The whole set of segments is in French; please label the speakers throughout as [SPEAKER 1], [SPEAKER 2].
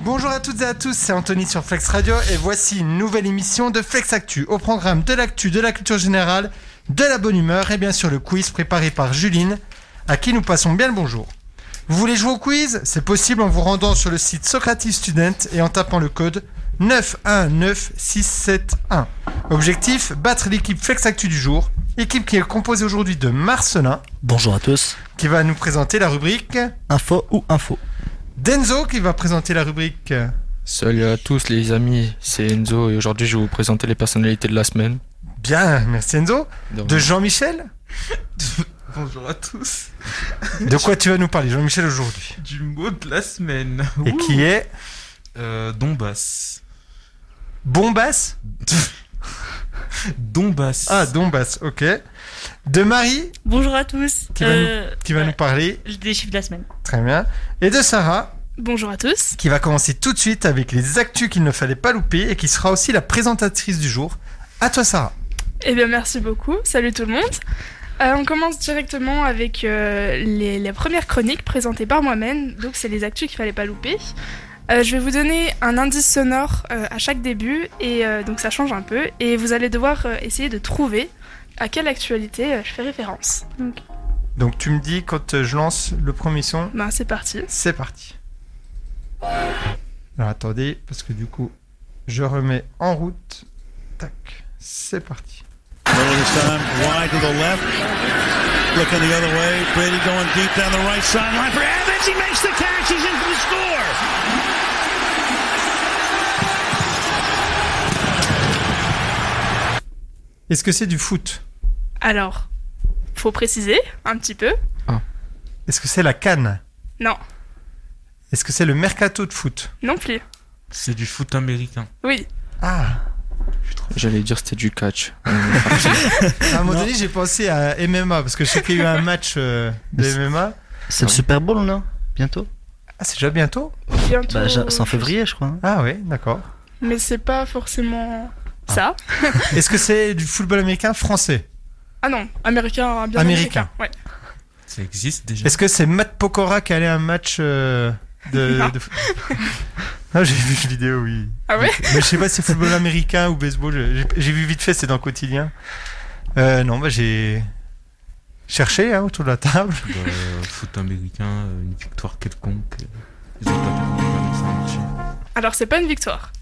[SPEAKER 1] Bonjour à toutes et à tous, c'est Anthony sur Flex Radio et voici une nouvelle émission de Flex Actu au programme de l'actu, de la culture générale, de la bonne humeur et bien sûr le quiz préparé par Juline à qui nous passons bien le bonjour. Vous voulez jouer au quiz C'est possible en vous rendant sur le site Socrative Student et en tapant le code 919671. Objectif battre l'équipe Flex Actu du jour, équipe qui est composée aujourd'hui de Marcelin
[SPEAKER 2] Bonjour à tous.
[SPEAKER 1] qui va nous présenter la rubrique,
[SPEAKER 2] Info ou info
[SPEAKER 1] Denzo qui va présenter la rubrique euh,
[SPEAKER 3] Salut à tous les amis, c'est Enzo et aujourd'hui je vais vous présenter les personnalités de la semaine.
[SPEAKER 1] Bien, merci Enzo.
[SPEAKER 3] Donc,
[SPEAKER 1] De Jean-Michel
[SPEAKER 4] Bonjour à tous.
[SPEAKER 1] De quoi tu vas nous parler, Jean-Michel, aujourd'hui
[SPEAKER 4] Du mot de la semaine.
[SPEAKER 1] Et
[SPEAKER 4] Ouh.
[SPEAKER 1] qui est
[SPEAKER 4] Euh, Donbass.
[SPEAKER 1] Bombass
[SPEAKER 4] Donbass.
[SPEAKER 1] Ah, Donbass, ok. De Marie,
[SPEAKER 5] Bonjour à tous.
[SPEAKER 1] Qui va
[SPEAKER 5] Euh,
[SPEAKER 1] qui va
[SPEAKER 5] ouais,
[SPEAKER 1] nous parler.
[SPEAKER 5] Des chiffres de la semaine.
[SPEAKER 1] Très bien. Et de Sarah,
[SPEAKER 6] Bonjour à tous.
[SPEAKER 1] qui va commencer tout de suite avec les actus qu'il ne fallait pas louper et qui sera aussi la présentatrice du jour. À toi, Sarah.
[SPEAKER 6] Eh bien, merci beaucoup. Salut tout le monde. Euh, on commence directement avec euh, les, les premières chroniques présentées par moi-même. Donc, c'est les actus qu'il fallait pas louper. Euh, je vais vous donner un indice sonore euh, à chaque début, et euh, donc ça change un peu. Et vous allez devoir euh, essayer de trouver à quelle actualité euh, je fais référence. Donc,
[SPEAKER 1] Donc, tu me dis quand euh, je lance le premier son,
[SPEAKER 6] ben, c'est parti.
[SPEAKER 1] c'est parti. Alors, attendez, parce que du coup, je remets en route. Tac, c'est parti.
[SPEAKER 7] Early this time, wide to the left. Looking the other way. Brady going deep down the right sideline for Evans. He makes the catch. He's in for the score.
[SPEAKER 1] Est-ce que c'est du foot
[SPEAKER 6] Alors, faut préciser un petit peu.
[SPEAKER 2] Ah.
[SPEAKER 1] Est-ce que c'est la canne
[SPEAKER 6] Non,
[SPEAKER 1] Est-ce que c'est le mercato de foot
[SPEAKER 6] non plus.
[SPEAKER 4] C'est du foot américain.
[SPEAKER 6] Oui,
[SPEAKER 1] Ah,
[SPEAKER 3] J'allais dire c'était du catch.
[SPEAKER 1] à un moment donné, j'ai pensé à MMA parce que je sais qu'il y a eu un match euh, de MMA.
[SPEAKER 2] C'est le Super Bowl, non Bientôt
[SPEAKER 1] Ah, c'est déjà bientôt
[SPEAKER 6] bientôt.
[SPEAKER 2] bah, ja- C'est en février, je crois. hein.
[SPEAKER 1] Ah, oui, d'accord.
[SPEAKER 6] Mais c'est pas forcément ça.
[SPEAKER 2] Ah.
[SPEAKER 1] Est-ce que c'est du football américain français
[SPEAKER 6] Ah non, américain,
[SPEAKER 1] Américain.
[SPEAKER 6] bien américain. Ouais.
[SPEAKER 4] Ça existe déjà.
[SPEAKER 1] Est-ce que c'est Matt Pokora qui allait à un match euh, de,
[SPEAKER 6] Non.
[SPEAKER 1] de foot Non, j'ai vu une vidéo, oui.
[SPEAKER 6] Ah ouais
[SPEAKER 1] Mais je sais pas si c'est football américain ou baseball. je- J'ai j'ai vu vite fait, c'est dans le quotidien. Euh, non, bah j'ai cherché hein, autour de la table.
[SPEAKER 4] Bah, foot américain, euh, une victoire quelconque. euh, ils ont pas perdu, ils ont fait un match.
[SPEAKER 6] Alors c'est pas une victoire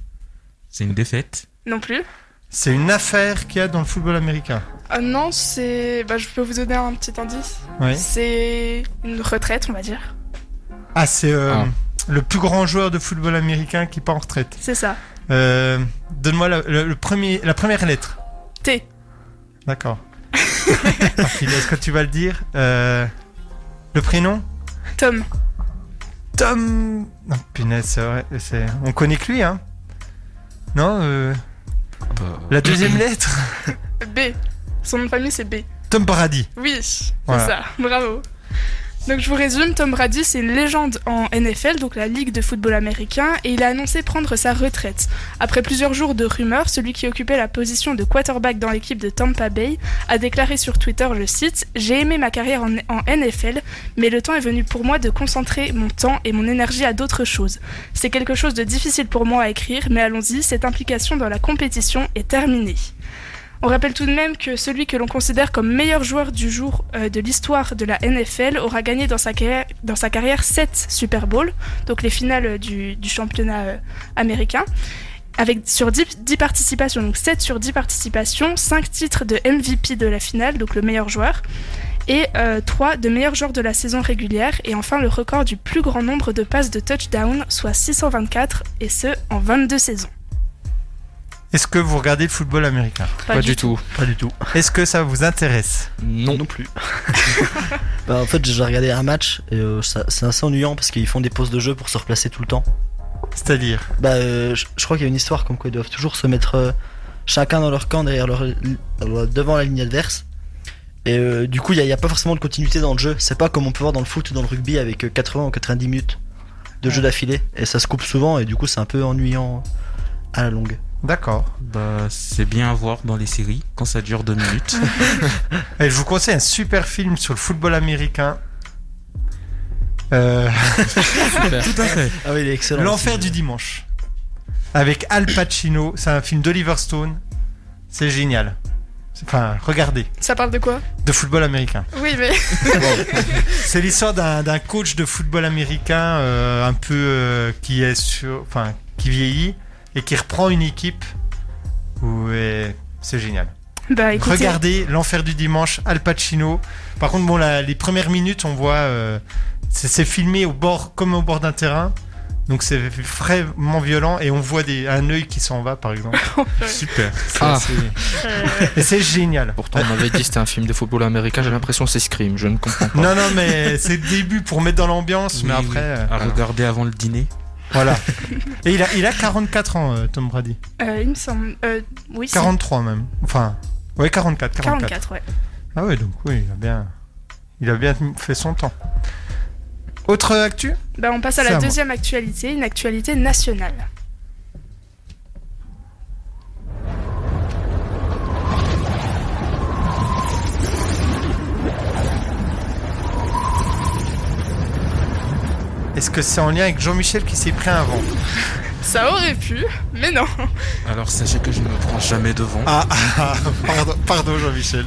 [SPEAKER 4] C'est une défaite.
[SPEAKER 6] non plus.
[SPEAKER 1] C'est une affaire qu'il y a dans le football américain.
[SPEAKER 6] Ah non, c'est. Bah, je peux vous donner un petit indice.
[SPEAKER 1] Oui.
[SPEAKER 6] C'est une retraite, on va dire.
[SPEAKER 1] Ah, c'est euh,
[SPEAKER 3] Ah.
[SPEAKER 1] le plus grand joueur de football américain qui part en retraite.
[SPEAKER 6] C'est ça.
[SPEAKER 1] Euh, Donne-moi la, le- le premier, la première lettre.
[SPEAKER 6] T.
[SPEAKER 1] D'accord. Parfait, Est-ce que tu vas le dire Euh, Le prénom
[SPEAKER 6] Tom.
[SPEAKER 1] Tom. Non, punaise, c'est vrai. c'est- On connaît que lui, hein Non euh,
[SPEAKER 4] Bah,
[SPEAKER 3] euh,
[SPEAKER 1] La deuxième lettre
[SPEAKER 6] B. Son nom de famille c'est B.
[SPEAKER 1] Tom Brady.
[SPEAKER 6] Oui, c'est
[SPEAKER 1] Voilà.
[SPEAKER 6] ça. Bravo. Donc je vous résume, Tom Brady c'est une légende en NFL, donc la Ligue de football américain, et il a annoncé prendre sa retraite. Après plusieurs jours de rumeurs, celui qui occupait la position de quarterback dans l'équipe de Tampa Bay a déclaré sur Twitter, je cite, J'ai aimé ma carrière en, en NFL, mais le temps est venu pour moi de concentrer mon temps et mon énergie à d'autres choses. C'est quelque chose de difficile pour moi à écrire, mais allons-y, cette implication dans la compétition est terminée. On rappelle tout de même que celui que l'on considère comme meilleur joueur du jour euh, de l'histoire de la NFL aura gagné dans sa carrière, dans sa carrière 7 Super Bowl, donc les finales euh, du, du championnat euh, américain. Avec sur 10, 10 participations, donc 7 sur 10 participations, 5 titres de MVP de la finale, donc le meilleur joueur, et 3 de meilleur joueur de la saison régulière, et enfin le record du plus grand nombre de passes de touchdown, soit 624, et ce en 22 saisons.
[SPEAKER 1] Est-ce que vous regardez le football américain
[SPEAKER 3] Pas, du tout.
[SPEAKER 2] Pas du tout.
[SPEAKER 1] Est-ce que ça vous intéresse
[SPEAKER 3] Non.
[SPEAKER 2] plus. bah, en fait, j'ai regardé un match et euh, ça- c'est assez ennuyant parce qu'ils font des pauses de jeu pour se replacer tout le temps.
[SPEAKER 1] C'est-à-dire
[SPEAKER 2] Bah, euh, je je crois qu'il y a une histoire comme quoi ils doivent toujours se mettre euh, chacun dans leur camp derrière leur, leur- devant la ligne adverse. Et euh, du coup, il n'y a, il y a pas forcément de continuité dans le jeu. C'est pas comme on peut voir dans le foot ou dans le rugby avec euh, 80 ou 90 minutes de jeu d'affilée. Et ça se coupe souvent et du coup, c'est un peu ennuyant à la longue.
[SPEAKER 1] D'accord.
[SPEAKER 4] bah, c'est bien à voir dans les séries quand ça dure deux minutes.
[SPEAKER 1] Et je vous conseille un super film sur le football américain. Euh,
[SPEAKER 4] Tout à fait.
[SPEAKER 2] Ah oui, il est excellent.
[SPEAKER 1] L'enfer du dimanche. Avec Al Pacino. C'est un film d'Oliver Stone. C'est génial. C'est- Enfin, regardez.
[SPEAKER 6] Ça parle de quoi
[SPEAKER 1] De football américain.
[SPEAKER 6] Oui, mais
[SPEAKER 1] C'est l'histoire d'un d'un coach de football américain euh, un peu euh, qui est sur, enfin, qui vieillit et qui reprend une équipe. Où, euh, c'est génial.
[SPEAKER 6] bah écoutez,
[SPEAKER 1] Regardez l'enfer du dimanche, Al Pacino. Par contre, bon, la- les premières minutes, on voit, euh, c'est c'est filmé au bord, comme au bord d'un terrain. Donc c'est vraiment violent et on voit des, un œil qui s'en va, par exemple.
[SPEAKER 6] Oh,
[SPEAKER 4] Super.
[SPEAKER 1] C'est
[SPEAKER 3] Ah.
[SPEAKER 1] assez- Et c'est génial.
[SPEAKER 3] Pourtant, on m'avait dit que c'était un film de football américain, j'ai l'impression que c'est Scream, je ne comprends pas.
[SPEAKER 1] Non, non, mais c'est le début pour mettre dans l'ambiance, mais
[SPEAKER 4] Oui,
[SPEAKER 1] après, euh,
[SPEAKER 4] oui. À regarder avant le dîner.
[SPEAKER 1] voilà. Et il a, il a 44 ans, euh, Tom Brady.
[SPEAKER 6] euh, il me semble, euh, oui, c'est
[SPEAKER 1] 43 même. Enfin, ouais, 44, 44.
[SPEAKER 6] 44, ouais.
[SPEAKER 1] Ah ouais, donc oui, il a bien, il a bien fait son temps. Autre actu
[SPEAKER 6] Bah on passe à
[SPEAKER 1] C'est à
[SPEAKER 6] la
[SPEAKER 1] moi.
[SPEAKER 6] deuxième actualité, une actualité nationale.
[SPEAKER 1] Est-ce que c'est en lien avec Jean-Michel qui s'est pris un vent
[SPEAKER 6] Ça aurait pu, mais non.
[SPEAKER 4] Alors sachez que je ne me prends jamais devant.
[SPEAKER 1] Ah, ah, pardon, pardon Jean-Michel.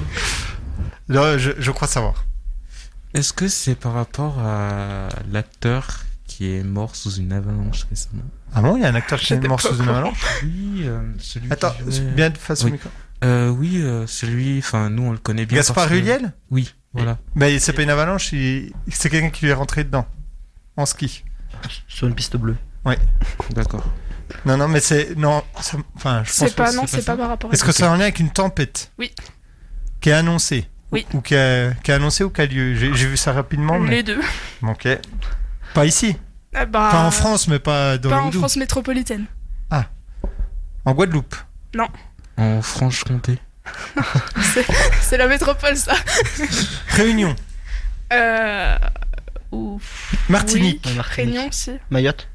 [SPEAKER 1] Non, je, je crois savoir.
[SPEAKER 4] Est-ce que c'est par rapport à l'acteur qui est mort sous une avalanche récemment
[SPEAKER 1] Ah bon, il y a un acteur qui est mort sous une avalanche
[SPEAKER 4] Oui, euh, celui
[SPEAKER 1] Attends,
[SPEAKER 4] qui jouait-
[SPEAKER 1] bien de face au
[SPEAKER 4] Oui.
[SPEAKER 1] micro.
[SPEAKER 4] Euh, oui, euh, celui, enfin nous on le connaît bien.
[SPEAKER 1] Gaspard
[SPEAKER 4] parce que-
[SPEAKER 1] Huliel
[SPEAKER 4] Oui, voilà.
[SPEAKER 1] Mais c'est pas une avalanche, il- c'est quelqu'un qui lui est rentré dedans. En ski.
[SPEAKER 2] Sur une piste bleue.
[SPEAKER 4] D'accord.
[SPEAKER 1] Non, non, mais c'est. Non, ça- enfin, je pense.
[SPEAKER 6] C'est pas,
[SPEAKER 4] que
[SPEAKER 6] non,
[SPEAKER 4] c'est
[SPEAKER 6] c'est
[SPEAKER 4] pas
[SPEAKER 6] pas par rapport à
[SPEAKER 1] Est-ce que c'est en lien avec une tempête
[SPEAKER 6] Oui.
[SPEAKER 1] Qui est annoncée
[SPEAKER 6] Oui.
[SPEAKER 1] Ou qui a, qui a annoncé ou qui a lieu J'ai j'ai vu ça rapidement, mais.
[SPEAKER 6] les deux.
[SPEAKER 1] Ok. Pas ici.
[SPEAKER 6] Ah bah,
[SPEAKER 1] Enfin, en France, mais pas dans
[SPEAKER 6] pas
[SPEAKER 1] le
[SPEAKER 6] en
[SPEAKER 1] Houdou.
[SPEAKER 6] France métropolitaine.
[SPEAKER 1] En Guadeloupe.
[SPEAKER 4] En Franche-Comté.
[SPEAKER 6] C'est la métropole, ça.
[SPEAKER 1] Réunion.
[SPEAKER 6] Euh... Ou
[SPEAKER 1] Martinique.
[SPEAKER 2] La Martinique.
[SPEAKER 6] Réunion, si.
[SPEAKER 2] Mayotte.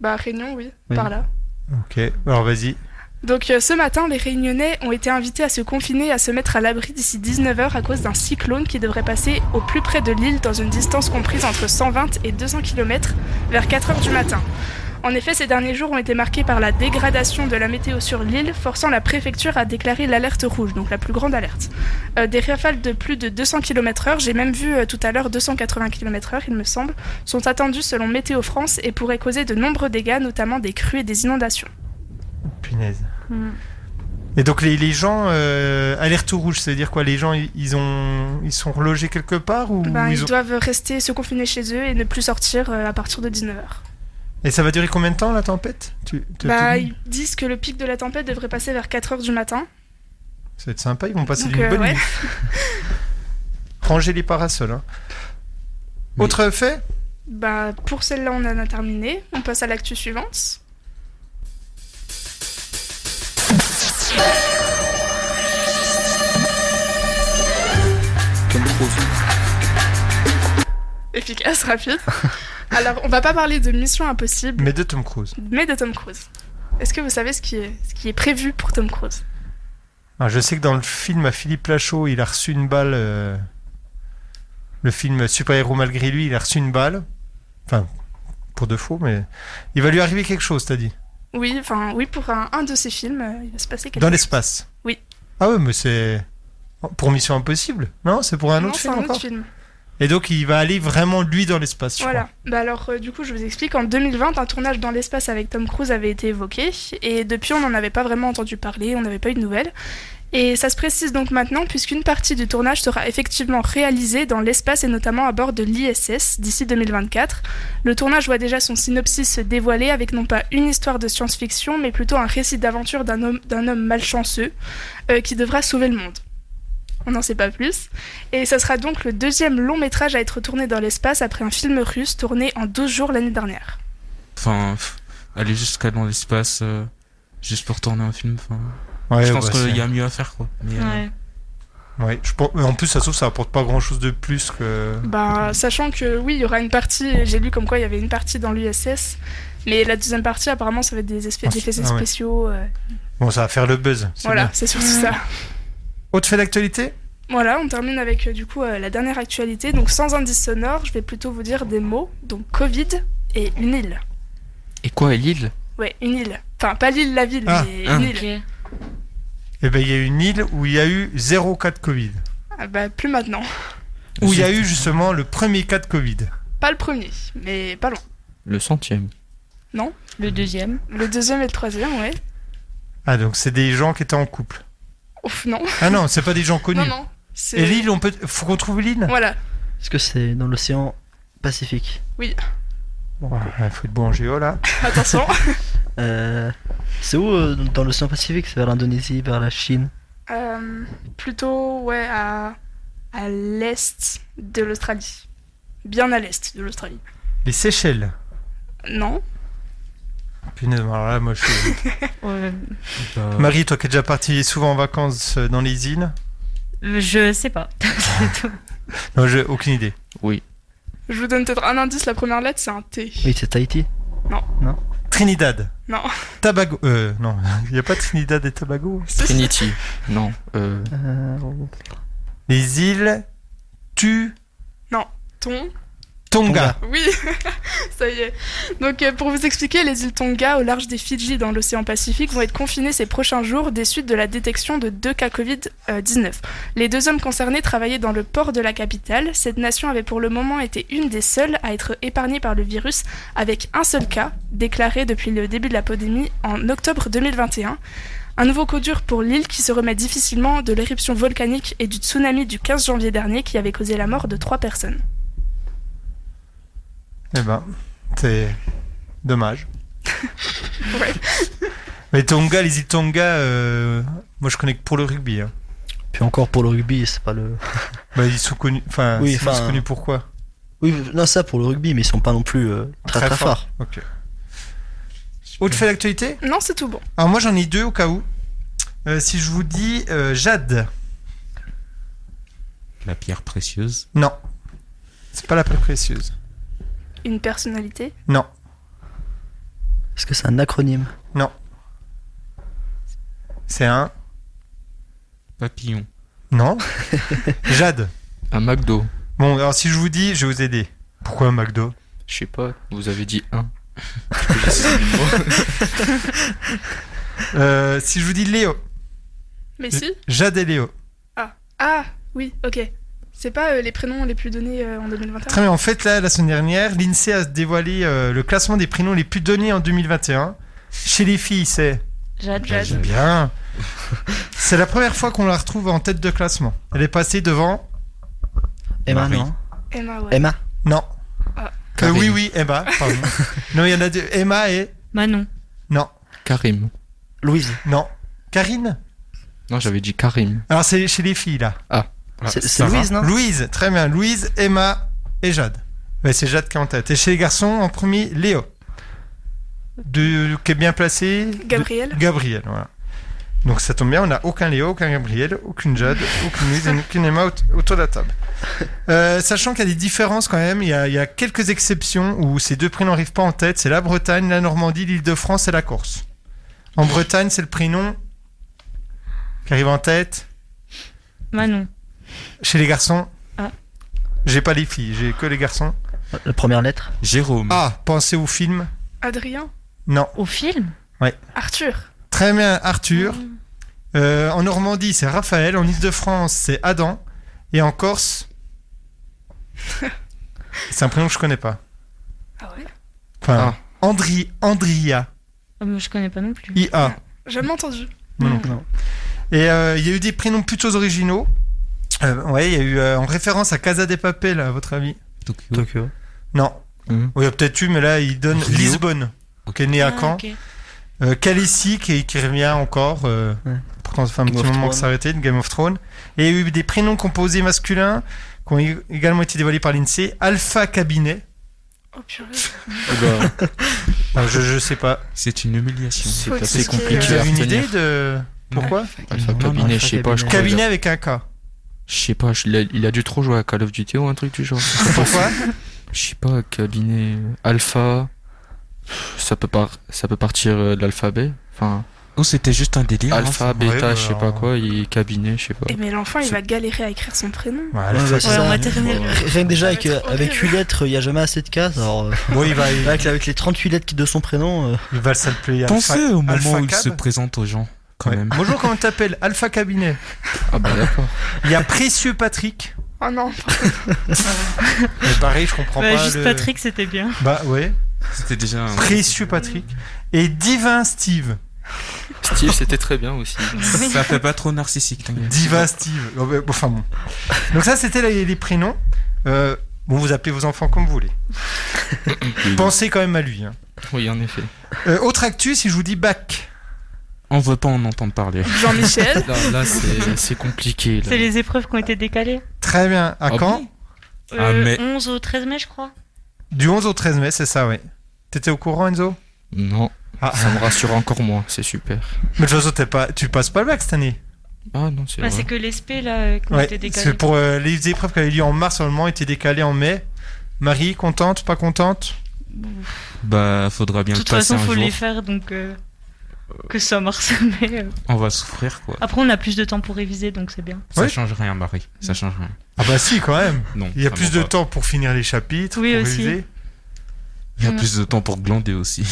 [SPEAKER 6] Bah, Réunion, oui,
[SPEAKER 2] Oui.
[SPEAKER 6] par là.
[SPEAKER 1] Ok, alors vas-y.
[SPEAKER 6] Donc, euh, ce matin, les Réunionnais ont été invités à se confiner et à se mettre à l'abri d'ici 19h à cause d'un cyclone qui devrait passer au plus près de l'île dans une distance comprise entre 120 et 200 km vers 4h du matin. En effet, ces derniers jours ont été marqués par la dégradation de la météo sur l'île, forçant la préfecture à déclarer l'alerte rouge, donc la plus grande alerte. Euh, des rafales de plus de 200 km/h, j'ai même vu euh, tout à l'heure 280 km/h, il me semble, sont attendues selon Météo France et pourraient causer de nombreux dégâts, notamment des crues et des inondations.
[SPEAKER 1] Punaise. Et donc les, les gens, euh, alerte rouge, c'est-à-dire quoi Les gens, ils- ils, ont, ils sont relogés quelque part ou
[SPEAKER 6] Ben,
[SPEAKER 1] ils
[SPEAKER 6] ils
[SPEAKER 1] ont-
[SPEAKER 6] doivent rester se confiner chez eux et ne plus sortir euh, à partir de 19h.
[SPEAKER 1] Et ça va durer combien de temps la tempête tu, tu-
[SPEAKER 6] Bah,
[SPEAKER 1] tu-
[SPEAKER 6] ils disent que le pic de la tempête devrait passer vers 4h du matin.
[SPEAKER 1] Ça va être sympa, ils vont passer
[SPEAKER 6] Donc,
[SPEAKER 1] une
[SPEAKER 6] euh,
[SPEAKER 1] bonne
[SPEAKER 6] ouais.
[SPEAKER 1] nuit. Rangez les parasols. hein.
[SPEAKER 4] Mais-
[SPEAKER 1] Autre fait
[SPEAKER 6] Bah, pour celle-là, on en a terminé. On passe à l'actu suivante. Efficace, rapide. Alors, on va pas parler de Mission Impossible,
[SPEAKER 1] Mais de Tom Cruise.
[SPEAKER 6] mais de Tom Cruise. Est-ce que vous savez ce qui est, ce qui est prévu pour Tom Cruise
[SPEAKER 1] Alors, Ah, je sais que dans le film à Philippe Lachaud, il a reçu une balle. euh, Le film Super-héros malgré lui, il a reçu une balle. Enfin, pour de faux, mais. Il va lui arriver quelque chose, t'as dit
[SPEAKER 6] Oui, enfin, oui, pour un, un de ses films, euh, il va se passer quelque
[SPEAKER 1] Dans
[SPEAKER 6] chose.
[SPEAKER 1] l'espace.
[SPEAKER 6] Oui.
[SPEAKER 1] Ah ouais, mais c'est pour Mission Impossible. Non, c'est pour un
[SPEAKER 6] Non,
[SPEAKER 1] autre
[SPEAKER 6] c'est
[SPEAKER 1] film
[SPEAKER 6] un
[SPEAKER 1] encore.
[SPEAKER 6] autre film.
[SPEAKER 1] Et donc il va aller vraiment lui dans l'espace. je
[SPEAKER 6] Voilà. Bah alors, euh, du coup, je vous explique. En 2020, un tournage dans l'espace avec Tom Cruise avait été évoqué. Et depuis, on n'en avait pas vraiment entendu parler. On n'avait pas eu de nouvelles. Et ça se précise donc maintenant, puisqu'une partie du tournage sera effectivement réalisée dans l'espace et notamment à bord de l'ISS d'ici 2024. Le tournage voit déjà son synopsis se dévoiler avec non pas une histoire de science-fiction, mais plutôt un récit d'aventure d'un homme, d'un homme malchanceux euh, qui devra sauver le monde. On n'en sait pas plus. Et ça sera donc le deuxième long métrage à être tourné dans l'espace après un film russe tourné en 12 jours l'année dernière.
[SPEAKER 4] Enfin, pff, aller jusqu'à dans l'espace euh, juste pour tourner un film. Enfin,
[SPEAKER 1] crois. Ouais,
[SPEAKER 4] je pense
[SPEAKER 1] bah,
[SPEAKER 4] qu'il
[SPEAKER 1] c'est-
[SPEAKER 4] y a mieux à faire quoi. Mais, euh,
[SPEAKER 1] ouais, je pense- mais En plus, ça se trouve, ça apporte pas grand chose de plus que.
[SPEAKER 6] Bah, sachant que oui, il y aura une partie, j'ai lu comme quoi il y avait une partie dans l'USS, mais la deuxième partie, apparemment, ça va être des, espé-
[SPEAKER 1] Ah,
[SPEAKER 6] des effets
[SPEAKER 1] ah ouais.
[SPEAKER 6] spéciaux. euh,
[SPEAKER 1] Bon, ça va faire le buzz. c'est
[SPEAKER 6] voilà,
[SPEAKER 1] bien.
[SPEAKER 6] c'est surtout ça.
[SPEAKER 1] Autre fait d'actualité
[SPEAKER 6] Voilà, on termine avec euh, du coup euh, la dernière actualité. Donc sans indice sonore, je vais plutôt vous dire des mots. Donc Covid et une île.
[SPEAKER 3] Et quoi, et Lille
[SPEAKER 6] Ouais, une île. Enfin, pas l'île, la ville,
[SPEAKER 1] Ah,
[SPEAKER 6] mais
[SPEAKER 3] ah.
[SPEAKER 6] une île.
[SPEAKER 1] Eh ben, il y a eu une île où il y a eu zéro cas de Covid.
[SPEAKER 6] Ah bah, plus maintenant.
[SPEAKER 1] Où il y a eu justement le premier cas de Covid.
[SPEAKER 6] Pas le premier, mais pas loin.
[SPEAKER 3] Le centième.
[SPEAKER 5] Le deuxième.
[SPEAKER 6] Le deuxième et le troisième, ouais.
[SPEAKER 1] Ah, donc c'est des gens qui étaient en couple.
[SPEAKER 6] Ouf, non.
[SPEAKER 1] Ah non, c'est pas des gens connus.
[SPEAKER 6] Non, non. c'est-
[SPEAKER 1] Et l'île, on peut. Faut qu'on trouve l'île
[SPEAKER 6] Voilà.
[SPEAKER 2] Est-ce que c'est dans l'océan Pacifique
[SPEAKER 1] Bon, il faut être bon Ah, en géo là.
[SPEAKER 6] Attention.
[SPEAKER 2] Euh, C'est où euh, dans l'océan Pacifique C'est vers l'Indonésie, vers la Chine
[SPEAKER 6] Euh, plutôt, ouais, à, à l'est de l'Australie. Bien à l'est de l'Australie.
[SPEAKER 1] Les Seychelles.
[SPEAKER 6] Non.
[SPEAKER 1] Punaise, alors là, moi je suis.
[SPEAKER 5] Euh,
[SPEAKER 4] Bah,
[SPEAKER 1] Marie, toi qui es déjà partie souvent en vacances euh, dans les îles
[SPEAKER 5] je sais pas. C'est tout.
[SPEAKER 1] Non, j'ai aucune idée.
[SPEAKER 6] Je vous donne peut-être un indice, la première lettre, c'est un T.
[SPEAKER 2] Oui, c'est Tahiti.
[SPEAKER 1] Trinidad.
[SPEAKER 6] Non.
[SPEAKER 1] Tobago. Euh, non, il n'y a pas Trinidad et Tobago.
[SPEAKER 3] Trinity. non. Euh,
[SPEAKER 2] Euh,
[SPEAKER 1] oh. Les îles. Tu.
[SPEAKER 6] Ton.
[SPEAKER 1] Tonga.
[SPEAKER 6] Oui, ça y est. Donc, euh, pour vous expliquer, les îles Tonga, au large des Fidji, dans l'océan Pacifique, vont être confinées ces prochains jours des suites de la détection de deux cas Covid-19. Les deux hommes concernés travaillaient dans le port de la capitale. Cette nation avait pour le moment été une des seules à être épargnée par le virus, avec un seul cas, déclaré depuis le début de la pandémie en octobre 2021. Un nouveau coup dur pour l'île qui se remet difficilement de l'éruption volcanique et du tsunami du 15 janvier dernier qui avait causé la mort de trois personnes.
[SPEAKER 1] Eh ben, c'est dommage.
[SPEAKER 6] Ouais.
[SPEAKER 1] Mais Tonga, les îles Tonga, euh, moi je connais que pour le rugby. hein.
[SPEAKER 2] Puis encore pour le rugby, c'est pas le.
[SPEAKER 1] Bah, ils sont connus. Enfin,
[SPEAKER 2] Oui,
[SPEAKER 1] ils sont
[SPEAKER 2] enfin-
[SPEAKER 1] connus pourquoi
[SPEAKER 2] Oui, non, ça pour le rugby, mais ils sont pas non plus euh, très
[SPEAKER 1] Très
[SPEAKER 2] très,
[SPEAKER 1] forts.
[SPEAKER 2] forts.
[SPEAKER 1] Ok. Autre fait d'actualité
[SPEAKER 6] Non, c'est tout bon.
[SPEAKER 1] Alors moi j'en ai deux au cas où. Euh, si je vous dis euh, Jade.
[SPEAKER 4] euh, La pierre précieuse.
[SPEAKER 1] Non. C'est pas la plus précieuse.
[SPEAKER 6] Une personnalité
[SPEAKER 1] Non.
[SPEAKER 2] Est-ce que c'est un acronyme
[SPEAKER 1] C'est un.
[SPEAKER 4] Papillon.
[SPEAKER 1] Non. Jade.
[SPEAKER 3] un McDo.
[SPEAKER 1] Bon, alors si je vous dis, je vais vous aider. Pourquoi un McDo
[SPEAKER 3] Je sais pas, vous avez dit un.
[SPEAKER 1] Euh, Si je vous dis Léo.
[SPEAKER 6] Mais si.
[SPEAKER 1] Jade et Léo.
[SPEAKER 6] Ah, oui, ok. C'est pas euh, les prénoms les plus donnés euh, en 2021
[SPEAKER 1] Très bien. En fait, là, la semaine dernière, l'INSEE a dévoilé euh, le classement des prénoms les plus donnés en 2021. Chez les filles, c'est.
[SPEAKER 5] Jade.
[SPEAKER 6] Jade.
[SPEAKER 1] Bien. C'est la première fois qu'on la retrouve en tête de classement. Elle est passée devant.
[SPEAKER 2] Emma,
[SPEAKER 4] Marie.
[SPEAKER 2] non
[SPEAKER 6] Emma, ouais.
[SPEAKER 2] Emma
[SPEAKER 1] Non.
[SPEAKER 6] Ah.
[SPEAKER 1] Euh, oui,
[SPEAKER 3] Karine.
[SPEAKER 1] oui, Emma. pardon. non, il y en a deux. Emma et.
[SPEAKER 5] Manon.
[SPEAKER 1] Non.
[SPEAKER 3] Karim.
[SPEAKER 2] Louise.
[SPEAKER 1] Non. Karine
[SPEAKER 3] Non, j'avais dit Karim.
[SPEAKER 1] Alors, c'est chez les filles, là.
[SPEAKER 4] Ah,
[SPEAKER 2] Mmh. C'est- c'est
[SPEAKER 4] Sarah.
[SPEAKER 2] Louise, non
[SPEAKER 1] Louise, très bien. Louise, Emma et Jade. Ouais, c'est Jade qui est en tête. Et chez les garçons, en premier, Léo. De, qui est bien placé. de-
[SPEAKER 6] Gabriel
[SPEAKER 1] Gabriel, voilà. Donc ça tombe bien, on n'a aucun Léo, aucun Gabriel, aucune Jade, aucune Louise et aucune Emma aut- autour de la table. Euh, sachant qu'il y a des différences quand même, il y, a, il y a quelques exceptions où ces deux prénoms n'arrivent pas en tête, c'est la Bretagne, la Normandie, l'Île-de-France et la Corse. En Bretagne, c'est le prénom qui arrive en tête.
[SPEAKER 5] Manon.
[SPEAKER 1] Chez les garçons,
[SPEAKER 5] Ah.
[SPEAKER 1] j'ai pas les filles, j'ai que les garçons.
[SPEAKER 2] La première lettre.
[SPEAKER 4] Jérôme.
[SPEAKER 1] Ah, pensez au film
[SPEAKER 6] Adrien
[SPEAKER 1] Non.
[SPEAKER 5] Au film
[SPEAKER 6] Arthur
[SPEAKER 1] Très bien, Arthur. Euh, en Normandie, c'est Raphaël. En Ile-de-France, c'est Adam. Et en Corse, c'est un prénom que je connais pas.
[SPEAKER 6] Ah ouais
[SPEAKER 1] Enfin, Andri, Andria,
[SPEAKER 5] Ah, mais Je connais pas non plus.
[SPEAKER 1] IA.
[SPEAKER 6] Ah, Jamais entendu. Mm.
[SPEAKER 1] Non, non.
[SPEAKER 2] Non.
[SPEAKER 1] Et euh, il y a eu des prénoms plutôt originaux. Euh, ouais, il y a eu euh, en référence à Casa des Papel, à votre avis
[SPEAKER 4] Tokyo.
[SPEAKER 2] Tokyo. Mm.
[SPEAKER 1] Non.
[SPEAKER 3] Hum.
[SPEAKER 1] Oui, il y a peut-être eu, mais là, il donne
[SPEAKER 4] Rio.
[SPEAKER 1] Lisbonne, qui est né
[SPEAKER 6] Ah,
[SPEAKER 1] à Caen. Euh, Khaleesi, qui, qui revient encore. euh,
[SPEAKER 2] Ouais.
[SPEAKER 1] Pourtant, ça fait un
[SPEAKER 2] Game
[SPEAKER 1] petit
[SPEAKER 2] of
[SPEAKER 1] moment
[SPEAKER 2] Thrones.
[SPEAKER 1] que ça a arrêté, de Game of Thrones. Et il y a eu des prénoms composés masculins qui ont é- également été dévoilés par l'INSEE. Alpha Cabinet.
[SPEAKER 6] Oh purée.
[SPEAKER 2] Eh
[SPEAKER 4] Eh
[SPEAKER 2] ben,
[SPEAKER 1] Alors, Ah, je, je sais pas.
[SPEAKER 4] ben. C'est une humiliation.
[SPEAKER 3] C'est
[SPEAKER 6] Faut
[SPEAKER 3] assez
[SPEAKER 6] expliquer.
[SPEAKER 1] Et
[SPEAKER 3] compliqué
[SPEAKER 1] tu
[SPEAKER 3] à
[SPEAKER 1] as une
[SPEAKER 3] retenir.
[SPEAKER 1] idée de. Pourquoi
[SPEAKER 3] Alpha
[SPEAKER 2] Non,
[SPEAKER 3] cabinet, je sais pas. Je
[SPEAKER 2] Alpha
[SPEAKER 3] crois qu'il
[SPEAKER 1] Cabinet
[SPEAKER 3] a-
[SPEAKER 1] avec un K.
[SPEAKER 3] Je sais pas, je- il a- il a dû trop jouer à Call of Duty ou un truc du genre.
[SPEAKER 1] Pourquoi
[SPEAKER 3] Je sais pas, cabinet euh, alpha. Ça peut, par... ça peut partir euh, de l'alphabet. Enfin,
[SPEAKER 4] Ou c'était juste un délire. hein,
[SPEAKER 3] Alpha,
[SPEAKER 4] ça-
[SPEAKER 3] bêta,
[SPEAKER 1] ouais, bah,
[SPEAKER 3] je sais
[SPEAKER 1] alors-
[SPEAKER 3] pas quoi, il cabinet, je sais pas.
[SPEAKER 5] Eh
[SPEAKER 6] Et Eh,
[SPEAKER 5] ben.
[SPEAKER 6] mais l'enfant, il
[SPEAKER 3] C'est-
[SPEAKER 6] va galérer à écrire son prénom.
[SPEAKER 1] Voilà,
[SPEAKER 2] Ouais,
[SPEAKER 1] faut-
[SPEAKER 2] bah, c'est
[SPEAKER 5] Ouais,
[SPEAKER 2] ça.
[SPEAKER 5] en maternelle.
[SPEAKER 2] R- Rien que déjà avec,
[SPEAKER 6] Ça va
[SPEAKER 2] euh,
[SPEAKER 6] être
[SPEAKER 2] avec
[SPEAKER 6] horrible.
[SPEAKER 2] 8 lettres, il n'y a jamais assez de cases. Alors, euh,
[SPEAKER 1] Bon, il va, bah, il,
[SPEAKER 2] avec, avec les 38 lettres de son prénom, euh,
[SPEAKER 1] il va s'appeler Alpha.
[SPEAKER 4] Pensez au moment
[SPEAKER 1] Alpha
[SPEAKER 4] où il
[SPEAKER 1] Cab.
[SPEAKER 4] se présente aux gens, quand
[SPEAKER 1] Ouais.
[SPEAKER 4] même.
[SPEAKER 1] Bonjour, comment tu t'appelles Alpha Cabinet.
[SPEAKER 3] Ah bah d'accord.
[SPEAKER 1] Il y a Précieux Patrick.
[SPEAKER 6] Oh non.
[SPEAKER 1] Mais pareil, je comprends
[SPEAKER 5] Bah,
[SPEAKER 1] pas.
[SPEAKER 5] juste
[SPEAKER 1] le-
[SPEAKER 5] Patrick, c'était bien.
[SPEAKER 1] Bah ouais.
[SPEAKER 4] C'était déjà un.
[SPEAKER 1] Précieux Patrick. Et Divin Steve.
[SPEAKER 3] Steve, c'était très bien aussi.
[SPEAKER 4] Ça fait pas trop narcissique, t'inquiète.
[SPEAKER 1] Divin Steve. Oh, mais- Enfin bon. Donc ça, c'était les, les prénoms. Euh, bon, vous appelez vos enfants comme vous voulez. Pensez quand même à lui. hein.
[SPEAKER 3] Oui, en effet.
[SPEAKER 1] Euh, autre actu, si je vous dis bac.
[SPEAKER 4] On veut pas en entendre parler.
[SPEAKER 6] Jean-Michel.
[SPEAKER 3] Là, là, c'est c'est compliqué.
[SPEAKER 5] C'est
[SPEAKER 3] Là.
[SPEAKER 5] les épreuves qui ont été décalées.
[SPEAKER 1] Très bien. À
[SPEAKER 3] Ah
[SPEAKER 1] quand
[SPEAKER 4] Ah,
[SPEAKER 5] Euh,
[SPEAKER 4] mais-
[SPEAKER 5] 11 au 13 mai, je crois.
[SPEAKER 1] Du 11 au 13 mai, c'est ça, ouais. T'étais au courant, Enzo
[SPEAKER 3] Non,
[SPEAKER 1] Ah.
[SPEAKER 3] ça me rassure encore moins, c'est super.
[SPEAKER 1] Mais de toute façon, t'es pas, tu passes pas le bac cette année.
[SPEAKER 3] Ah non, c'est
[SPEAKER 5] Bah,
[SPEAKER 3] vrai.
[SPEAKER 5] c'est que l'ESP, là, euh, qui ont
[SPEAKER 1] Ouais,
[SPEAKER 5] été décalées.
[SPEAKER 1] c'est pour euh, les épreuves qui avaient lieu en mars, normalement, étaient décalées en mai. Marie, contente, pas contente
[SPEAKER 4] Bah, faudra bien
[SPEAKER 5] De
[SPEAKER 4] le
[SPEAKER 5] toute
[SPEAKER 4] passer
[SPEAKER 5] façon,
[SPEAKER 4] un
[SPEAKER 5] faut
[SPEAKER 4] jour.
[SPEAKER 5] les faire, donc euh, que ce soit mars ou mai. euh.
[SPEAKER 4] On va souffrir, quoi.
[SPEAKER 5] Après, on a plus de temps pour réviser, donc c'est bien.
[SPEAKER 4] Ça
[SPEAKER 1] Ouais.
[SPEAKER 4] change rien, Marie. Ça change rien.
[SPEAKER 1] Ah bah si, quand même.
[SPEAKER 4] Non.
[SPEAKER 1] Il y a
[SPEAKER 4] vraiment
[SPEAKER 1] plus de
[SPEAKER 4] pas.
[SPEAKER 1] temps pour finir les chapitres,
[SPEAKER 5] Oui,
[SPEAKER 1] pour
[SPEAKER 5] aussi.
[SPEAKER 1] réviser.
[SPEAKER 4] Il y a
[SPEAKER 1] Hmm.
[SPEAKER 5] Mm.
[SPEAKER 4] plus de temps pour glander aussi.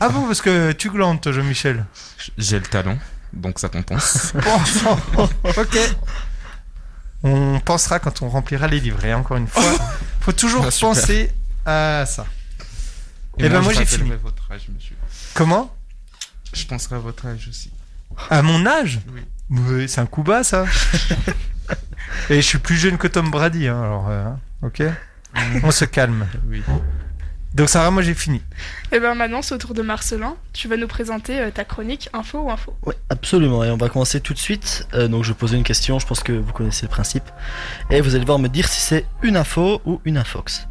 [SPEAKER 1] Ah bon, parce que tu glandes, toi, Jean-Michel.
[SPEAKER 4] J'ai le talent, donc ça compense.
[SPEAKER 1] Oh, Bon, ok. On pensera quand on remplira les livrets, hein, encore une fois. Faut toujours
[SPEAKER 3] Ah, super.
[SPEAKER 1] penser à ça. Eh ben, moi,
[SPEAKER 4] je
[SPEAKER 1] j'ai fini.
[SPEAKER 4] rappellerai votre âge, monsieur.
[SPEAKER 1] Comment
[SPEAKER 4] Je penserai à votre âge aussi.
[SPEAKER 1] À mon âge
[SPEAKER 4] Oui.
[SPEAKER 1] Ouais, c'est un coup bas, ça. Et je suis plus jeune que Tom Brady, hein, alors, euh, hein, ok On se calme.
[SPEAKER 4] Oui.
[SPEAKER 1] Donc, Sarah, moi, j'ai fini.
[SPEAKER 6] Et ben maintenant, c'est au tour de Marcelin. Tu vas nous présenter euh, ta chronique info ou info.
[SPEAKER 2] ouais, absolument. Et on va commencer tout de suite. Euh, donc, je vais poser une question. Je pense que vous connaissez le principe. Et vous allez devoir me dire si c'est une info ou une infox.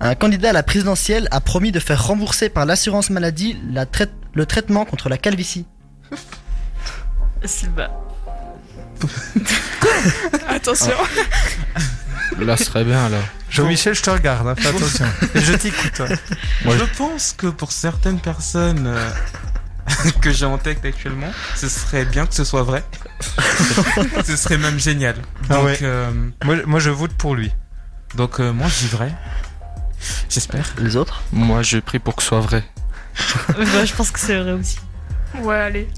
[SPEAKER 2] Un candidat à la présidentielle a promis de faire rembourser par l'assurance maladie la trai- le traitement contre la calvitie.
[SPEAKER 5] C'est bah,
[SPEAKER 6] Attention.
[SPEAKER 3] Là, ce serait bien, là.
[SPEAKER 1] Jean-Michel, je te regarde, hein, fais attention. Et je t'écoute. hein.
[SPEAKER 3] Moi,
[SPEAKER 4] je pense que pour certaines personnes euh, que j'ai en tête actuellement, ce serait bien que ce soit vrai. ce serait même génial. Donc,
[SPEAKER 1] Ah ouais.
[SPEAKER 4] euh,
[SPEAKER 1] Moi, moi, je vote pour lui.
[SPEAKER 4] donc euh, moi, j'y vrai. J'espère.
[SPEAKER 2] Les autres
[SPEAKER 3] Moi, je prie pour que ce soit vrai.
[SPEAKER 5] bah, je pense que c'est vrai aussi.
[SPEAKER 6] Ouais, allez.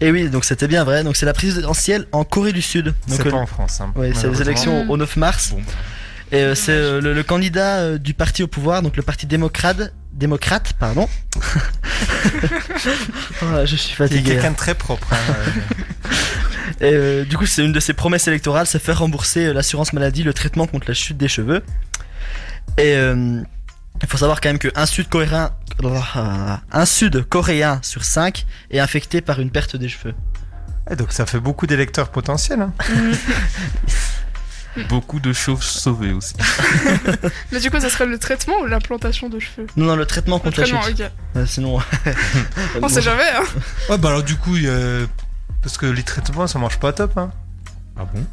[SPEAKER 2] Et oui, donc c'était bien vrai. Donc, c'est la présidentielle en Corée du Sud. Donc,
[SPEAKER 1] C'est
[SPEAKER 2] euh,
[SPEAKER 1] pas en France. hein,
[SPEAKER 2] Ouais, c'est les
[SPEAKER 1] malheureusement. bah.
[SPEAKER 2] élections au 9 mars.
[SPEAKER 4] Bon.
[SPEAKER 2] Et euh, c'est euh, le, le candidat euh, du parti au pouvoir, donc le parti démocrate, démocrate, pardon. Voilà, je suis
[SPEAKER 1] Il est
[SPEAKER 2] fatigué.
[SPEAKER 1] quelqu'un de très propre. hein, euh,
[SPEAKER 2] Et euh, du coup, c'est une de ses promesses électorales, c'est faire rembourser euh, l'assurance maladie, le traitement contre la chute des cheveux. Et euh, il faut savoir quand même qu'un Sud-Coréen, un Sud-Coréen sur 5 est infecté par une perte des cheveux.
[SPEAKER 1] eh, donc, ça fait beaucoup d'électeurs potentiels. hein.
[SPEAKER 6] Mm.
[SPEAKER 4] Beaucoup de choses sauvées aussi.
[SPEAKER 6] Mais du coup, ça serait le traitement ou l'implantation de cheveux
[SPEAKER 2] Non, non, le traitement
[SPEAKER 6] Le
[SPEAKER 2] contre la
[SPEAKER 6] traitement,
[SPEAKER 2] chute.
[SPEAKER 6] ok.
[SPEAKER 2] Ouais, sinon,
[SPEAKER 6] On sait jamais, hein.
[SPEAKER 1] Ouais, bah alors, du coup, euh, parce que les traitements, ça marche pas top. Hein.
[SPEAKER 4] Ah bon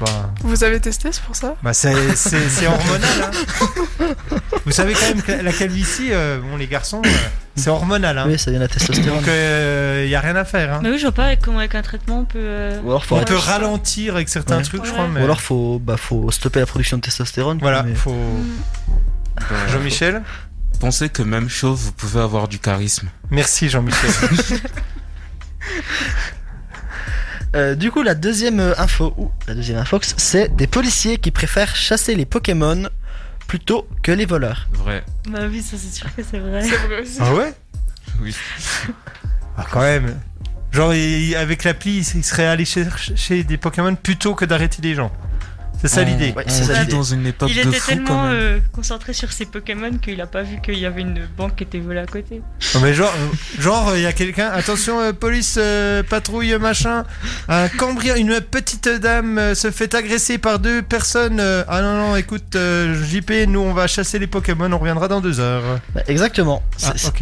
[SPEAKER 1] Bah,
[SPEAKER 6] Vous avez testé, c'est pour ça
[SPEAKER 1] Bah c'est c'est- c'est hormonal. hein. Vous savez quand même que la calvitie, euh, bon les garçons, euh, c'est hormonal. Hein.
[SPEAKER 2] oui, ça vient de la testostérone.
[SPEAKER 1] Donc il y a rien à faire. hein.
[SPEAKER 5] Mais oui, je vois pas comment avec un traitement on peut. euh,
[SPEAKER 2] Ou alors, faut
[SPEAKER 1] On
[SPEAKER 5] Ouais,
[SPEAKER 1] peut
[SPEAKER 5] je sais
[SPEAKER 1] ralentir avec certains
[SPEAKER 2] Ouais.
[SPEAKER 1] trucs, je
[SPEAKER 5] Ouais.
[SPEAKER 1] crois. Mais...
[SPEAKER 2] Ou alors faut, bah, faut stopper la production de testostérone. quoi,
[SPEAKER 1] voilà,
[SPEAKER 2] mais-
[SPEAKER 1] faut.
[SPEAKER 4] Bah,
[SPEAKER 1] Jean-Michel.
[SPEAKER 4] Pensez que même chauve, vous pouvez avoir du charisme.
[SPEAKER 1] Merci Jean-Michel.
[SPEAKER 2] Euh, du coup, la deuxième euh, info, ou la deuxième infox, c'est des policiers qui préfèrent chasser les Pokémon plutôt que les voleurs.
[SPEAKER 4] Vrai.
[SPEAKER 5] Bah oui, ça c'est sûr que c'est vrai.
[SPEAKER 6] C'est vrai aussi.
[SPEAKER 1] ah ouais.
[SPEAKER 4] Oui.
[SPEAKER 1] Ah quand même. Genre il- avec l'appli, il serait allé chercher des Pokémon plutôt que d'arrêter les gens. C'est ça
[SPEAKER 4] On-
[SPEAKER 1] l'idée.
[SPEAKER 2] Ouais, c'est
[SPEAKER 4] On
[SPEAKER 2] ça
[SPEAKER 4] vit
[SPEAKER 2] l'idée.
[SPEAKER 4] dans une époque
[SPEAKER 5] Il
[SPEAKER 4] de
[SPEAKER 5] était
[SPEAKER 4] fou quand
[SPEAKER 5] tellement
[SPEAKER 4] même.
[SPEAKER 5] euh, concentré sur ses Pokémon qu'il a pas vu qu'il y avait une banque qui était volée à côté.
[SPEAKER 1] Non, mais genre, euh, genre il y a quelqu'un. Attention, euh, police, euh, patrouille, machin. Un cambria, une petite dame euh, se fait agresser par deux personnes. euh, ah non non, écoute, euh, JP, nous on va chasser les Pokémon, on reviendra dans deux heures.
[SPEAKER 2] Bah, exactement.
[SPEAKER 1] Ah,
[SPEAKER 2] C'est-
[SPEAKER 1] ok.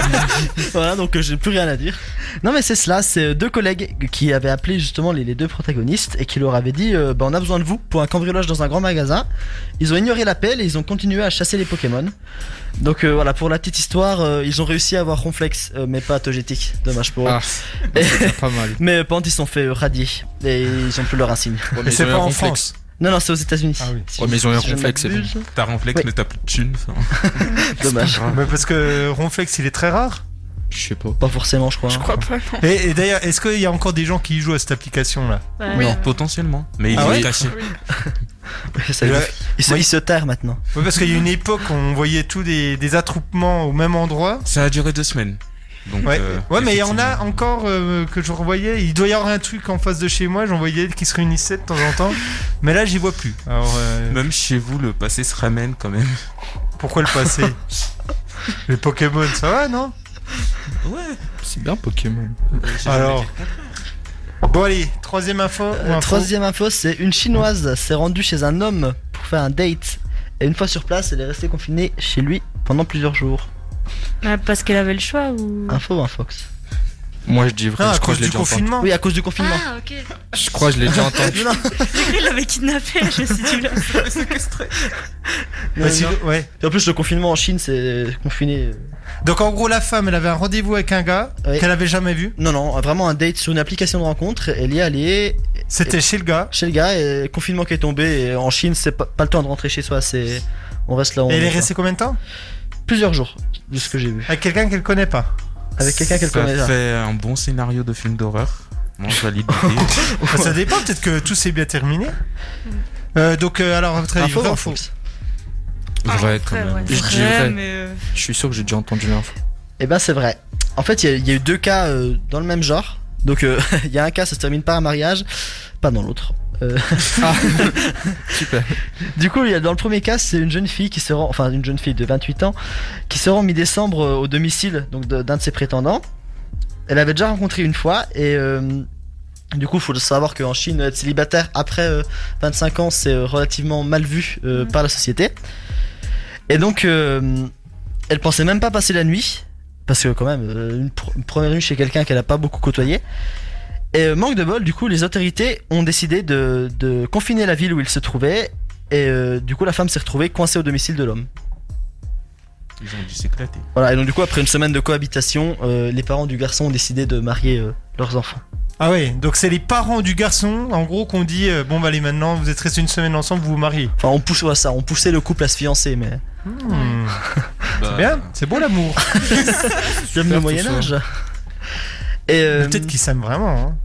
[SPEAKER 2] voilà, donc euh, j'ai plus rien à dire. Non, mais c'est cela, c'est euh, deux collègues qui avaient appelé justement les, les deux protagonistes et qui leur avaient dit euh, bah, on a besoin de vous vous pour un cambriolage dans un grand magasin. Ils ont ignoré l'appel et ils ont continué à chasser les Pokémon. Donc euh, voilà, pour la petite histoire, euh, ils ont réussi à avoir Ronflex, euh, mais pas Togetic. Dommage pour eux.
[SPEAKER 3] Ah, c'est pas mal.
[SPEAKER 2] Mais euh, par contre, ils se sont fait euh, radier et ils ont plus leur insigne.
[SPEAKER 1] Mais c'est pas en France.
[SPEAKER 2] Non, non, c'est aux États-Unis.
[SPEAKER 1] Ah oui.
[SPEAKER 2] Si
[SPEAKER 3] Ouais,
[SPEAKER 2] je-
[SPEAKER 3] mais ils ont eu un
[SPEAKER 2] si je ne
[SPEAKER 3] complexe, c'est bon.
[SPEAKER 2] m'abuse.
[SPEAKER 4] T'as Renflex,
[SPEAKER 2] Oui.
[SPEAKER 4] mais t'as plus de thunes. enfin.
[SPEAKER 2] Dommage.
[SPEAKER 1] Mais parce que Ronflex, il est très rare.
[SPEAKER 3] Je sais pas.
[SPEAKER 2] Pas forcément, je crois.
[SPEAKER 6] Je
[SPEAKER 2] hein.
[SPEAKER 6] crois pas, non.
[SPEAKER 1] Et, et d'ailleurs, est-ce qu'il y a encore des gens qui y jouent à cette application-là
[SPEAKER 5] Ouais.
[SPEAKER 4] Non, potentiellement. Mais il
[SPEAKER 1] Ah
[SPEAKER 4] est
[SPEAKER 1] ouais
[SPEAKER 4] caché.
[SPEAKER 2] Ça
[SPEAKER 1] Et
[SPEAKER 2] veut
[SPEAKER 1] là,
[SPEAKER 2] dire- Ils se,
[SPEAKER 1] moi,
[SPEAKER 2] ils se terrent maintenant.
[SPEAKER 1] Oui, parce qu'il y a une époque où on voyait tous des, des attroupements au même endroit.
[SPEAKER 4] Ça a duré deux semaines. Donc,
[SPEAKER 1] Ouais,
[SPEAKER 4] euh,
[SPEAKER 1] ouais mais il y en a
[SPEAKER 4] effectivement.
[SPEAKER 1] encore euh, que je revoyais. Il doit y avoir un truc en face de chez moi, j'en voyais qui se réunissaient de temps en temps. Mais là, j'y vois plus. Alors, euh,
[SPEAKER 4] Même chez vous, le passé se ramène quand même.
[SPEAKER 1] pourquoi le passé Les Pokémon, ça va, non
[SPEAKER 4] Ouais.
[SPEAKER 3] C'est bien Pokémon.
[SPEAKER 1] Alors. Bon, allez, troisième info. ou
[SPEAKER 2] Euh,
[SPEAKER 1] info
[SPEAKER 2] troisième info, c'est une chinoise s'est rendue chez un homme pour faire un date. Et une fois sur place, elle est restée confinée chez lui pendant plusieurs jours.
[SPEAKER 5] Ouais, parce qu'elle avait le choix ou.
[SPEAKER 2] Info ou un fox
[SPEAKER 3] Moi je dis vrai,
[SPEAKER 1] Ah, à
[SPEAKER 3] Ah, je crois
[SPEAKER 1] cause
[SPEAKER 3] que je l'ai
[SPEAKER 1] du
[SPEAKER 3] déjà entendu.
[SPEAKER 1] confinement
[SPEAKER 2] Oui, à cause du confinement.
[SPEAKER 5] Ah, ok.
[SPEAKER 3] Je crois que je l'ai déjà entendu.
[SPEAKER 2] Non, non,
[SPEAKER 5] J'ai cru qu'il l'avait kidnappé, je me suis dit là.
[SPEAKER 2] non,
[SPEAKER 1] Bah, si-
[SPEAKER 2] non.
[SPEAKER 1] ouais.
[SPEAKER 2] Et en plus, le confinement en Chine, c'est confiné. euh,
[SPEAKER 1] Donc, en gros, la femme, elle avait un rendez-vous avec un gars
[SPEAKER 2] Oui.
[SPEAKER 1] qu'elle avait jamais vu.
[SPEAKER 2] Non, non, vraiment un date sur une application de rencontre. Elle y est allée
[SPEAKER 1] C'était chez le gars.
[SPEAKER 2] chez le gars et confinement qui est tombé. Et en Chine, c'est pas, pas le temps de rentrer chez soi. C'est on reste là. où on
[SPEAKER 1] Et elle est
[SPEAKER 2] quoi.
[SPEAKER 1] restée combien de temps
[SPEAKER 2] plusieurs jours, de ce que j'ai vu.
[SPEAKER 1] Avec quelqu'un qu'elle connaît pas.
[SPEAKER 2] Avec quelqu'un qu'elle connaît.
[SPEAKER 4] Ça
[SPEAKER 2] là.
[SPEAKER 4] fait un bon scénario de film d'horreur. Moi, je valide l'idée.
[SPEAKER 1] Bah, ça dépend, peut-être que tout s'est bien terminé. Euh, donc, euh, alors, à votre avis,
[SPEAKER 2] Info ou
[SPEAKER 1] vrai
[SPEAKER 2] un
[SPEAKER 1] ou faux
[SPEAKER 2] fox
[SPEAKER 4] Vrai, quand
[SPEAKER 5] Ah, Après,
[SPEAKER 4] même.
[SPEAKER 5] ouais.
[SPEAKER 3] Je
[SPEAKER 5] Vrai,
[SPEAKER 3] dirais.
[SPEAKER 5] mais, euh,
[SPEAKER 3] Je suis sûr que j'ai déjà entendu l'info.
[SPEAKER 2] Eh ben, c'est vrai. En fait, il y a- il y, a eu deux cas euh, dans le même genre. Donc, euh, il y a un cas, ça se termine par un mariage, pas dans l'autre. Euh,
[SPEAKER 3] Super.
[SPEAKER 2] Du coup, il y a- dans le premier cas, c'est une jeune fille qui se rend, enfin une jeune fille de 28 ans, qui se rend mi-décembre euh, au domicile donc de- d'un de ses prétendants. Elle avait déjà rencontré une fois et euh, du coup, faut le savoir qu'en Chine, être célibataire après euh, 25 ans, c'est euh, relativement mal vu euh,
[SPEAKER 5] Mhm.
[SPEAKER 2] par la société. Et donc, euh, elle pensait même pas passer la nuit parce que quand même, euh, une, pr- une première nuit chez quelqu'un qu'elle a pas beaucoup côtoyé. Et euh, manque de bol, du coup, les autorités ont décidé de, de confiner la ville où il se trouvait et euh, du coup, la femme s'est retrouvée coincée au domicile de l'homme.
[SPEAKER 4] Ils ont dû s'éclater.
[SPEAKER 2] Voilà, et donc du coup, après une semaine de cohabitation, euh, les parents du garçon ont décidé de marier euh, leurs enfants.
[SPEAKER 1] Ah oui, donc c'est les parents du garçon, en gros, qu'on dit euh, bon, bah allez, maintenant, vous êtes restés une semaine ensemble, vous vous mariez.
[SPEAKER 2] Enfin, on pousse à ça, on poussait le couple à se fiancer, mais
[SPEAKER 1] Hmm,
[SPEAKER 4] Bah,
[SPEAKER 1] Bien, c'est beau l'amour.
[SPEAKER 2] comme le
[SPEAKER 3] tout
[SPEAKER 2] Moyen
[SPEAKER 3] ça.
[SPEAKER 2] Âge. Et euh,
[SPEAKER 1] Peut-être qu'ils s'aiment vraiment. hein.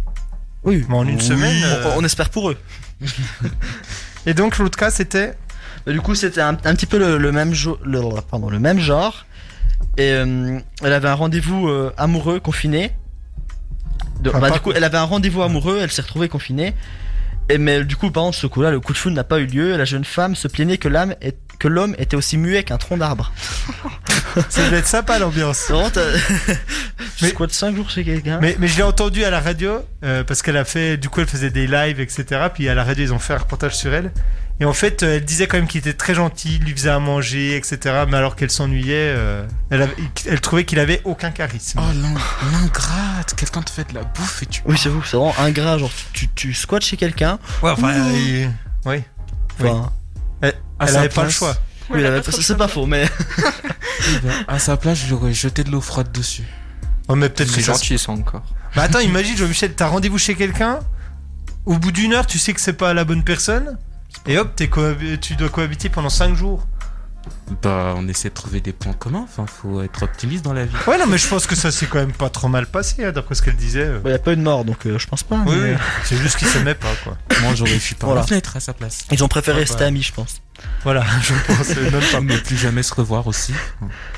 [SPEAKER 2] oui,
[SPEAKER 1] Mais en une
[SPEAKER 2] Oui,
[SPEAKER 1] semaine,
[SPEAKER 2] on-
[SPEAKER 1] euh,
[SPEAKER 2] on espère pour eux.
[SPEAKER 1] Et donc, l'autre cas, c'était.
[SPEAKER 2] Mais Bah, du coup, c'était un, un petit peu le, le même jo- le, pardon, le même genre. Et euh, elle avait un rendez-vous euh, amoureux confiné. De-
[SPEAKER 1] Enfin,
[SPEAKER 2] bah,
[SPEAKER 1] pas-
[SPEAKER 2] du coup, elle avait un rendez-vous amoureux, elle s'est retrouvée confinée. Et mais du coup, par contre, ce coup-là, le coup de foudre n'a pas eu lieu. La jeune femme se plaignait que l'âme est- que l'homme était aussi muet qu'un tronc d'arbre.
[SPEAKER 1] Ça devait être sympa l'ambiance.
[SPEAKER 2] C'est vraiment. t'as- Je
[SPEAKER 1] Mais-
[SPEAKER 2] squatte 5 jours chez quelqu'un.
[SPEAKER 1] Mais, mais je l'ai entendu à la radio, euh, parce qu'elle a fait. Du coup, elle faisait des lives, etc. Puis à la radio, ils ont fait un reportage sur elle. Et en fait, euh, elle disait quand même qu'il était très gentil, il lui faisait à manger, etc. Mais alors qu'elle s'ennuyait, euh, elle, avait- elle trouvait qu'il avait aucun charisme.
[SPEAKER 4] Oh, l'in- l'ingrate Quelqu'un te fait de la bouffe et tu...
[SPEAKER 2] Oui, j'avoue, c'est vraiment ingrat. Genre, tu, tu squattes chez quelqu'un.
[SPEAKER 1] Ouais, enfin,
[SPEAKER 2] Ouh.
[SPEAKER 1] il-
[SPEAKER 2] Enfin,
[SPEAKER 4] À
[SPEAKER 1] Ah, elle
[SPEAKER 4] sa
[SPEAKER 1] avait pas le
[SPEAKER 4] place-
[SPEAKER 1] choix.
[SPEAKER 2] oui, elle avait- c'est pas faux, mais.
[SPEAKER 4] Eh ben, À sa place, je lui aurais jeté de l'eau froide dessus.
[SPEAKER 1] Oh, mais peut-être que
[SPEAKER 3] C'est
[SPEAKER 1] ça-
[SPEAKER 3] gentil ça encore.
[SPEAKER 1] Bah attends, imagine, Jean-Michel, t'as rendez-vous chez quelqu'un. Au bout d'une heure, tu sais que c'est pas la bonne personne. Et hop, t'es cohab- tu dois cohabiter pendant 5 jours.
[SPEAKER 4] Bah, on essaie de trouver des points communs. Enfin, faut être optimiste dans la vie.
[SPEAKER 1] Ouais, non, mais je pense que ça s'est quand même pas trop mal passé, hein, d'après ce qu'elle disait.
[SPEAKER 2] Il Bah, y a pas eu de mort, donc euh, je pense pas.
[SPEAKER 1] Oui,
[SPEAKER 2] mais-
[SPEAKER 1] oui. C'est juste qu'ils s'aimaient pas, quoi.
[SPEAKER 4] Moi, j'aurais fui par
[SPEAKER 2] Voilà.
[SPEAKER 4] la fenêtre à sa place.
[SPEAKER 2] Ils ont préféré
[SPEAKER 1] Ah,
[SPEAKER 2] rester
[SPEAKER 1] bah.
[SPEAKER 2] amis, je pense.
[SPEAKER 1] Voilà, je pense. euh, même pas.
[SPEAKER 4] Ne plus jamais se revoir aussi.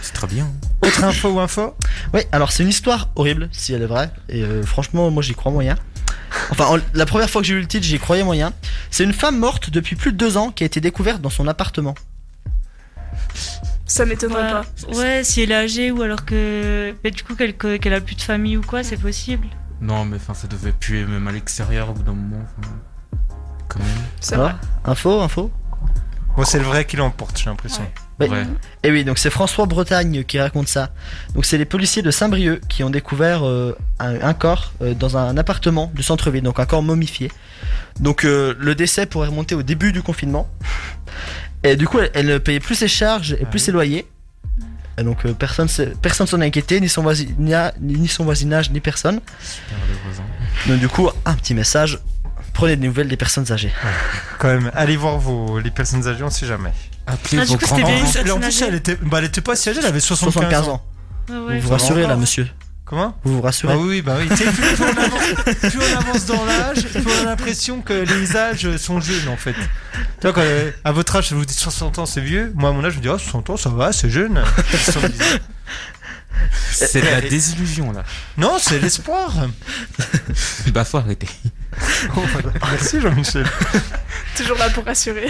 [SPEAKER 4] C'est très bien.
[SPEAKER 1] Autre info ou info
[SPEAKER 2] Oui, alors c'est une histoire horrible, si elle est vraie. Et euh, franchement, moi j'y crois moyen. Enfin, en- la première fois que j'ai lu le titre, j'y croyais moyen. C'est une femme morte depuis plus de deux ans qui a été découverte dans son appartement.
[SPEAKER 6] Ça m'étonnerait
[SPEAKER 5] Ouais.
[SPEAKER 6] pas.
[SPEAKER 5] Ouais, si elle est âgée ou alors que. Mais du coup, qu'elle qu'elle a plus de famille ou quoi, c'est possible.
[SPEAKER 4] Non, mais enfin, ça devait puer même à l'extérieur au bout d'un moment. enfin, Quand même.
[SPEAKER 6] C'est
[SPEAKER 2] Alors,
[SPEAKER 6] vrai.
[SPEAKER 2] Hein Info, info
[SPEAKER 1] Bon, c'est le vrai qui l'emporte, j'ai l'impression.
[SPEAKER 6] Ouais.
[SPEAKER 2] Ouais.
[SPEAKER 4] Ouais.
[SPEAKER 2] Et eh oui, donc c'est François Bretagne qui raconte ça. Donc c'est les policiers de Saint-Brieuc qui ont découvert euh, un, un corps euh, dans un appartement du centre-ville, donc un corps momifié. Donc euh, le décès pourrait remonter au début du confinement. Et du coup, elle, elle ne payait plus ses charges et
[SPEAKER 1] Ah
[SPEAKER 2] plus
[SPEAKER 1] oui.
[SPEAKER 2] ses loyers. Et donc euh, personne s'est- personne s'en a inquiété, ni son, voisi- ni a- ni son voisinage, ni personne.
[SPEAKER 4] Super hein. le voisin.
[SPEAKER 2] Donc du coup, un petit message, prenez des nouvelles des personnes âgées.
[SPEAKER 1] Quand même, allez voir vos, les personnes âgées, on sait jamais.
[SPEAKER 4] Appelez
[SPEAKER 5] Ah, du
[SPEAKER 4] vos
[SPEAKER 5] coup, c'était
[SPEAKER 4] grands-parents.
[SPEAKER 5] bien. personne
[SPEAKER 1] en plus,
[SPEAKER 5] âgée.
[SPEAKER 1] elle était, bah, elle était pas si âgée, elle avait 75,
[SPEAKER 2] 75
[SPEAKER 1] ans.
[SPEAKER 2] ans.
[SPEAKER 5] Ah
[SPEAKER 2] Vous
[SPEAKER 5] ouais.
[SPEAKER 2] vous rassurez
[SPEAKER 1] va
[SPEAKER 2] là,
[SPEAKER 1] encore
[SPEAKER 2] monsieur.
[SPEAKER 1] Comment
[SPEAKER 2] Vous vous rassurez.
[SPEAKER 1] Ah oui, bah oui. Tu sais, plus, plus on avance, plus on avance dans l'âge, plus on a l'impression que les âges sont jeunes en fait. Tu vois, quand, euh, à votre âge, vous dites 60 ans, c'est vieux. Moi, à mon âge, je me dis, oh, 60 ans, ça va, c'est jeune. 70.
[SPEAKER 4] C'est de la désillusion là.
[SPEAKER 1] non, c'est l'espoir.
[SPEAKER 4] Bah faut arrêter.
[SPEAKER 1] Oh, voilà. Merci Jean-Michel.
[SPEAKER 6] Toujours là pour rassurer.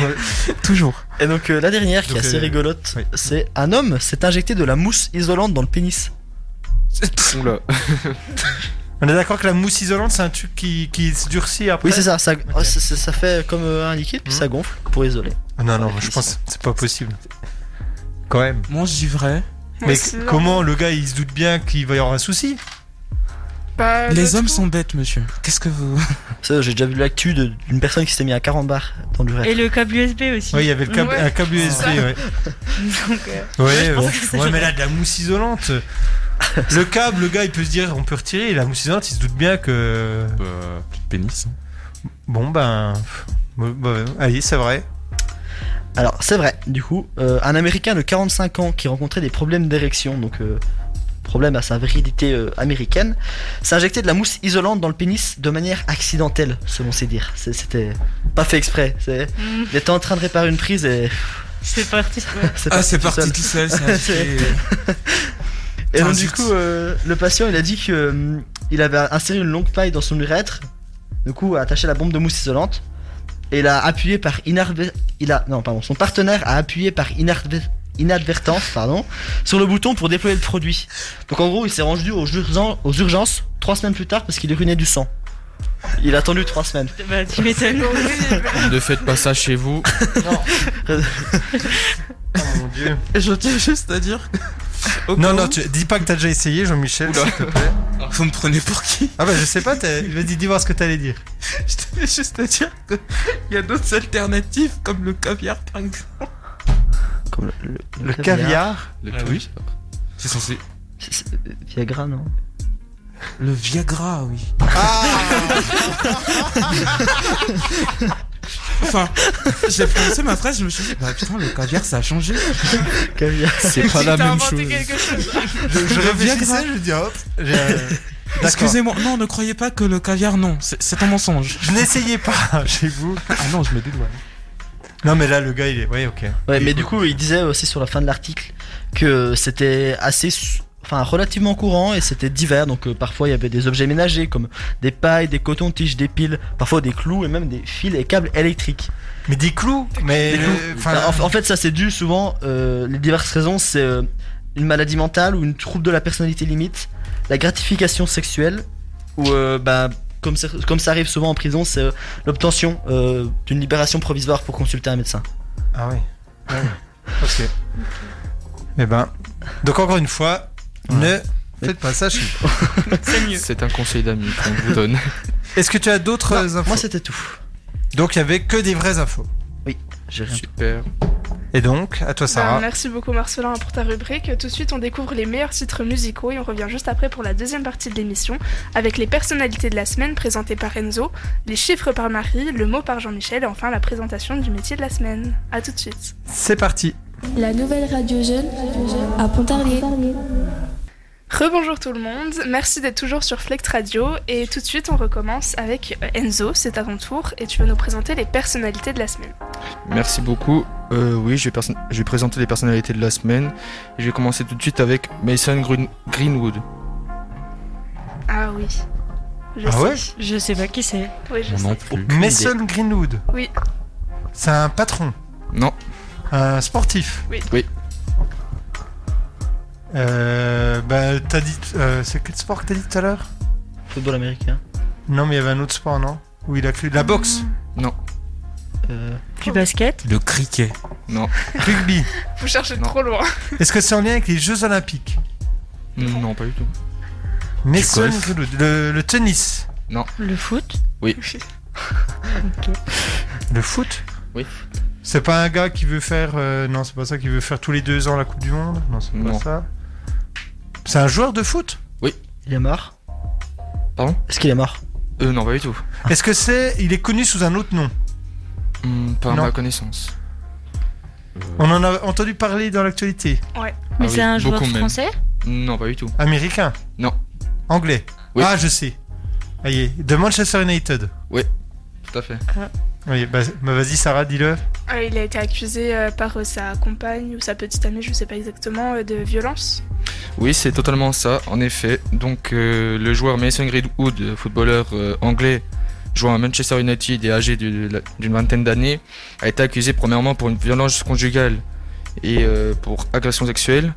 [SPEAKER 1] Toujours.
[SPEAKER 2] Et donc euh, la dernière qui
[SPEAKER 1] Donc,
[SPEAKER 2] est assez
[SPEAKER 1] euh,
[SPEAKER 2] rigolote,
[SPEAKER 1] oui.
[SPEAKER 2] c'est un homme s'est injecté de la mousse isolante dans le pénis.
[SPEAKER 3] Oula.
[SPEAKER 1] On est d'accord que la mousse isolante, c'est un truc qui, qui se durcit après
[SPEAKER 2] Oui c'est ça, ça, oh, ça- ça- ça fait comme euh, un liquide puis
[SPEAKER 1] Mhm.
[SPEAKER 2] ça gonfle pour isoler.
[SPEAKER 1] Ah Non, non, je pense que c'est pas possible. Quand même.
[SPEAKER 4] Moi j'y vrai.
[SPEAKER 1] Mais
[SPEAKER 6] c'est
[SPEAKER 1] comment le gars, il se doute bien qu'il va y avoir un souci
[SPEAKER 6] Bah,
[SPEAKER 4] Les
[SPEAKER 6] je
[SPEAKER 4] hommes
[SPEAKER 6] trouve-
[SPEAKER 4] sont bêtes monsieur. Qu'est-ce que vous
[SPEAKER 2] Ça j'ai déjà vu l'actu de- d'une personne qui s'était mis à 40 bars dans du verre.
[SPEAKER 5] Et le câble USB aussi.
[SPEAKER 1] Oui, il y avait le câble,
[SPEAKER 6] Ouais,
[SPEAKER 1] un câble USB,
[SPEAKER 6] ça.
[SPEAKER 1] ouais.
[SPEAKER 5] Donc, euh,
[SPEAKER 1] Ouais,
[SPEAKER 5] Ouais, je pense
[SPEAKER 1] bon.
[SPEAKER 5] que c'est
[SPEAKER 1] Ouais, mais
[SPEAKER 5] génial.
[SPEAKER 1] là, de la mousse isolante. Le câble, le gars, il peut se dire, on peut retirer. Et la mousse isolante, il se doute bien que.
[SPEAKER 4] Bah plus de pénis.
[SPEAKER 1] Bon, ben. pff, bah, bah, allez, c'est vrai.
[SPEAKER 2] Alors c'est vrai, du coup, euh, un américain de 45 ans qui rencontrait des problèmes d'érection, donc euh, problème à sa virilité euh, américaine, s'est injecté de la mousse isolante dans le pénis de manière accidentelle selon ses dires. C'est- C'était pas fait exprès, c'est-
[SPEAKER 5] hmm,
[SPEAKER 2] il était en train de réparer une prise et
[SPEAKER 5] c'est parti. quoi.
[SPEAKER 4] Ah c'est
[SPEAKER 2] tout seul.
[SPEAKER 4] parti tout seul. c'est un
[SPEAKER 2] C'est-
[SPEAKER 4] fait.
[SPEAKER 2] Et donc,
[SPEAKER 4] Putain,
[SPEAKER 2] du
[SPEAKER 4] zut.
[SPEAKER 2] coup, euh, le patient, il a dit que euh, il avait inséré une longue paille dans son urètre, du coup, a attaché la bombe de mousse isolante, et il a appuyé par inadvertance. Il a, non, pardon, son partenaire a appuyé par inadver- inadvertance, pardon, sur le bouton pour déployer le produit. Donc, en gros, il s'est rendu aux, urgen- aux urgences trois semaines plus tard parce qu'il urinait du sang. Il a attendu trois semaines.
[SPEAKER 5] Bah, tu m'étonnes.
[SPEAKER 3] Ne faites pas ça chez vous.
[SPEAKER 1] Oh mon dieu.
[SPEAKER 4] Je tiens juste à dire. que- Au
[SPEAKER 1] Non,
[SPEAKER 4] cas
[SPEAKER 1] non,
[SPEAKER 4] où,
[SPEAKER 1] tu, dis pas que t'as déjà essayé, Jean-Michel.
[SPEAKER 4] Oula. Vous me prenez pour qui
[SPEAKER 1] Ah, bah, je sais pas, t'as- vas-y, dis voir ce que t'allais dire.
[SPEAKER 4] Je tenais juste à dire qu'il y a d'autres alternatives comme le caviar par exemple.
[SPEAKER 2] Comme le,
[SPEAKER 1] Le caviar.
[SPEAKER 3] Le
[SPEAKER 4] Ah oui. C'est censé.
[SPEAKER 2] C'est- c'est- euh, Viagra, non
[SPEAKER 4] Le Viagra, oui.
[SPEAKER 8] Ah.
[SPEAKER 4] Enfin, j'ai prononcé ma phrase, je me suis dit, bah putain, le caviar ça a changé.
[SPEAKER 2] Caviar.
[SPEAKER 3] C'est pas
[SPEAKER 6] Si
[SPEAKER 3] la
[SPEAKER 6] t'as
[SPEAKER 3] même
[SPEAKER 6] inventé
[SPEAKER 3] chose.
[SPEAKER 6] quelque chose.
[SPEAKER 1] Je, je
[SPEAKER 4] Le
[SPEAKER 1] réfléchissais,
[SPEAKER 4] Viagra.
[SPEAKER 1] je dis hop. j'ai, euh, D'accord.
[SPEAKER 4] Excusez-moi, non, ne croyez pas que le caviar, non, c'est c'est un mensonge.
[SPEAKER 1] Je n'essayais pas chez vous.
[SPEAKER 4] Ah non, je me dédouane.
[SPEAKER 1] Non, mais là, le gars, il est. Ouais, ok.
[SPEAKER 2] Ouais, mais du coup, il disait aussi sur la fin de l'article que c'était assez, su- enfin, relativement courant et c'était divers. Donc, euh, parfois, il y avait des objets ménagers comme des pailles, des cotons-tiges, des piles, parfois des clous et même des fils et câbles électriques.
[SPEAKER 1] Mais des clous. Mais.
[SPEAKER 2] Des clous.
[SPEAKER 1] euh, enfin,
[SPEAKER 2] en, en fait, ça, c'est dû souvent, euh, les diverses raisons, c'est euh, une maladie mentale ou une trouble de la personnalité limite, la gratification sexuelle ou, euh, bah, comme, ça- comme ça arrive souvent en prison, c'est euh, l'obtention euh, d'une libération provisoire pour consulter un médecin.
[SPEAKER 1] Ah oui. Ah oui. ok. Eh ben. Donc encore une fois, ne faites pas ça chez vous.
[SPEAKER 5] C'est mieux.
[SPEAKER 3] C'est un conseil d'amis qu'on vous donne.
[SPEAKER 1] Est-ce que tu as d'autres
[SPEAKER 2] Non,
[SPEAKER 1] infos
[SPEAKER 2] moi, c'était tout.
[SPEAKER 1] Donc il y avait que des vraies infos.
[SPEAKER 2] J'ai rien.
[SPEAKER 3] Super.
[SPEAKER 1] Et donc, à toi
[SPEAKER 6] Bah,
[SPEAKER 1] Sarah.
[SPEAKER 6] merci beaucoup Marcelin pour ta rubrique. Tout de suite, on découvre les meilleurs titres musicaux et on revient juste après pour la deuxième partie de l'émission avec les personnalités de la semaine présentées par Enzo, les chiffres par Marie, le mot par Jean-Michel et enfin la présentation du métier de la semaine. À tout de suite.
[SPEAKER 1] C'est parti.
[SPEAKER 9] La nouvelle radio jeune à Pontarlier.
[SPEAKER 6] Rebonjour tout le monde, merci d'être toujours sur Flex Radio et tout de suite on recommence avec euh, Enzo, c'est à ton tour et tu vas nous présenter les personnalités de la semaine.
[SPEAKER 3] Merci beaucoup. Euh, oui, je vais, perso- je vais présenter les personnalités de la semaine. Et je vais commencer tout de suite avec Mason Grun- Greenwood.
[SPEAKER 6] Ah oui. Je
[SPEAKER 1] Ah
[SPEAKER 6] sais.
[SPEAKER 1] ouais
[SPEAKER 5] Je sais pas qui c'est.
[SPEAKER 6] Oui, je
[SPEAKER 4] Non
[SPEAKER 6] sais.
[SPEAKER 4] plus.
[SPEAKER 1] Mason Greenwood.
[SPEAKER 6] Oui.
[SPEAKER 1] C'est un patron,
[SPEAKER 3] Non,
[SPEAKER 1] un sportif.
[SPEAKER 6] Oui.
[SPEAKER 3] Oui.
[SPEAKER 1] Euh, bah, t'as dit. euh, c'est quel sport que t'as dit tout à l'heure
[SPEAKER 2] Football américain.
[SPEAKER 1] Non, mais il y avait un autre sport, non Où il a cru. La boxe
[SPEAKER 3] Non.
[SPEAKER 2] euh,
[SPEAKER 5] Plus basket.
[SPEAKER 4] Le cricket.
[SPEAKER 1] Rugby.
[SPEAKER 6] Vous cherchez
[SPEAKER 3] Non.
[SPEAKER 6] trop loin.
[SPEAKER 1] Est-ce que c'est en lien avec les Jeux Olympiques
[SPEAKER 3] Mm, Non, pas du tout.
[SPEAKER 1] Nelson
[SPEAKER 4] golf.
[SPEAKER 1] Zoulou. le, le tennis.
[SPEAKER 5] Le foot.
[SPEAKER 1] Le foot
[SPEAKER 3] Oui.
[SPEAKER 1] C'est pas un gars qui veut faire. euh, non, c'est pas ça, qui veut faire tous les deux ans la Coupe du Monde Non, c'est pas
[SPEAKER 3] Non.
[SPEAKER 1] ça. C'est un joueur de foot
[SPEAKER 2] Il est mort
[SPEAKER 3] Pardon
[SPEAKER 2] Est-ce qu'il est mort
[SPEAKER 3] Euh, non, pas du tout.
[SPEAKER 1] Est-ce que c'est. Il est connu sous un autre nom
[SPEAKER 3] Mm, pas à
[SPEAKER 1] Non.
[SPEAKER 3] ma connaissance.
[SPEAKER 1] On en a entendu parler dans l'actualité.
[SPEAKER 5] Mais
[SPEAKER 3] Ah
[SPEAKER 5] c'est
[SPEAKER 3] oui,
[SPEAKER 5] un joueur
[SPEAKER 3] beaucoup même.
[SPEAKER 5] français.
[SPEAKER 3] Non, pas du tout.
[SPEAKER 1] Américain
[SPEAKER 3] Non.
[SPEAKER 1] Anglais
[SPEAKER 3] Oui.
[SPEAKER 1] Ah, je sais. Allez, de Manchester United.
[SPEAKER 3] Tout à fait.
[SPEAKER 1] Oui, bah, bah, vas-y, Sarah, dis-le.
[SPEAKER 6] Ah, il a été accusé euh, par euh, sa compagne ou sa petite amie, je sais pas exactement, euh, de violence.
[SPEAKER 3] Oui, c'est totalement ça, en effet. Donc, euh, le joueur Mason Greenwood, footballeur euh, anglais, jouant à Manchester United et âgé de- de la- d'une vingtaine d'années, a été accusé premièrement pour une violence conjugale et euh, pour agression sexuelle,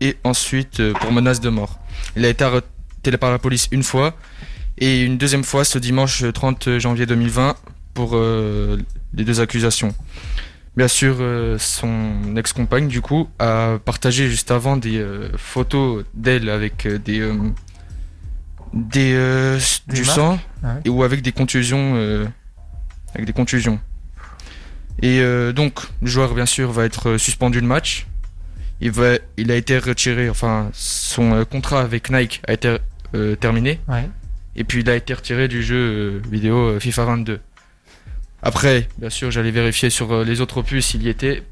[SPEAKER 3] et ensuite euh, pour menace de mort. Il a été arrêté par la police une fois, et une deuxième fois ce dimanche 30 janvier 2020 pour euh, les deux accusations. Bien sûr, euh, son ex-compagne, du coup, a partagé juste avant des euh, photos d'elle avec euh, des, euh, des, euh, s-
[SPEAKER 1] Des
[SPEAKER 3] du
[SPEAKER 1] marques
[SPEAKER 3] sang
[SPEAKER 1] Ah ouais.
[SPEAKER 3] et ou avec des contusions, euh, avec des contusions. Et euh, donc, le joueur, bien sûr, va être euh, suspendu le match. Il va, il a été retiré, enfin, son euh, contrat avec Nike a été euh, terminé
[SPEAKER 1] Ouais.
[SPEAKER 3] et puis il a été retiré du jeu euh, vidéo euh, FIFA 22. Après, bien sûr, j'allais vérifier sur euh, les autres opus s'il y était.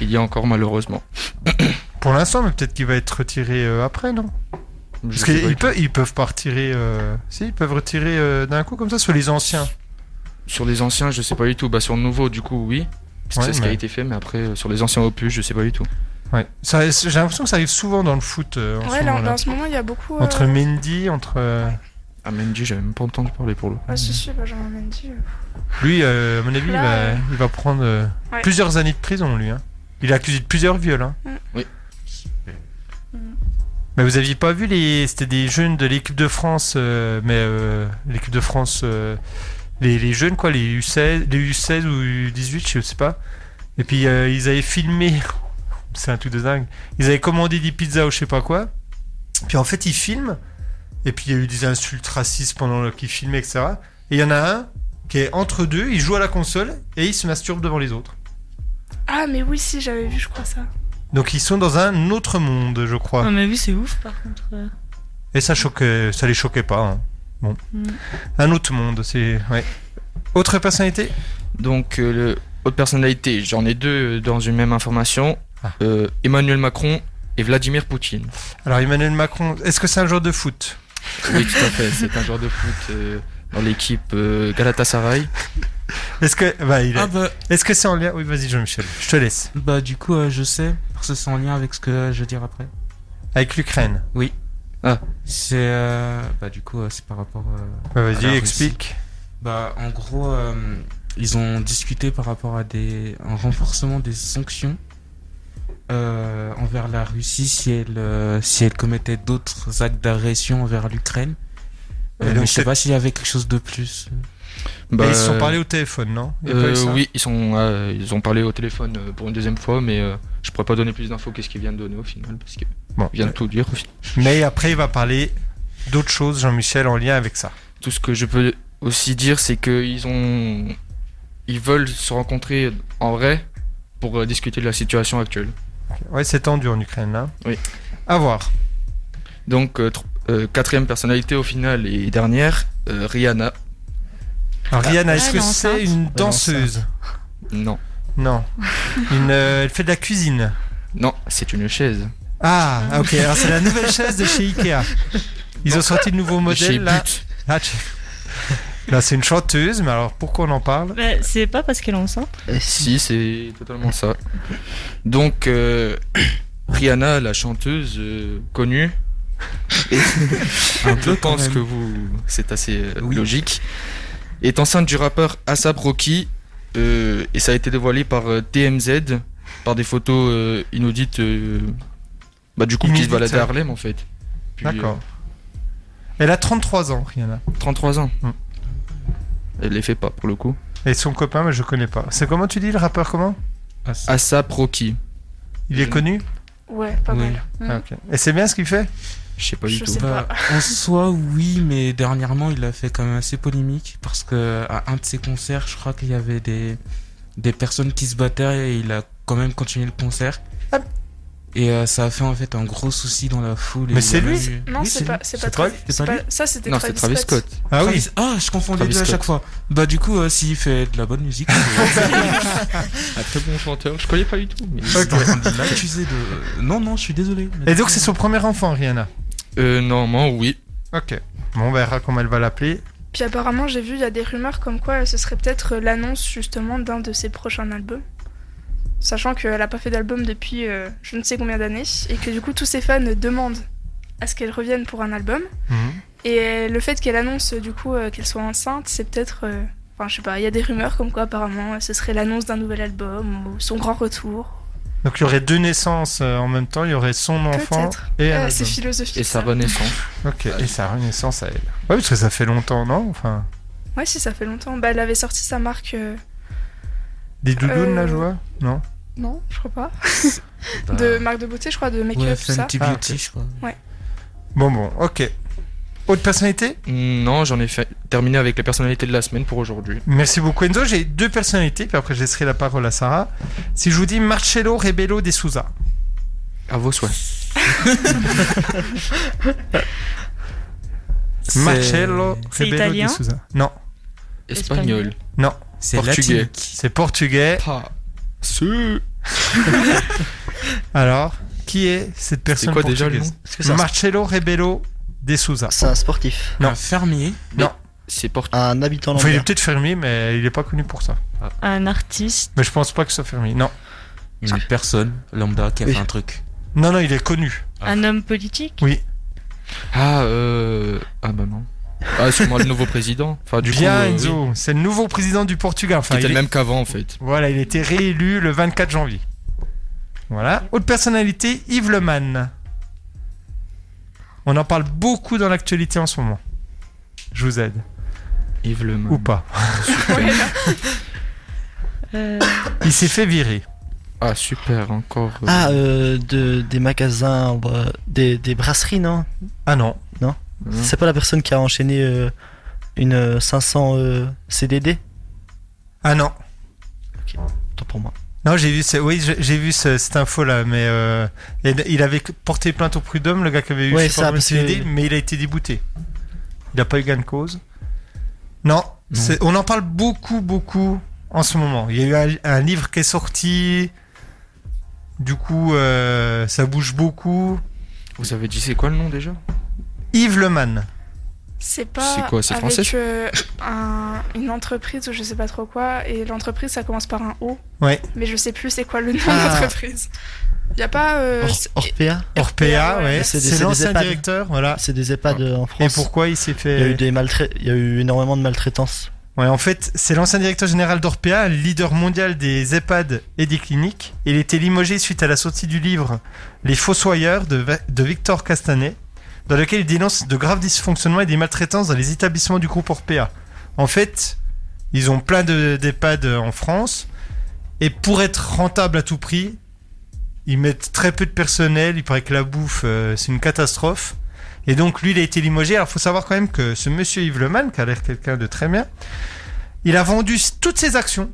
[SPEAKER 3] Il y a encore malheureusement.
[SPEAKER 1] Pour l'instant, mais peut-être qu'il va être retiré euh, après, non
[SPEAKER 3] Je
[SPEAKER 1] Parce
[SPEAKER 3] sais pas
[SPEAKER 1] qu'ils
[SPEAKER 3] du tout.
[SPEAKER 1] peuvent, ils peuvent pas retirer. euh, Si, ils peuvent retirer euh, d'un coup comme ça sur les anciens.
[SPEAKER 3] Sur les anciens, je sais pas du tout. Bah sur le nouveau, du coup, oui. C'est
[SPEAKER 1] Ouais,
[SPEAKER 3] ce qui a
[SPEAKER 1] mais-
[SPEAKER 3] été fait, mais après euh, sur les anciens opus, je sais pas du tout.
[SPEAKER 1] Ouais. Ça- J'ai l'impression que ça arrive souvent dans le foot. euh, en
[SPEAKER 6] ouais,
[SPEAKER 1] ce
[SPEAKER 6] là,
[SPEAKER 1] moment-là.
[SPEAKER 6] en ce moment, il y a beaucoup. euh,
[SPEAKER 1] Entre Mendy, entre. euh,
[SPEAKER 3] Ah Mendy, j'avais même pas entendu parler pour le.
[SPEAKER 6] Ah, si, si, Benjamin Mendy. euh.
[SPEAKER 1] Lui, euh, à mon avis, il
[SPEAKER 6] Là,
[SPEAKER 1] va,
[SPEAKER 6] euh,
[SPEAKER 1] il va prendre euh,
[SPEAKER 6] Ouais.
[SPEAKER 1] plusieurs années de prison, lui. hein. Il est accusé de plusieurs viols. hein.
[SPEAKER 6] Mm.
[SPEAKER 3] Oui.
[SPEAKER 5] Mm.
[SPEAKER 1] Mais vous aviez pas vu les. C'était des jeunes de l'équipe de France, euh, mais euh, l'équipe de France. euh, les, les jeunes, quoi, les U16, les U16 ou U18, je sais pas. Et puis euh, ils avaient filmé. C'est un truc de dingue. Ils avaient commandé des pizzas ou je sais pas quoi. Puis en fait, ils filment. Et puis il y a eu des insultes racistes pendant qu'ils filmaient, etc. Et il y en a un qui est entre deux, il joue à la console et il se masturbe devant les autres.
[SPEAKER 6] Ah, mais oui, si, j'avais vu, je crois ça.
[SPEAKER 1] Donc ils sont dans un autre monde, je crois.
[SPEAKER 5] Non Ah, mais oui c'est ouf par contre. euh.
[SPEAKER 1] Et ça choquait, ça les choquait pas. hein. Bon,
[SPEAKER 5] Mm.
[SPEAKER 1] un autre monde, c'est ouais. Autre personnalité
[SPEAKER 3] Donc euh, le autre personnalité, j'en ai deux euh, dans une même information.
[SPEAKER 1] Ah.
[SPEAKER 3] Euh, Emmanuel Macron et Vladimir Poutine.
[SPEAKER 1] Alors Emmanuel Macron, est-ce que c'est un joueur de foot
[SPEAKER 3] Oui, tout à fait. C'est un joueur de foot euh, dans l'équipe euh, Galatasaray.
[SPEAKER 1] Est-ce que bah, il est-
[SPEAKER 4] Ah bah,
[SPEAKER 1] est-ce que c'est en lien Oui, vas-y Jean-Michel, je te laisse.
[SPEAKER 4] bah du coup, euh, je sais, parce que c'est en lien avec ce que euh, je vais dire après.
[SPEAKER 1] Avec l'Ukraine.
[SPEAKER 4] C'est... euh, bah du coup, euh, c'est par rapport... euh,
[SPEAKER 1] Bah, vas-y,
[SPEAKER 4] Ah, la
[SPEAKER 1] explique.
[SPEAKER 4] Bah, en gros, euh, ils ont discuté par rapport à des, un renforcement des sanctions euh, envers la Russie si elle, euh, si elle commettait d'autres actes d'agression envers l'Ukraine.
[SPEAKER 1] Et
[SPEAKER 4] Euh,
[SPEAKER 1] donc
[SPEAKER 4] mais je sais
[SPEAKER 1] c'est-
[SPEAKER 4] pas s'il y avait quelque chose de plus.
[SPEAKER 1] Mais
[SPEAKER 3] Bah,
[SPEAKER 1] ils se sont parlé au téléphone, non Il y a pas eu
[SPEAKER 3] Euh,
[SPEAKER 1] ça
[SPEAKER 3] oui, ils, sont, euh, ils ont parlé au téléphone euh, pour une deuxième fois, mais euh, je pourrais pas donner plus d'infos qu'est-ce qu'ils viennent donner au final, parce qu'ils
[SPEAKER 1] Bon.
[SPEAKER 3] viennent tout dire au final.
[SPEAKER 1] Mais après, il va parler d'autres choses, Jean-Michel, en lien avec ça.
[SPEAKER 3] Tout ce que je peux aussi dire, c'est qu'ils ont... Ils veulent se rencontrer en vrai pour euh, discuter de la situation actuelle.
[SPEAKER 1] Ouais, c'est tendu en Ukraine, hein. là.
[SPEAKER 3] Oui.
[SPEAKER 1] À voir.
[SPEAKER 3] Donc, euh, tr- euh, quatrième personnalité au final et dernière, euh, Rihanna.
[SPEAKER 1] Alors, Rihanna, est-ce
[SPEAKER 5] Ah, elle
[SPEAKER 1] que
[SPEAKER 5] est
[SPEAKER 1] c'est
[SPEAKER 5] enceinte.
[SPEAKER 1] une danseuse
[SPEAKER 3] Non,
[SPEAKER 1] Non. Une, euh, elle fait de la cuisine.
[SPEAKER 3] non, c'est une chaise.
[SPEAKER 1] Ah, ah, ok. Alors, c'est la nouvelle chaise de chez Ikea. Ils ont sorti le nouveau
[SPEAKER 3] Chez
[SPEAKER 1] modèle, là.
[SPEAKER 3] But.
[SPEAKER 1] Là, tu- là, c'est une chanteuse, mais alors pourquoi on en parle
[SPEAKER 5] Bah, c'est pas parce qu'elle est enceinte.
[SPEAKER 2] Et
[SPEAKER 3] Euh, Si, c'est totalement ça. Donc, euh, Rihanna, la chanteuse euh, connue,
[SPEAKER 4] Un
[SPEAKER 3] Je
[SPEAKER 4] peu quand
[SPEAKER 3] pense
[SPEAKER 4] même.
[SPEAKER 3] que vous, c'est assez euh,
[SPEAKER 4] Oui.
[SPEAKER 3] logique. Est enceinte du rappeur Asap Rocky euh, et ça a été dévoilé par euh, TMZ par des photos euh, inaudites euh, bah, du couple qui se
[SPEAKER 1] Inédites,
[SPEAKER 3] baladait
[SPEAKER 1] hein.
[SPEAKER 3] à Harlem en fait. Puis,
[SPEAKER 1] D'accord. Elle a 33 ans, Rihanna.
[SPEAKER 3] euh, 33 ans.
[SPEAKER 1] Mm.
[SPEAKER 3] Elle euh, les fait pas pour le coup.
[SPEAKER 1] Et son copain, mais je connais pas. C'est comment tu dis le rappeur comment
[SPEAKER 4] Ah, c'est-
[SPEAKER 3] Assa Proki.
[SPEAKER 1] Il est
[SPEAKER 3] Je-
[SPEAKER 1] connu
[SPEAKER 6] Ouais, pas
[SPEAKER 4] oui.
[SPEAKER 6] mal. Mm.
[SPEAKER 1] Ah, ok. Et c'est bien ce qu'il fait
[SPEAKER 3] Je sais pas du
[SPEAKER 6] Je
[SPEAKER 3] tout.
[SPEAKER 6] sais
[SPEAKER 4] Bah, en soi, oui, mais dernièrement, il a fait quand même assez polémique parce que à un de ses concerts, je crois qu'il y avait des, des personnes qui se battaient et il a quand même continué le concert.
[SPEAKER 1] Hop.
[SPEAKER 4] Et euh, ça a fait en fait un gros souci dans la foule. et
[SPEAKER 1] Mais
[SPEAKER 4] il
[SPEAKER 1] c'est
[SPEAKER 4] y a
[SPEAKER 1] lui
[SPEAKER 4] même eu-
[SPEAKER 6] Non,
[SPEAKER 4] Oui,
[SPEAKER 6] c'est pas, c'est
[SPEAKER 1] C'est
[SPEAKER 6] pas,
[SPEAKER 1] pas-
[SPEAKER 6] Travis-
[SPEAKER 4] c'est
[SPEAKER 6] c'est
[SPEAKER 4] pas
[SPEAKER 6] pas- Ça, c'était
[SPEAKER 3] Non, c'est
[SPEAKER 6] Travis,
[SPEAKER 3] Travis Scott.
[SPEAKER 1] Ah oui
[SPEAKER 4] Travis- Ah, je confonds
[SPEAKER 3] Travis
[SPEAKER 4] les deux à
[SPEAKER 3] Scott.
[SPEAKER 4] chaque fois. Bah du coup, euh, s'il fait de la bonne musique,
[SPEAKER 3] Un très bon chanteur. Je connais pas du tout. mais-
[SPEAKER 1] Ok.
[SPEAKER 4] il l'a accusé de... Non, non, je suis désolé.
[SPEAKER 6] Mm.
[SPEAKER 1] Et donc c'est son premier enfant, Rihanna
[SPEAKER 3] Euh, normalement, oui.
[SPEAKER 1] Ok. Bon, on verra comment elle va l'appeler.
[SPEAKER 6] Puis apparemment, j'ai vu, il y a des rumeurs comme quoi euh, ce serait peut-être l'annonce justement d'un de ses prochains albums. Sachant qu'elle n'a pas fait d'album depuis euh, je ne sais combien d'années et que du coup, tous ses fans demandent à ce qu'elle revienne pour un album.
[SPEAKER 1] Mhm.
[SPEAKER 6] Et le fait qu'elle annonce du coup euh, qu'elle soit enceinte, c'est peut-être. euh, Enfin, je sais pas, il y a des rumeurs comme quoi apparemment euh, ce serait l'annonce d'un nouvel album ou son grand retour.
[SPEAKER 1] Donc il y aurait deux naissances euh, en même temps, il y aurait son enfant
[SPEAKER 6] Peut-être.
[SPEAKER 1] et un
[SPEAKER 6] Ah, c'est
[SPEAKER 1] album.
[SPEAKER 6] philosophique.
[SPEAKER 3] Et sa
[SPEAKER 6] ça.
[SPEAKER 3] renaissance. Ah,
[SPEAKER 1] Ok, et sa renaissance à elle. Ouais, parce que ça fait longtemps, non Enfin,
[SPEAKER 6] Ouais, si, ça fait longtemps. Bah, elle avait sorti sa marque. euh,
[SPEAKER 1] des doudounes
[SPEAKER 6] Euh,
[SPEAKER 1] là, je vois Non
[SPEAKER 6] Non, je crois pas.
[SPEAKER 4] Bah,
[SPEAKER 6] De marque de beauté, je crois, de make-up,
[SPEAKER 4] ouais,
[SPEAKER 6] tout ça.
[SPEAKER 4] Fenty
[SPEAKER 1] Ah,
[SPEAKER 4] Beauty,
[SPEAKER 1] ok.
[SPEAKER 4] je crois.
[SPEAKER 1] Bon, bon, ok. Autre personnalité
[SPEAKER 3] Non, j'en ai fait... terminé avec la personnalité de la semaine pour aujourd'hui.
[SPEAKER 1] Merci beaucoup Enzo. J'ai deux personnalités, puis après je laisserai la parole à Sarah. Si je vous dis Marcello Rebello de Souza.
[SPEAKER 3] À vos souhaits.
[SPEAKER 4] C'est-
[SPEAKER 1] Marcello
[SPEAKER 5] C'est
[SPEAKER 1] Rebello de
[SPEAKER 5] italien
[SPEAKER 1] Souza. Non,
[SPEAKER 3] Espagnol.
[SPEAKER 1] non,
[SPEAKER 4] C'est
[SPEAKER 3] Portugais.
[SPEAKER 4] latinique.
[SPEAKER 1] c'est portugais.
[SPEAKER 3] Pas. Ce.
[SPEAKER 1] Alors, qui est cette personne
[SPEAKER 3] quoi déjà le
[SPEAKER 1] portugaise
[SPEAKER 3] nom
[SPEAKER 2] Est-ce que c'est un-
[SPEAKER 1] Marcello Rebello de Souza.
[SPEAKER 2] c'est un sportif
[SPEAKER 1] Non.
[SPEAKER 4] Un fermier.
[SPEAKER 3] C'est portugais.
[SPEAKER 2] Un habitant
[SPEAKER 1] Enfin, il est
[SPEAKER 2] lambda
[SPEAKER 1] peut-être fermier, mais il n'est pas connu pour ça.
[SPEAKER 3] Ah.
[SPEAKER 5] Un artiste.
[SPEAKER 1] Mais je pense pas que ce soit fermier. Non,
[SPEAKER 4] Une personne lambda qui a
[SPEAKER 2] Oui.
[SPEAKER 4] fait un truc.
[SPEAKER 1] non, non, il est connu.
[SPEAKER 4] Ah.
[SPEAKER 5] Un homme politique.
[SPEAKER 3] Ah, euh. Ah, bah non. Ah, sûrement le nouveau président. Enfin, du
[SPEAKER 1] Bien
[SPEAKER 3] coup. euh, oui.
[SPEAKER 1] Enzo, c'est le nouveau président du Portugal.
[SPEAKER 3] Qui
[SPEAKER 1] Enfin, il
[SPEAKER 3] était le
[SPEAKER 1] est-
[SPEAKER 3] même qu'avant, en fait.
[SPEAKER 1] Voilà, il a été réélu le 24 janvier. Voilà. Autre personnalité, Yves Le Man. On en parle beaucoup dans l'actualité en ce moment. Je vous aide.
[SPEAKER 3] Yves Le
[SPEAKER 1] Ou pas.
[SPEAKER 5] Euh,
[SPEAKER 1] Il s'est fait virer.
[SPEAKER 3] Ah, super, encore. euh,
[SPEAKER 2] Ah, euh, de, des magasins, bah, des, des brasseries, non
[SPEAKER 1] Ah non.
[SPEAKER 3] hein.
[SPEAKER 2] C'est pas la personne qui a enchaîné euh, une euh, 500 euh, CDD
[SPEAKER 1] Ah non.
[SPEAKER 2] Tant pour moi.
[SPEAKER 1] Non, j'ai vu, ce- oui, j'ai j'ai vu ce- cette info là, mais euh, il il avait porté plainte au prud'homme, le gars qui avait eu
[SPEAKER 2] Ouais,
[SPEAKER 1] je sais
[SPEAKER 2] ça,
[SPEAKER 1] pas comment
[SPEAKER 2] parce
[SPEAKER 1] il s'est dit,
[SPEAKER 2] que-
[SPEAKER 1] mais il a été débouté. Il n'a pas eu gain de cause. Non,
[SPEAKER 4] Non.
[SPEAKER 1] c'est- on en parle beaucoup, beaucoup en ce moment. Il y a eu un, un livre qui est sorti, du coup, euh, ça bouge beaucoup.
[SPEAKER 3] Vous avez dit, c'est quoi le nom déjà
[SPEAKER 1] Yves Le Man.
[SPEAKER 6] C'est pas.
[SPEAKER 3] C'est quoi, c'est
[SPEAKER 6] avec,
[SPEAKER 3] français
[SPEAKER 6] euh, un- une entreprise ou je sais pas trop quoi, et l'entreprise ça commence par un O.
[SPEAKER 1] Ouais.
[SPEAKER 6] Mais je sais plus c'est quoi le nom
[SPEAKER 2] Ah.
[SPEAKER 6] de l'entreprise. Y a pas. euh,
[SPEAKER 2] Or-
[SPEAKER 6] c'est-
[SPEAKER 2] Orpea
[SPEAKER 1] Orpea,
[SPEAKER 6] ouais.
[SPEAKER 1] Ah ouais.
[SPEAKER 2] C'est des-
[SPEAKER 1] C'est
[SPEAKER 2] c'est des
[SPEAKER 1] l'ancien
[SPEAKER 2] EHPAD.
[SPEAKER 1] directeur, voilà.
[SPEAKER 2] C'est des EHPAD euh, en
[SPEAKER 1] Et
[SPEAKER 2] France.
[SPEAKER 1] pourquoi il s'est
[SPEAKER 2] Il y a eu
[SPEAKER 1] fait.
[SPEAKER 2] des maltrai- il y a eu énormément de maltraitance.
[SPEAKER 1] Ouais, en fait, c'est l'ancien directeur général d'Orpea, leader mondial des EHPAD et des cliniques. Il était limogé suite à la sortie du livre Les Fossoyeurs de, Va- de Victor Castanet, dans lequel il dénonce de graves dysfonctionnements et des maltraitances dans les établissements du groupe Orpea. En fait, ils ont plein de- d'EHPAD en France, et pour être rentable à tout prix, ils mettent très peu de personnel. Il paraît que la bouffe, euh, c'est une catastrophe. Et donc, lui, il a été limogé. Alors, faut savoir quand même que ce monsieur Yves Le Man, qui a l'air quelqu'un de très bien, il a vendu s- toutes ses actions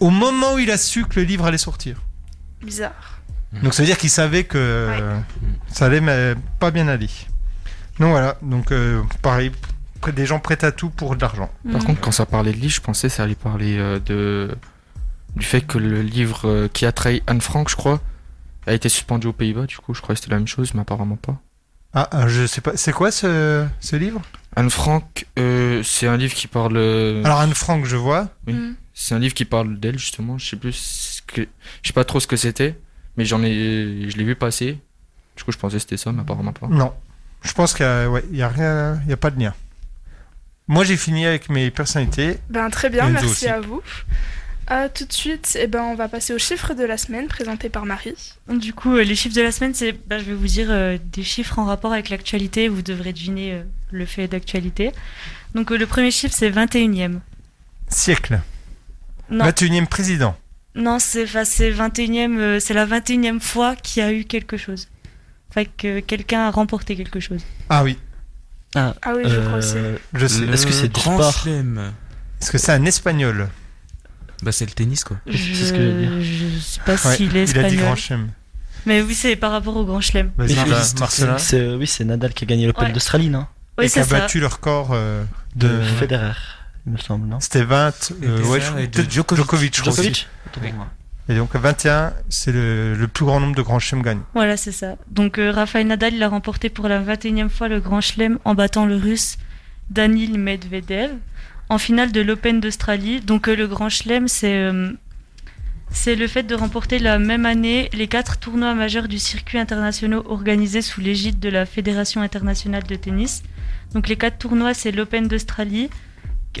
[SPEAKER 1] au moment où il a su que le livre allait sortir.
[SPEAKER 6] Bizarre.
[SPEAKER 3] Mmh.
[SPEAKER 1] Donc ça veut dire qu'il savait que euh, ça allait mais pas bien aller. Donc voilà, donc euh, pareil, pr- des gens prêtent à tout pour de l'argent.
[SPEAKER 3] Par
[SPEAKER 5] Mm.
[SPEAKER 3] contre, quand ça parlait de livre, je pensais que ça allait parler euh, de du fait que le livre euh, qui a trahi Anne Frank, je crois, a été suspendu aux Pays-Bas. Du coup, je croyais que c'était la même chose, mais apparemment pas.
[SPEAKER 1] Ah, ah, je sais pas, c'est quoi ce, ce livre
[SPEAKER 3] Anne Frank, euh, c'est un livre qui parle. euh,
[SPEAKER 1] Alors Anne Frank, je vois.
[SPEAKER 3] Oui.
[SPEAKER 6] Mm.
[SPEAKER 3] C'est un livre qui parle d'elle justement. Je sais plus ce que, je sais pas trop ce que c'était, mais j'en ai, je l'ai vu passer. Du coup, je pensais que c'était ça, mais apparemment pas.
[SPEAKER 1] Non, je pense qu'il y a, ouais, il y a rien, il y a pas de lien. Moi, j'ai fini avec mes personnalités.
[SPEAKER 6] Ben très bien,
[SPEAKER 1] Enzo
[SPEAKER 6] merci
[SPEAKER 1] aussi.
[SPEAKER 6] à vous. Euh, tout de suite, eh ben, on va passer aux chiffres de la semaine présentés par Marie.
[SPEAKER 5] Du coup, euh, les chiffres de la semaine, c'est, bah, je vais vous dire euh, des chiffres en rapport avec l'actualité. Vous devrez deviner euh, le fait d'actualité. Donc, euh, le premier chiffre, c'est 21e.
[SPEAKER 1] siècle.
[SPEAKER 10] Non.
[SPEAKER 1] 21e président.
[SPEAKER 10] Non, c'est enfin, c'est 21e, euh, c'est la 21e fois qu'il y a eu quelque chose. Enfin, que quelqu'un a remporté quelque chose.
[SPEAKER 1] Ah oui, euh,
[SPEAKER 6] Ah oui, je crois aussi.
[SPEAKER 1] je sais.
[SPEAKER 2] Le- Est-ce que c'est du
[SPEAKER 4] grand
[SPEAKER 2] sport
[SPEAKER 4] chelem
[SPEAKER 1] Est-ce que c'est un espagnol
[SPEAKER 4] Bah, c'est le tennis, quoi.
[SPEAKER 10] Je,
[SPEAKER 2] c'est ce que j'allais dire.
[SPEAKER 10] je sais pas
[SPEAKER 1] Ouais,
[SPEAKER 10] s'il est
[SPEAKER 1] Il a dit grand
[SPEAKER 10] espagnol.
[SPEAKER 1] chelem.
[SPEAKER 10] Mais oui, c'est par rapport au Grand Chelem.
[SPEAKER 1] Vas-y,
[SPEAKER 2] Mais
[SPEAKER 1] Mar-
[SPEAKER 4] félicitations.
[SPEAKER 1] Marcelin.
[SPEAKER 2] C'est, euh, oui, c'est Nadal qui a gagné l'Open
[SPEAKER 10] Ouais.
[SPEAKER 2] d'Australie, non
[SPEAKER 10] Oui,
[SPEAKER 1] et qui
[SPEAKER 10] c'est
[SPEAKER 1] a
[SPEAKER 10] ça.
[SPEAKER 1] battu le record euh,
[SPEAKER 2] De
[SPEAKER 1] de.
[SPEAKER 2] Federer, il me semble, non
[SPEAKER 1] C'était 20.
[SPEAKER 4] Et
[SPEAKER 1] euh,
[SPEAKER 4] des
[SPEAKER 1] ouais,
[SPEAKER 4] frères
[SPEAKER 1] je-
[SPEAKER 4] et de
[SPEAKER 1] peut-être
[SPEAKER 4] Djokovic.
[SPEAKER 1] je crois aussi. Et donc 21, c'est le, le plus grand nombre de grands chelem gagnés.
[SPEAKER 10] Voilà, c'est ça. Donc euh, Rafael Nadal, il a remporté pour la 21e fois le Grand Chelem en battant le Russe Danil Medvedev en finale de l'Open d'Australie. Donc euh, le Grand Chelem, c'est euh, c'est le fait de remporter la même année les quatre tournois majeurs du circuit international organisés sous l'égide de la Fédération internationale de tennis. Donc les quatre tournois, c'est l'Open d'Australie,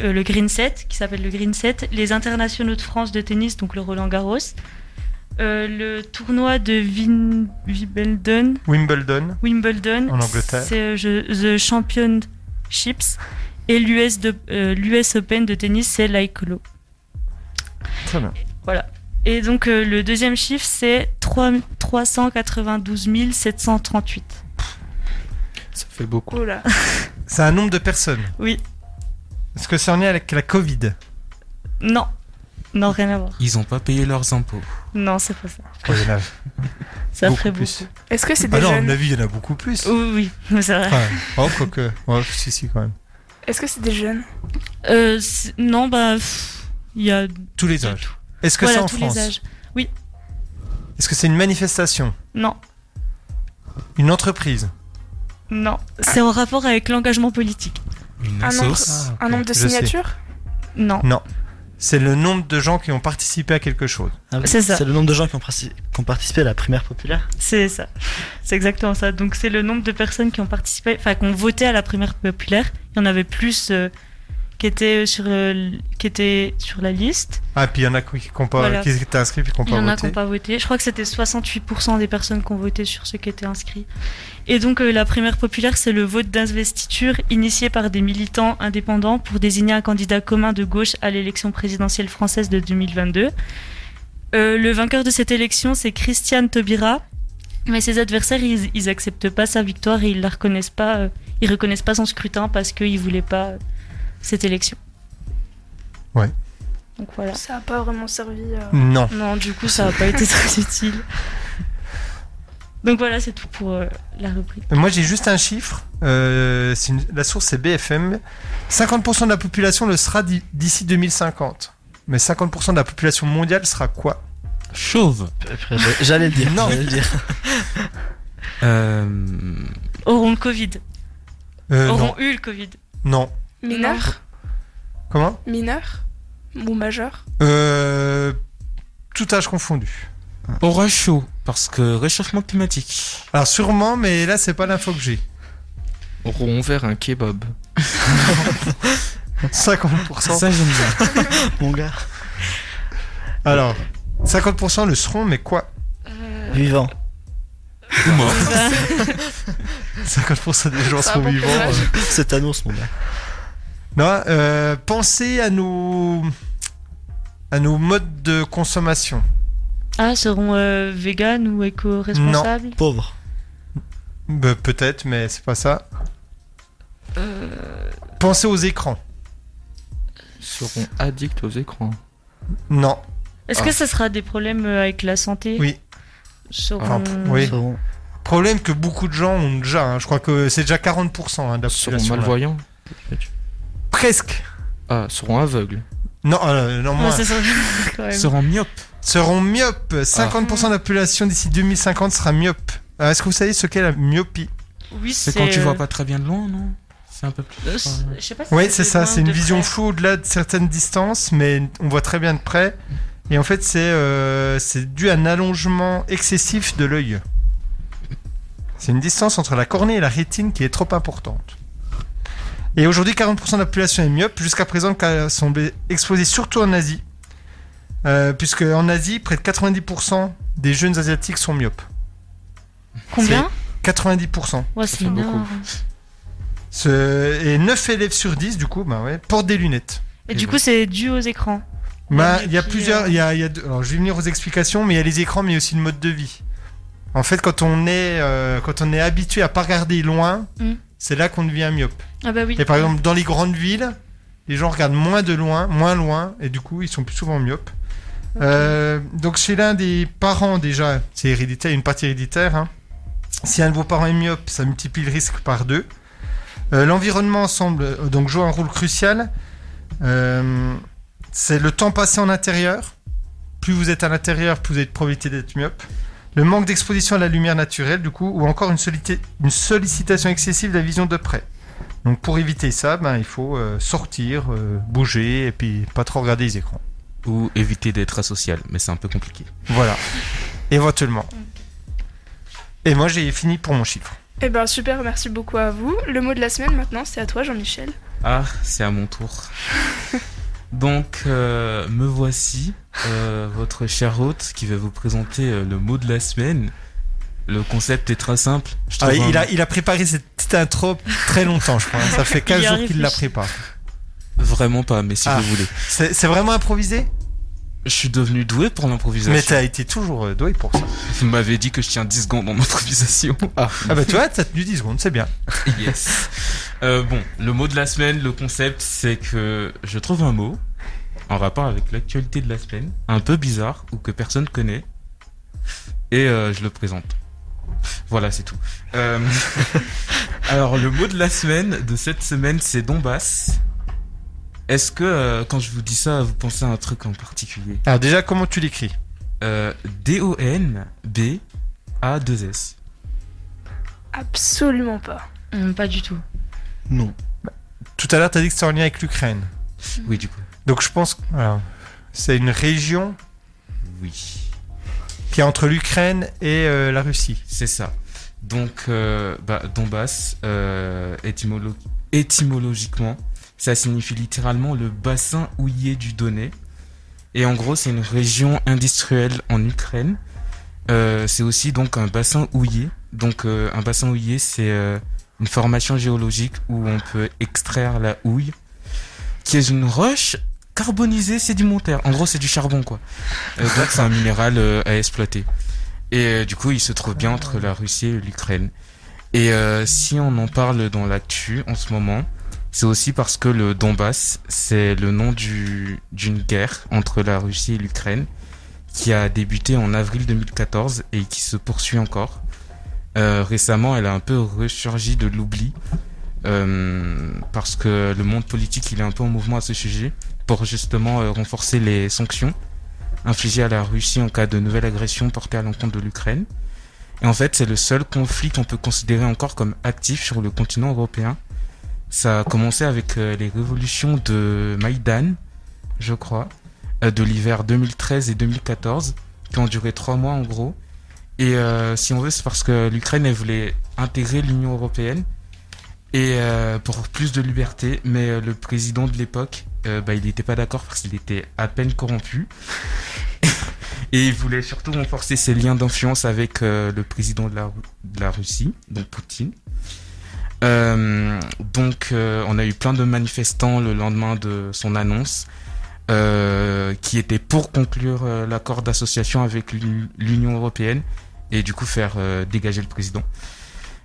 [SPEAKER 10] euh, le Green Set, qui s'appelle le Green Set, les internationaux de France de tennis, donc le Roland Garros, euh, le tournoi de Vin- Wimbledon,
[SPEAKER 1] Wimbledon,
[SPEAKER 10] Wimbledon,
[SPEAKER 1] En Angleterre.
[SPEAKER 10] c'est euh, je- The Championships, et l'US de- euh, l'US Open de tennis, c'est l'Aikolo.
[SPEAKER 1] très bien.
[SPEAKER 10] Et donc euh, le deuxième chiffre, c'est 3 392 738.
[SPEAKER 3] Ça fait beaucoup.
[SPEAKER 6] Oh là.
[SPEAKER 1] C'est un nombre de personnes.
[SPEAKER 10] Oui,
[SPEAKER 1] Est-ce que c'est en lien avec la Covid
[SPEAKER 10] non, non, rien à voir.
[SPEAKER 4] Ils ont pas payé leurs impôts.
[SPEAKER 10] Non, c'est pas ça.
[SPEAKER 1] Oh, il y en a
[SPEAKER 10] Ça
[SPEAKER 1] beaucoup
[SPEAKER 10] ferait
[SPEAKER 1] plus.
[SPEAKER 10] beaucoup.
[SPEAKER 6] Est-ce que c'est
[SPEAKER 1] Ah
[SPEAKER 6] des
[SPEAKER 1] non, à mon
[SPEAKER 6] jeunes
[SPEAKER 1] avis, il y en a beaucoup plus.
[SPEAKER 10] Oui, oui, c'est vrai.
[SPEAKER 1] Enfin, oh, quoique. Ouais, si, si, quand même.
[SPEAKER 6] Est-ce que c'est des jeunes
[SPEAKER 10] Euh, c'est- non, bah, pff, il y a
[SPEAKER 1] Tous les âges. Est-ce que
[SPEAKER 10] voilà,
[SPEAKER 1] c'est en
[SPEAKER 10] tous
[SPEAKER 1] France
[SPEAKER 10] les âges.
[SPEAKER 1] Est-ce que c'est une manifestation
[SPEAKER 10] Non,
[SPEAKER 1] Une entreprise
[SPEAKER 10] non, c'est en rapport avec l'engagement politique.
[SPEAKER 4] Une
[SPEAKER 6] Un nombre,
[SPEAKER 4] sauce.
[SPEAKER 1] ok,
[SPEAKER 6] un nombre de
[SPEAKER 1] je sais.
[SPEAKER 6] signatures
[SPEAKER 10] Non,
[SPEAKER 1] Non. C'est le nombre de gens qui ont participé à quelque chose.
[SPEAKER 2] Ah oui,
[SPEAKER 10] C'est ça.
[SPEAKER 2] C'est le nombre de gens qui ont, parti- qui ont participé à la primaire populaire.
[SPEAKER 10] c'est ça. C'est exactement ça. Donc c'est le nombre de personnes qui ont participé, enfin qui ont voté à la primaire populaire. Il y en avait plus euh, qui étaient sur euh, l- qui étaient sur la liste.
[SPEAKER 1] Ah, puis il y en a qui qui ont pas-
[SPEAKER 10] Voilà.
[SPEAKER 1] qui étaient inscrits puis qui n'ont
[SPEAKER 10] Il y
[SPEAKER 1] pas
[SPEAKER 10] en a qui
[SPEAKER 1] voté.
[SPEAKER 10] n'ont pas voté. Je crois que c'était 68% des personnes qui ont voté sur ceux qui étaient inscrits. Et donc euh, la primaire populaire, c'est le vote d'investiture initié par des militants indépendants pour désigner un candidat commun de gauche à l'élection présidentielle française de 2022. Euh, le vainqueur de cette élection, c'est Christiane Taubira. Mais ses adversaires, ils, ils acceptent pas sa victoire et ils la reconnaissent pas. euh, ils reconnaissent pas son scrutin parce qu'ils voulaient pas euh, cette élection.
[SPEAKER 1] Ouais.
[SPEAKER 10] Donc voilà.
[SPEAKER 6] Ça n'a pas vraiment servi. euh.
[SPEAKER 1] Non.
[SPEAKER 10] Non, du coup, ça n'a pas été très utile. Donc voilà, c'est tout pour euh, la rubrique.
[SPEAKER 1] Moi, j'ai juste un chiffre. Euh, c'est une- La source, c'est BFM. 50% de la population le sera d'i- d'ici 2050. Mais 50% de la population mondiale sera quoi
[SPEAKER 4] Chauve.
[SPEAKER 2] Après, je- J'allais le dire.
[SPEAKER 1] Non.
[SPEAKER 2] j'allais le dire.
[SPEAKER 4] Euh,
[SPEAKER 10] Auront le Covid.
[SPEAKER 1] Euh,
[SPEAKER 10] Auront
[SPEAKER 1] Non.
[SPEAKER 10] eu le Covid.
[SPEAKER 1] Non.
[SPEAKER 6] Mineurs
[SPEAKER 1] Comment
[SPEAKER 6] Mineurs Ou majeurs
[SPEAKER 1] euh... Tout âge confondu.
[SPEAKER 4] aura chaud. Parce que réchauffement climatique.
[SPEAKER 1] Alors, sûrement, mais là, c'est pas l'info que j'ai.
[SPEAKER 3] Auront ouvert un kebab.
[SPEAKER 1] 50%.
[SPEAKER 4] Ça, j'aime bien.
[SPEAKER 2] Mon gars,
[SPEAKER 1] Alors, 50% le seront, mais quoi
[SPEAKER 10] Euh,
[SPEAKER 2] vivant.
[SPEAKER 4] Ou mort.
[SPEAKER 10] Bah.
[SPEAKER 1] 50% des gens
[SPEAKER 6] Ça
[SPEAKER 1] seront
[SPEAKER 6] va pour
[SPEAKER 1] vivants.
[SPEAKER 6] quel âge
[SPEAKER 1] euh.
[SPEAKER 2] Cette annonce, mon gars.
[SPEAKER 1] Non, euh, pensez à nos à nos modes de consommation.
[SPEAKER 10] Ah, seront euh, vegan ou éco-responsables
[SPEAKER 2] Pauvre.
[SPEAKER 1] Bah, Peut-être, mais c'est pas ça.
[SPEAKER 10] Euh.
[SPEAKER 1] Pensez aux écrans.
[SPEAKER 3] Seront addicts aux écrans.
[SPEAKER 1] Non.
[SPEAKER 10] Est-ce que ça sera des problèmes euh, avec la santé
[SPEAKER 1] Ah. Oui.
[SPEAKER 10] Seront...
[SPEAKER 1] Enfin, oui.
[SPEAKER 2] Seront-
[SPEAKER 1] Problème que beaucoup de gens ont déjà. hein. Je crois que c'est déjà 40% hein, de la
[SPEAKER 3] Seront
[SPEAKER 1] population, là.
[SPEAKER 3] malvoyants.
[SPEAKER 1] Presque.
[SPEAKER 3] Ah, seront aveugles.
[SPEAKER 1] Non, euh, non
[SPEAKER 10] Non,
[SPEAKER 1] moins.
[SPEAKER 10] ça sera quand même.
[SPEAKER 4] Seront myopes. Ah.
[SPEAKER 1] Seront myopes. 50% de la population d'ici 2050 sera myope. Euh, Est-ce que vous savez ce qu'est la myopie
[SPEAKER 10] Oui,
[SPEAKER 4] C'est quand tu
[SPEAKER 10] euh,
[SPEAKER 4] vois pas très bien de loin, non C'est un peu plus.
[SPEAKER 10] euh, c'est- je sais pas si
[SPEAKER 1] Oui,
[SPEAKER 10] de
[SPEAKER 1] c'est ça.
[SPEAKER 10] loin
[SPEAKER 1] C'est
[SPEAKER 10] ou
[SPEAKER 1] une
[SPEAKER 10] de
[SPEAKER 1] vision
[SPEAKER 10] près.
[SPEAKER 1] floue au-delà de certaines distances, mais on voit très bien de près. Et en fait, c'est euh, c'est dû à un allongement excessif de l'œil. C'est une distance entre la cornée et la rétine qui est trop importante. Et aujourd'hui, 40% de la population est myope. Jusqu'à présent, le cas semblait exposé surtout en Asie. Euh, puisque en Asie, près de 90% des jeunes asiatiques sont myopes.
[SPEAKER 10] Combien
[SPEAKER 1] 90%.
[SPEAKER 10] Ouais, c'est
[SPEAKER 3] fait beaucoup.
[SPEAKER 10] énorme.
[SPEAKER 1] Ce- Et 9 élèves sur 10, du coup, bah ouais, portent des lunettes.
[SPEAKER 10] Et du coup, c'est dû aux écrans.
[SPEAKER 1] Bah, il y a
[SPEAKER 10] Qui,
[SPEAKER 1] plusieurs.
[SPEAKER 10] euh,
[SPEAKER 1] il y a- il y a deux- alors, je vais venir aux explications, mais il y a les écrans, mais aussi le mode de vie. En fait, quand on est, euh, quand on est habitué à pas regarder loin,
[SPEAKER 10] Mm.
[SPEAKER 1] c'est là qu'on devient myope.
[SPEAKER 10] Ah bah oui.
[SPEAKER 1] Et par exemple, dans les grandes villes, les gens regardent moins de loin, moins loin, et du coup, ils sont plus souvent myopes. Euh, donc, chez l'un des parents, déjà, c'est héréditaire, une partie héréditaire. hein. Si un de vos parents est myope, ça multiplie le risque par deux. Euh, L'environnement semble euh, donc jouer un rôle crucial. Euh, c'est le temps passé en intérieur. Plus vous êtes à l'intérieur, plus vous avez de probabilité d'être myope. Le manque d'exposition à la lumière naturelle, du coup, ou encore une, sollicité- une sollicitation excessive de la vision de près. Donc pour éviter ça, ben, il faut euh, sortir, euh, bouger et puis pas trop regarder les écrans.
[SPEAKER 4] Ou éviter d'être asocial, mais c'est un peu compliqué.
[SPEAKER 1] Voilà. Éventuellement. Et moi j'ai fini pour mon chiffre.
[SPEAKER 6] Eh ben super, merci beaucoup à vous. Le mot de la semaine maintenant, c'est à toi Jean-Michel.
[SPEAKER 4] Ah, c'est à mon tour. Donc, euh, me voici, euh, votre cher hôte, qui va vous présenter euh, le mot de la semaine. Le concept est très simple. Je
[SPEAKER 1] Ah,
[SPEAKER 4] trouve un-
[SPEAKER 1] il, a, il a préparé cette petite intro très longtemps, je crois. hein. Ça fait 15
[SPEAKER 10] Il a
[SPEAKER 1] jours qu'il la
[SPEAKER 10] réfléchi.
[SPEAKER 1] prépare.
[SPEAKER 4] Vraiment pas, mais si
[SPEAKER 1] Ah.
[SPEAKER 4] vous voulez.
[SPEAKER 1] C'est c'est vraiment improvisé
[SPEAKER 4] Je suis devenu doué pour
[SPEAKER 1] Mais
[SPEAKER 4] l'improvisation.
[SPEAKER 1] t'as été toujours euh, doué pour ça.
[SPEAKER 4] Vous m'avez dit que je tiens 10 secondes en improvisation. Ah,
[SPEAKER 1] Ah bah tu vois, t'as tenu 10 secondes, c'est bien.
[SPEAKER 4] yes. Euh, bon, le mot de la semaine, le concept, c'est que je trouve un mot en rapport avec l'actualité de la semaine, un peu bizarre ou que personne connaît, et euh, je le présente. Voilà, c'est tout. Euh, alors, le mot de la semaine de cette semaine, c'est Donbass. Est-ce que euh, quand je vous dis ça, vous pensez à un truc en particulier
[SPEAKER 1] Alors déjà, comment tu l'écris
[SPEAKER 4] euh, D-O-N-B-A-2-S.
[SPEAKER 6] Absolument pas.
[SPEAKER 10] Hum, pas du tout.
[SPEAKER 2] Non.
[SPEAKER 1] Tout à l'heure, t'as dit que c'était en lien avec l'Ukraine.
[SPEAKER 4] Oui, du coup.
[SPEAKER 1] Donc je pense que alors, c'est une région
[SPEAKER 4] Oui.
[SPEAKER 1] qui est entre l'Ukraine et euh, la Russie.
[SPEAKER 4] C'est ça. Donc, euh, bah, Donbass, euh, étymolo- étymologiquement, ça signifie littéralement le bassin houillé du Donnet. Et en gros, c'est une région industrielle en Ukraine. Euh, c'est aussi donc un bassin houillé. Donc, euh, un bassin houillé, c'est euh, une formation géologique où on peut extraire la houille, qui est une roche carbonisée sédimentaire. En gros, c'est du charbon, quoi. Euh, donc, c'est un minéral euh, à exploiter. Et euh, du coup, il se trouve bien entre la Russie et l'Ukraine. Et euh, si on en parle dans l'actu en ce moment, c'est aussi parce que le Donbass, c'est le nom du- d'une guerre entre la Russie et l'Ukraine qui a débuté en avril 2014 et qui se poursuit encore. Euh, récemment, elle a un peu ressurgi de l'oubli euh, parce que le monde politique, il est un peu en mouvement à ce sujet pour justement euh, renforcer les sanctions infligée à la Russie en cas de nouvelle agression portée à l'encontre de l'Ukraine. Et en fait, c'est le seul conflit qu'on peut considérer encore comme actif sur le continent européen. Ça a commencé avec euh, les révolutions de Maïdan, je crois, euh, de l'hiver 2013 et 2014, qui ont duré trois mois en gros. Et euh, si on veut, c'est parce que l'Ukraine, elle voulait intégrer l'Union européenne et euh, pour plus de liberté, mais euh, le président de l'époque, euh, bah, il n'était pas d'accord parce qu'il était à peine corrompu. Et il voulait surtout renforcer ses liens d'influence avec euh, le président de la, de la Russie, donc Poutine. Euh, donc euh, on a eu plein de manifestants le lendemain de son annonce euh, qui étaient pour conclure euh, l'accord d'association avec l'Uni- l'Union européenne et du coup faire euh, dégager le président.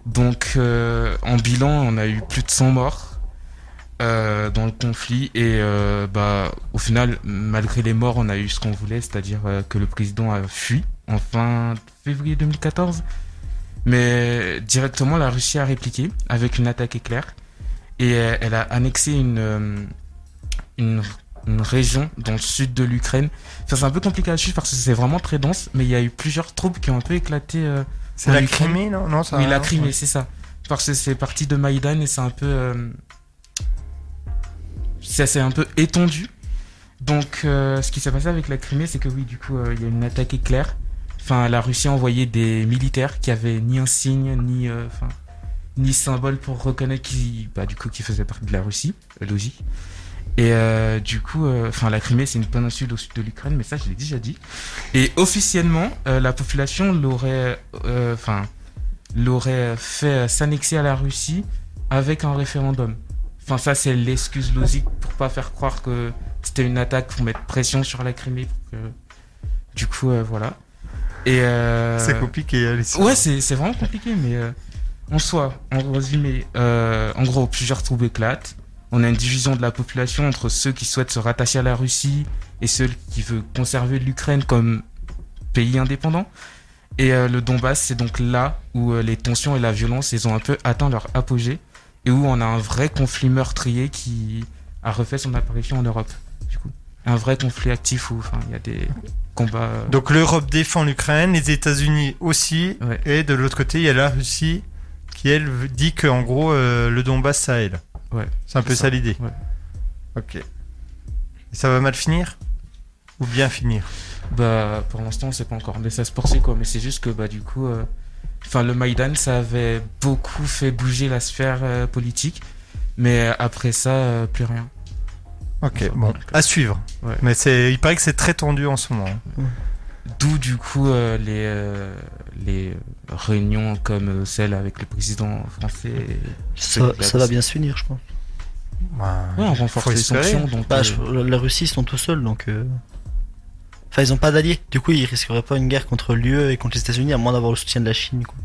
[SPEAKER 4] Donc euh, en bilan on a eu plus de 100 morts euh, dans le conflit et euh, bah, au final, malgré les morts, on a eu ce qu'on voulait, c'est-à-dire euh, que le président a fui en fin février 2014. Mais directement, la Russie a répliqué avec une attaque éclair et euh, elle a annexé une, euh, une, une région dans le sud de l'Ukraine. Ça, c'est un peu compliqué à suivre parce que c'est vraiment très dense, mais il y a eu plusieurs troupes qui ont un peu éclaté. euh,
[SPEAKER 1] C'est
[SPEAKER 4] En
[SPEAKER 1] la
[SPEAKER 4] Ukraine
[SPEAKER 1] Crimée, non, non ça,
[SPEAKER 4] oui, la
[SPEAKER 1] non,
[SPEAKER 4] Crimée, c'est ça. Parce que c'est parti de Maïdan et c'est un peu. euh, Ça s'est un peu étendu. Donc, euh, ce qui s'est passé avec la Crimée, c'est que oui, du coup, euh, il y a une attaque éclair. Enfin, la Russie a envoyé des militaires qui avaient ni un signe, ni, euh, enfin, ni symbole pour reconnaître qu'ils, bah, du coup, qu'ils faisaient partie de la Russie, euh, logique. Et euh, du coup, euh, enfin, la Crimée, c'est une péninsule au sud de l'Ukraine, mais ça, je l'ai déjà dit. Et officiellement, euh, la population l'aurait, euh, enfin, l'aurait fait euh, s'annexer à la Russie avec un référendum. Enfin, ça, c'est l'excuse logique pour pas faire croire que c'était une attaque, pour mettre pression sur la Crimée. Pour que... Du coup, euh, voilà. Et euh,
[SPEAKER 1] C'est compliqué, hein, l'histoire.
[SPEAKER 4] Ouais, c'est c'est vraiment compliqué, mais euh, en soi, en résumé, euh, en gros, plusieurs troubles éclatent. On a une division de la population entre ceux qui souhaitent se rattacher à la Russie et ceux qui veulent conserver l'Ukraine comme pays indépendant. Et euh, le Donbass, c'est donc là où euh, les tensions et la violence, ils ont un peu atteint leur apogée et où on a un vrai conflit meurtrier qui a refait son apparition en Europe. Du coup, un vrai conflit actif où, enfin, il y a des combats. euh,
[SPEAKER 1] Donc l'Europe défend l'Ukraine, les États-Unis aussi,
[SPEAKER 4] Ouais.
[SPEAKER 1] et de l'autre côté, il y a la Russie qui, elle, dit que en gros, euh, le Donbass, ça elle.
[SPEAKER 4] Ouais,
[SPEAKER 1] c'est un peu ça,
[SPEAKER 4] ça,
[SPEAKER 1] l'idée.
[SPEAKER 4] ouais.
[SPEAKER 1] Ok. Et ça va mal finir Ou bien finir
[SPEAKER 4] Bah, pour l'instant, c'est pas encore, mais ça se poursuit quoi. Mais c'est juste que, bah, du coup, euh, enfin, le Maïdan, ça avait beaucoup fait bouger la sphère euh, politique, mais euh, après ça, euh, plus rien.
[SPEAKER 1] Ok,
[SPEAKER 4] Ça va
[SPEAKER 1] bon,
[SPEAKER 4] mal, quoi.
[SPEAKER 1] à suivre.
[SPEAKER 4] Ouais.
[SPEAKER 1] Mais c'est, il paraît que c'est très tendu en ce moment. hein.
[SPEAKER 4] D'où, du coup, euh, les, euh, les réunions comme euh, celle avec le président français.
[SPEAKER 2] Ça, ça va bien se finir, je pense.
[SPEAKER 4] Ouais,
[SPEAKER 1] Ouais,
[SPEAKER 4] on renforce
[SPEAKER 1] Faut
[SPEAKER 4] les
[SPEAKER 1] espérer.
[SPEAKER 4] sanctions, donc.
[SPEAKER 2] Bah,
[SPEAKER 4] euh,
[SPEAKER 2] je- la la Russie, ils sont tout seuls, donc. euh, Enfin, ils ont pas d'alliés. Du coup, ils risqueraient pas une guerre contre l'UE et contre les États-Unis, à moins d'avoir le soutien de la Chine, quoi.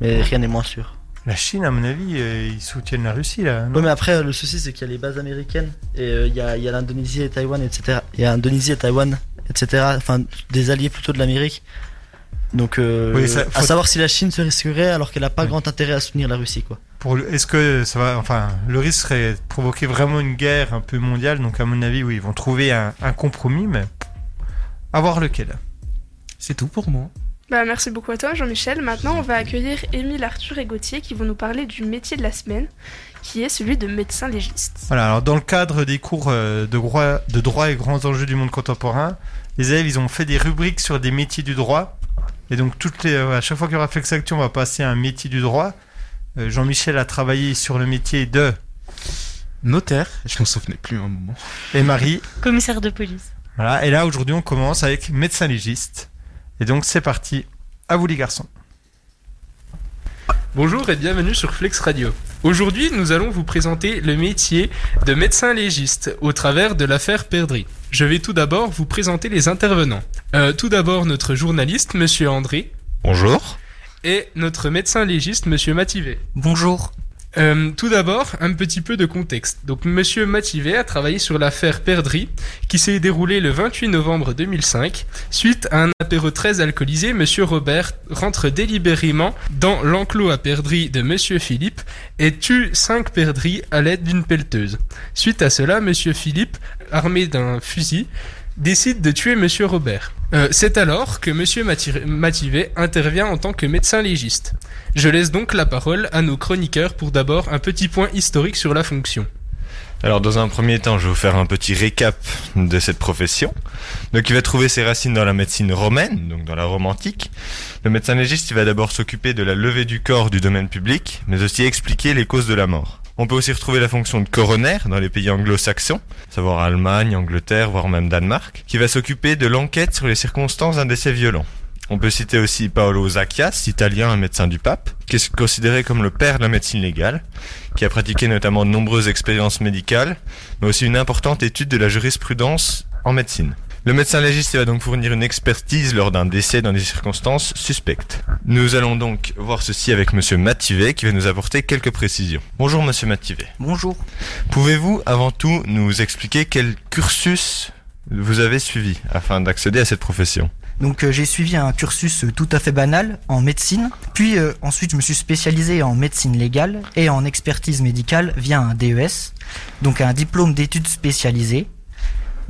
[SPEAKER 2] Mais rien n'est moins sûr.
[SPEAKER 1] La Chine, à mon avis, euh, ils soutiennent la Russie là. non
[SPEAKER 2] Ouais, mais après, euh, le souci, c'est qu'il y a les bases américaines, et euh, il y a, il y a l'Indonésie et Taïwan, etc. Il y a Indonésie et Taïwan, etc. Enfin, des alliés plutôt de l'Amérique. Donc, euh,
[SPEAKER 1] Oui, ça-
[SPEAKER 2] à
[SPEAKER 1] faut-
[SPEAKER 2] savoir si la Chine se risquerait alors qu'elle a pas
[SPEAKER 1] Ouais.
[SPEAKER 2] grand intérêt à soutenir la Russie, quoi.
[SPEAKER 1] Pour le- est-ce que ça va, enfin, le risque serait de provoquer vraiment une guerre un peu mondiale. Donc à mon avis, oui, ils vont trouver un, un compromis, mais à voir lequel.
[SPEAKER 4] C'est tout pour moi.
[SPEAKER 6] Bah, merci beaucoup à toi, Jean-Michel. Maintenant, on va accueillir Émile, Arthur et Gauthier qui vont nous parler du métier de la semaine, qui est celui de médecin légiste.
[SPEAKER 1] Voilà. Alors dans le cadre des cours euh, de droit, de droit et grands enjeux du monde contemporain, les élèves, ils ont fait des rubriques sur des métiers du droit. Et donc toutes les, euh, à chaque fois qu'il y aura Flex Actu, on va passer à un métier du droit. Euh, Jean-Michel a travaillé sur le métier de
[SPEAKER 4] Notaire, je m'en souvenais plus un moment.
[SPEAKER 1] et Marie.
[SPEAKER 10] Commissaire de police.
[SPEAKER 1] Voilà. Et là aujourd'hui, on commence avec médecin légiste. Et donc c'est parti. À vous les garçons.
[SPEAKER 11] Bonjour et bienvenue sur Flex Radio. Aujourd'hui, nous allons vous présenter le métier de médecin légiste au travers de l'affaire Perdri. Je vais tout d'abord vous présenter les intervenants. Euh, tout d'abord, notre journaliste, monsieur André,
[SPEAKER 12] Bonjour.
[SPEAKER 11] et notre médecin légiste, monsieur Mativet.
[SPEAKER 12] Bonjour.
[SPEAKER 11] Euh, tout d'abord, un petit peu de contexte. Donc, Monsieur Mativet a travaillé sur l'affaire Perdri, qui s'est déroulée le 28 novembre 2005. Suite à un apéro très alcoolisé, Monsieur Robert rentre délibérément dans l'enclos à Perdri de Monsieur Philippe et tue cinq Perdri à l'aide d'une pelleteuse. Suite à cela, Monsieur Philippe, armé d'un fusil, décide de tuer Monsieur Robert. Euh, C'est alors que Monsieur Mati- Mativet intervient en tant que médecin légiste. Je laisse donc la parole à nos chroniqueurs pour d'abord un petit point historique sur la fonction.
[SPEAKER 12] Alors dans un premier temps, je vais vous faire un petit récap de cette profession. Donc il va trouver ses racines dans la médecine romaine, donc dans la Rome antique. Le médecin légiste, il va d'abord s'occuper de la levée du corps du domaine public, mais aussi expliquer les causes de la mort. On peut aussi retrouver la fonction de coroner dans les pays anglo-saxons, à savoir Allemagne, Angleterre, voire même Danemark, qui va s'occuper de l'enquête sur les circonstances d'un décès violent. On peut citer aussi Paolo Zacchias, italien, un médecin du pape, qui est considéré comme le père de la médecine légale, qui a pratiqué notamment de nombreuses expériences médicales, mais aussi une importante étude de la jurisprudence en médecine. Le médecin légiste il va donc fournir une expertise lors d'un décès dans des circonstances suspectes. Nous allons donc voir ceci avec Monsieur Mativet qui va nous apporter quelques précisions. Bonjour Monsieur Mativet.
[SPEAKER 13] Bonjour.
[SPEAKER 12] Pouvez-vous avant tout nous expliquer quel cursus vous avez suivi afin d'accéder à cette profession
[SPEAKER 13] Donc euh, j'ai suivi un cursus euh, tout à fait banal en médecine, puis euh, ensuite je me suis spécialisé en médecine légale et en expertise médicale via un DES, donc un diplôme d'études spécialisées,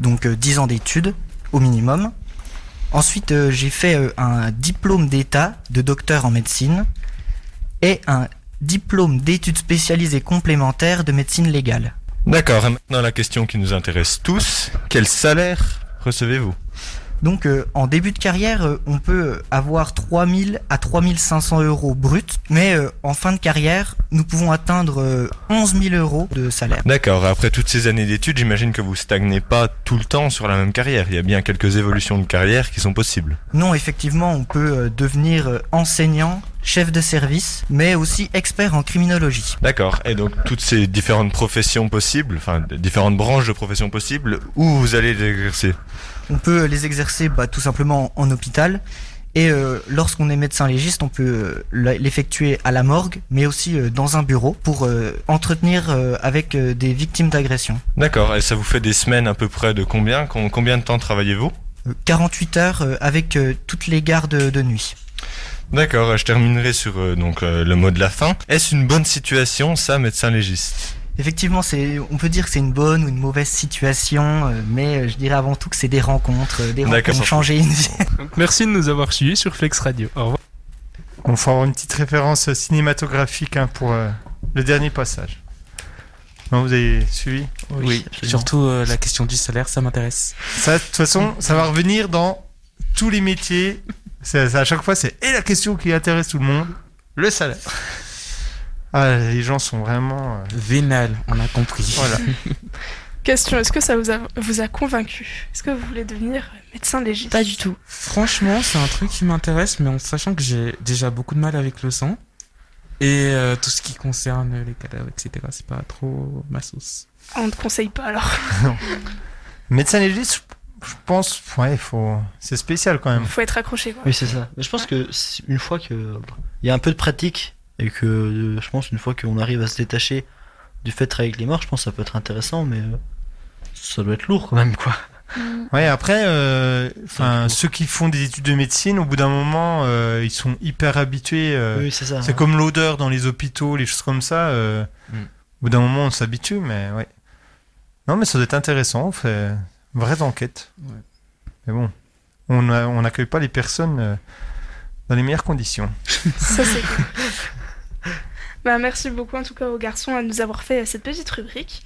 [SPEAKER 13] donc euh, 10 ans d'études au minimum. Ensuite euh, j'ai fait euh, un diplôme d'état de docteur en médecine et un diplôme d'études spécialisées complémentaires de médecine légale.
[SPEAKER 12] D'accord, et maintenant la question qui nous intéresse tous, quel salaire recevez-vous
[SPEAKER 13] Donc euh, en début de carrière, euh, on peut avoir 3000 à 3500 euros bruts, mais euh, en fin de carrière, nous pouvons atteindre euh, 11 000 euros de salaire.
[SPEAKER 12] D'accord, après toutes ces années d'études, j'imagine que vous stagnez pas tout le temps sur la même carrière. Il y a bien quelques évolutions de carrière qui sont possibles.
[SPEAKER 13] Non, effectivement, on peut euh, devenir euh, enseignant chef de service, mais aussi expert en criminologie.
[SPEAKER 12] D'accord. Et donc toutes ces différentes professions possibles, enfin différentes branches de professions possibles, où vous allez les exercer
[SPEAKER 13] On peut les exercer bah, tout simplement en hôpital. Et euh, lorsqu'on est médecin légiste, on peut euh, la- l'effectuer à la morgue, mais aussi euh, dans un bureau pour euh, entretenir euh, avec euh, des victimes d'agression.
[SPEAKER 12] D'accord. Et ça vous fait des semaines à peu près de combien Com- Combien de temps travaillez-vous
[SPEAKER 13] Euh, 48 heures euh, avec euh, toutes les gardes de nuit.
[SPEAKER 12] D'accord. Je terminerai sur euh, donc euh, le mot de la fin. Est-ce une bonne situation, ça, médecin légiste
[SPEAKER 13] Effectivement, c'est, on peut dire que c'est une bonne ou une mauvaise situation, euh, mais euh, je dirais avant tout que c'est des rencontres, euh, des
[SPEAKER 12] D'accord.
[SPEAKER 13] rencontres ont changé une vie.
[SPEAKER 11] Donc, merci de nous avoir suivis sur Flex Radio. Au revoir.
[SPEAKER 1] On faut avoir une petite référence cinématographique hein, pour euh, le dernier passage. Non, vous avez suivi
[SPEAKER 4] Oui, surtout euh, la question du salaire, ça m'intéresse.
[SPEAKER 1] Ça, de toute façon, ça va revenir dans tous les métiers. C'est, c'est- à chaque fois, c'est et la question qui intéresse tout le monde, le salaire. Ah, les gens sont vraiment euh,
[SPEAKER 4] vénal, on a compris.
[SPEAKER 1] Voilà.
[SPEAKER 6] Question, est-ce que ça vous a, vous a convaincu Est-ce que vous voulez devenir médecin légiste
[SPEAKER 10] Pas du tout.
[SPEAKER 4] Franchement, c'est un truc qui m'intéresse, mais en sachant que j'ai déjà beaucoup de mal avec le sang et euh, tout ce qui concerne les cadavres, etc. C'est pas trop ma sauce.
[SPEAKER 6] On ne conseille pas alors.
[SPEAKER 1] Médecin légiste, je- je pense, ouais, faut, c'est spécial quand même.
[SPEAKER 6] Faut être accroché quoi.
[SPEAKER 2] Oui, c'est ça. Mais je pense que si- une fois que il y a un peu de pratique et que euh, je pense une fois qu'on arrive à se détacher du fait de travailler avec les morts, je pense que ça peut être intéressant, mais euh, ça doit être lourd quand même, quoi.
[SPEAKER 6] Mm.
[SPEAKER 1] Ouais, après, euh, enfin, ceux qui font des études de médecine, au bout d'un moment, euh, ils sont hyper habitués. euh,
[SPEAKER 2] Oui, c'est ça. Mm.
[SPEAKER 1] C'est comme l'odeur dans les hôpitaux, les choses comme ça. euh, Au bout d'un moment, on s'habitue, mais ouais. Non, mais ça doit être intéressant. On fait vraie enquête. Mais bon, on a- on n'accueille pas les personnes euh, dans les meilleures conditions.
[SPEAKER 6] Ça c'est cool. Bah, merci beaucoup en tout cas aux garçons à nous avoir fait cette petite rubrique.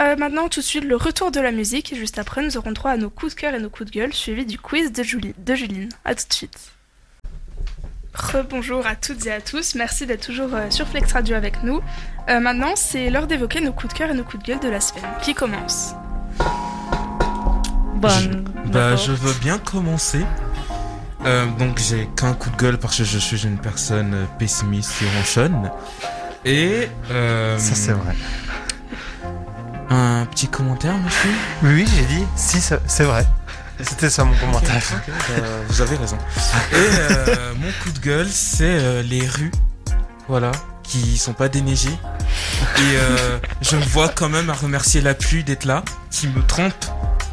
[SPEAKER 6] Euh, maintenant tout de suite le retour de la musique et juste après nous aurons droit à nos coups de cœur et nos coups de gueule suivis du quiz de, Julie, de Juline. À tout de suite. Rebonjour à toutes et à tous, merci d'être toujours euh, sur Flex Radio avec nous. Euh, maintenant c'est l'heure d'évoquer nos coups de cœur et nos coups de gueule de la semaine. Qui commence
[SPEAKER 10] Bah,
[SPEAKER 4] Je- Bah, je veux bien commencer. Euh, donc, j'ai qu'un coup de gueule parce que je suis une personne euh, pessimiste et ronchonne. Et. euh,
[SPEAKER 1] Ça, c'est vrai.
[SPEAKER 4] Un petit commentaire, monsieur
[SPEAKER 1] Oui, oui, j'ai dit, si, ça- c'est vrai. C'était ça mon commentaire.
[SPEAKER 4] Ok, ok, bah, vous avez raison. Et euh, mon coup de gueule, c'est euh, les rues, voilà, qui sont pas déneigées. Et euh, je me vois quand même à remercier la pluie d'être là, qui me trompe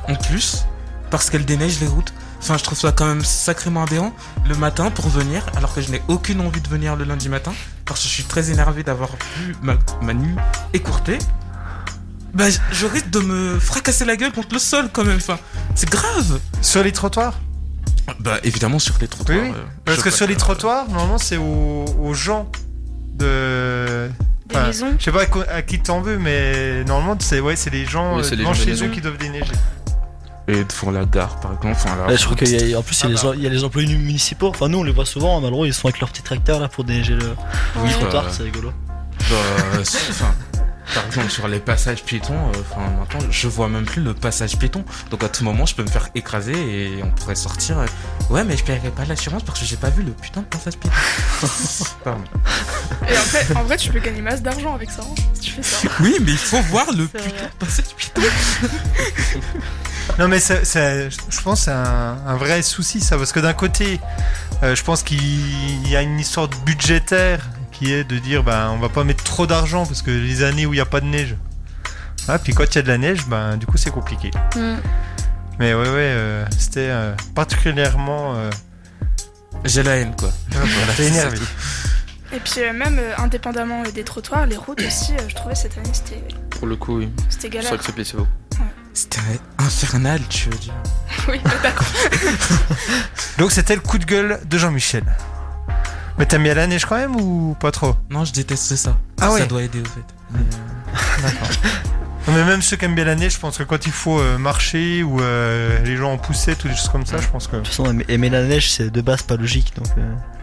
[SPEAKER 4] en plus, parce qu'elle déneige les routes. Enfin, je trouve ça quand même sacrément aberrant le matin pour venir, alors que je n'ai aucune envie de venir le lundi matin, parce que je suis très énervé d'avoir vu ma, ma nuit écourtée. Bah, je- je risque de me fracasser la gueule contre le sol quand même. Enfin, c'est
[SPEAKER 2] Ah,
[SPEAKER 4] grave.
[SPEAKER 1] Sur les trottoirs
[SPEAKER 4] Bah évidemment sur les trottoirs. euh,
[SPEAKER 1] Oui, oui. Parce que sur les trottoirs, normalement, c'est aux, aux gens de.
[SPEAKER 10] Des maisons.
[SPEAKER 1] Je sais pas à, quoi- à qui t'en veux, mais normalement, c'est ouais, c'est les gens
[SPEAKER 4] Oui,
[SPEAKER 1] euh,
[SPEAKER 4] c'est les
[SPEAKER 1] devant
[SPEAKER 4] gens des
[SPEAKER 1] chez
[SPEAKER 4] maisons.
[SPEAKER 1] eux qui doivent déneiger.
[SPEAKER 4] Et devant la bah, gare par exemple. Enfin,
[SPEAKER 2] Ouais, je crois qu'il y a, en plus, il y,
[SPEAKER 4] Ah
[SPEAKER 2] a les em- il y a les employés municipaux. Enfin, nous, on les voit souvent. En Malraux, ils sont avec leurs petits tracteurs là pour déneiger le, le trottoir. C'est rigolo.
[SPEAKER 4] Bah, si, enfin, par exemple sur les passages piétons, euh, enfin maintenant je vois même plus le passage piéton. Donc à tout moment je peux me faire écraser et on pourrait sortir. euh, ouais mais je paierai pas l'assurance parce que j'ai pas vu le putain de passage piéton. Pardon.
[SPEAKER 6] Et en, fait, en vrai tu peux gagner masse d'argent avec ça hein, si tu fais ça.
[SPEAKER 4] Oui mais il faut voir le putain de passage piéton.
[SPEAKER 1] Non, mais ça, ça- je pense que c'est un, un vrai souci, ça. Parce que d'un côté, euh, je pense qu'il y a une histoire de budgétaire qui est de dire ben, on va pas mettre trop d'argent parce que les années où il n'y a pas de neige. Ah, puis quand il y a de la neige, ben, du coup, c'est compliqué. Mais ouais, ouais, euh, c'était euh, particulièrement. euh,
[SPEAKER 4] J'ai la haine quoi.
[SPEAKER 1] Ah, voilà, T'es
[SPEAKER 4] c'est ça
[SPEAKER 1] énervé.
[SPEAKER 4] tout.
[SPEAKER 6] Et puis euh, même euh, indépendamment euh, des trottoirs, les routes aussi, euh, je trouvais cette année c'était...
[SPEAKER 3] Pour le coup, oui.
[SPEAKER 6] C'était galère.
[SPEAKER 3] Sacré placebo.
[SPEAKER 4] C'était infernal, tu veux dire.
[SPEAKER 6] oui, mais d'accord.
[SPEAKER 1] Donc c'était le coup de gueule de Jean-Michel. Mais t'as mis à la neige quand même ou pas trop
[SPEAKER 4] Non, je déteste ça.
[SPEAKER 1] Ah
[SPEAKER 4] ça
[SPEAKER 1] ouais.
[SPEAKER 4] doit aider au fait. euh,
[SPEAKER 1] D'accord. Non, mais même ceux qui aiment bien la neige, je pense que quand il faut euh, marcher ou euh, les gens en poussaient, toutes les choses comme ça, je pense que.
[SPEAKER 2] De toute façon, aimer- aimer la neige, c'est de base pas logique. Donc, euh,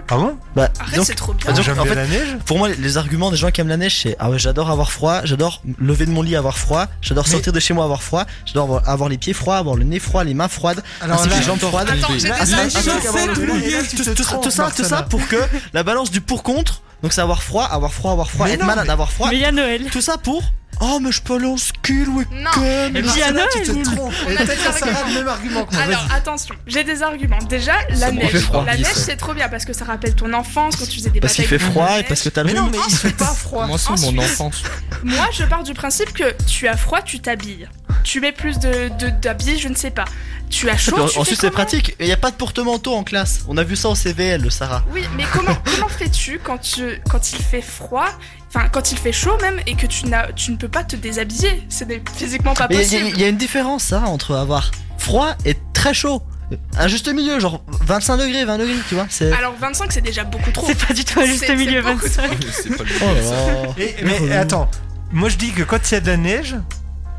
[SPEAKER 1] Ah bon
[SPEAKER 2] Bah,
[SPEAKER 6] Arrête,
[SPEAKER 2] donc-
[SPEAKER 6] c'est trop bien.
[SPEAKER 2] bah, donc,
[SPEAKER 1] J'aime
[SPEAKER 2] en
[SPEAKER 1] bien
[SPEAKER 2] fait,
[SPEAKER 1] la neige.
[SPEAKER 2] Pour moi, les- les arguments des gens qui aiment la neige, c'est Ah ouais, j'adore avoir froid, j'adore me lever de mon lit avoir froid, j'adore sortir de chez moi avoir froid, j'adore avoir, avoir les pieds froids, avoir le nez froid, les mains froides,
[SPEAKER 1] Alors
[SPEAKER 2] ainsi que
[SPEAKER 1] là-
[SPEAKER 2] les jambes froides.
[SPEAKER 1] Attends, j'ai
[SPEAKER 2] Ainsi-
[SPEAKER 1] des
[SPEAKER 2] ainsi
[SPEAKER 1] chaussettes
[SPEAKER 2] qu'avoir le-
[SPEAKER 1] mouillées, tu te
[SPEAKER 2] tout- tout-
[SPEAKER 1] trompes,
[SPEAKER 2] Tout ça, tout ça
[SPEAKER 1] Marcella.
[SPEAKER 2] pour que la balance du pour-contre, donc c'est avoir froid, avoir froid, avoir froid,
[SPEAKER 1] Mais
[SPEAKER 2] être
[SPEAKER 1] non,
[SPEAKER 2] malade,
[SPEAKER 1] mais-
[SPEAKER 2] avoir froid.
[SPEAKER 10] Mais il y a Noël.
[SPEAKER 2] Tout ça pour Oh, mais je peux aller au ski le week-end.
[SPEAKER 1] Et
[SPEAKER 2] Marcella,
[SPEAKER 1] Marcella,
[SPEAKER 2] tu te trompes.
[SPEAKER 1] Et
[SPEAKER 6] On a
[SPEAKER 1] peut-être
[SPEAKER 6] des
[SPEAKER 1] que ça
[SPEAKER 6] arguments.
[SPEAKER 1] a le même argument que moi.
[SPEAKER 6] Alors
[SPEAKER 1] Vas-y.
[SPEAKER 6] attention, j'ai des arguments. Déjà, la
[SPEAKER 2] Ça me fait
[SPEAKER 6] neige.
[SPEAKER 2] froid,
[SPEAKER 6] la
[SPEAKER 2] dis
[SPEAKER 6] neige,
[SPEAKER 2] ça.
[SPEAKER 6] c'est trop bien parce que ça rappelle ton enfance quand tu faisais des
[SPEAKER 2] Parce qu'il
[SPEAKER 6] batailles
[SPEAKER 2] fait
[SPEAKER 6] contre
[SPEAKER 2] froid
[SPEAKER 6] la
[SPEAKER 2] et parce que t'as le
[SPEAKER 6] neige. Mais non,
[SPEAKER 2] rhume.
[SPEAKER 6] il fait pas froid.
[SPEAKER 3] Moi, c'est mon
[SPEAKER 6] Ensuite,
[SPEAKER 3] enfance.
[SPEAKER 6] Moi, je pars du principe que tu as froid, tu t'habilles. Tu mets plus de de- d'habits, je ne sais pas. Tu as chaud,
[SPEAKER 2] Puis en-
[SPEAKER 6] tu fais
[SPEAKER 2] Ensuite, c'est
[SPEAKER 6] comment
[SPEAKER 2] pratique. Il n'y a pas de porte-manteau en classe. On a vu ça au CVL, le Sarah.
[SPEAKER 6] Oui, mais comment, comment fais-tu quand, tu- quand il fait froid, enfin quand il fait chaud même, et que tu, n'as- tu ne peux pas te déshabiller C'est des- physiquement pas
[SPEAKER 2] Mais il y a-
[SPEAKER 6] possible.
[SPEAKER 2] il y, a une différence, ça, entre avoir froid et très chaud. Un juste milieu, genre 25 degrés, 20 degrés, tu vois. C'est.
[SPEAKER 6] Alors 25 c'est déjà beaucoup trop.
[SPEAKER 10] C'est pas du tout un juste
[SPEAKER 6] C'est- c'est
[SPEAKER 10] milieu,
[SPEAKER 6] beaucoup
[SPEAKER 10] 25.
[SPEAKER 6] trop.
[SPEAKER 2] Oh là là.
[SPEAKER 1] Et- mais et attends, moi je dis que quand il y a de la neige,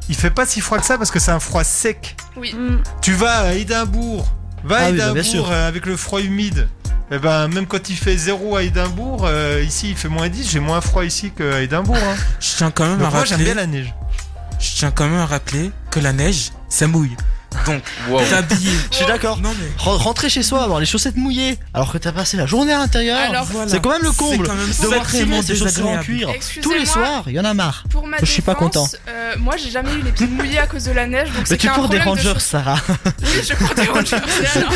[SPEAKER 1] il fait pas si froid que ça parce que c'est un froid sec.
[SPEAKER 6] Oui.
[SPEAKER 1] Tu vas à Édimbourg, va à
[SPEAKER 2] Ah oui, bah, bien
[SPEAKER 1] Édimbourg
[SPEAKER 2] sûr.
[SPEAKER 1] euh, avec le froid humide. Et ben même quand il fait zéro à Édimbourg, euh, ici il fait moins 10, j'ai moins froid ici qu'à Édimbourg. hein.
[SPEAKER 4] Je tiens quand même
[SPEAKER 1] Donc
[SPEAKER 4] à
[SPEAKER 1] moi j'aime
[SPEAKER 4] rappeler-
[SPEAKER 1] bien la neige.
[SPEAKER 4] Je tiens quand même à rappeler que la neige, ça mouille. Donc,
[SPEAKER 3] Wow.
[SPEAKER 4] t'habiller.
[SPEAKER 2] Je suis d'accord.
[SPEAKER 4] Non mais.
[SPEAKER 2] Re- Rentrer chez soi, avoir les chaussettes mouillées, alors que t'as passé la journée à l'intérieur,
[SPEAKER 6] Alors,
[SPEAKER 2] c'est quand même le
[SPEAKER 4] c'est
[SPEAKER 2] comble.
[SPEAKER 4] quand même
[SPEAKER 2] Devoir trier
[SPEAKER 4] sacrément
[SPEAKER 2] ses chaussures en
[SPEAKER 4] désagréable.
[SPEAKER 2] cuir tous
[SPEAKER 6] Excusez-moi.
[SPEAKER 2] les soirs, il y en a marre.
[SPEAKER 6] Pour ma
[SPEAKER 2] Je suis pas
[SPEAKER 6] défense,
[SPEAKER 2] content.
[SPEAKER 6] euh, moi j'ai jamais eu les pieds mouillés à cause de la neige, donc
[SPEAKER 2] Mais
[SPEAKER 6] c'est
[SPEAKER 2] tu
[SPEAKER 6] qu'un
[SPEAKER 2] portes des
[SPEAKER 6] problème de
[SPEAKER 2] rangers,
[SPEAKER 6] chaussures.
[SPEAKER 2] Sarah.
[SPEAKER 6] Oui, je porte des rangers. mais alors.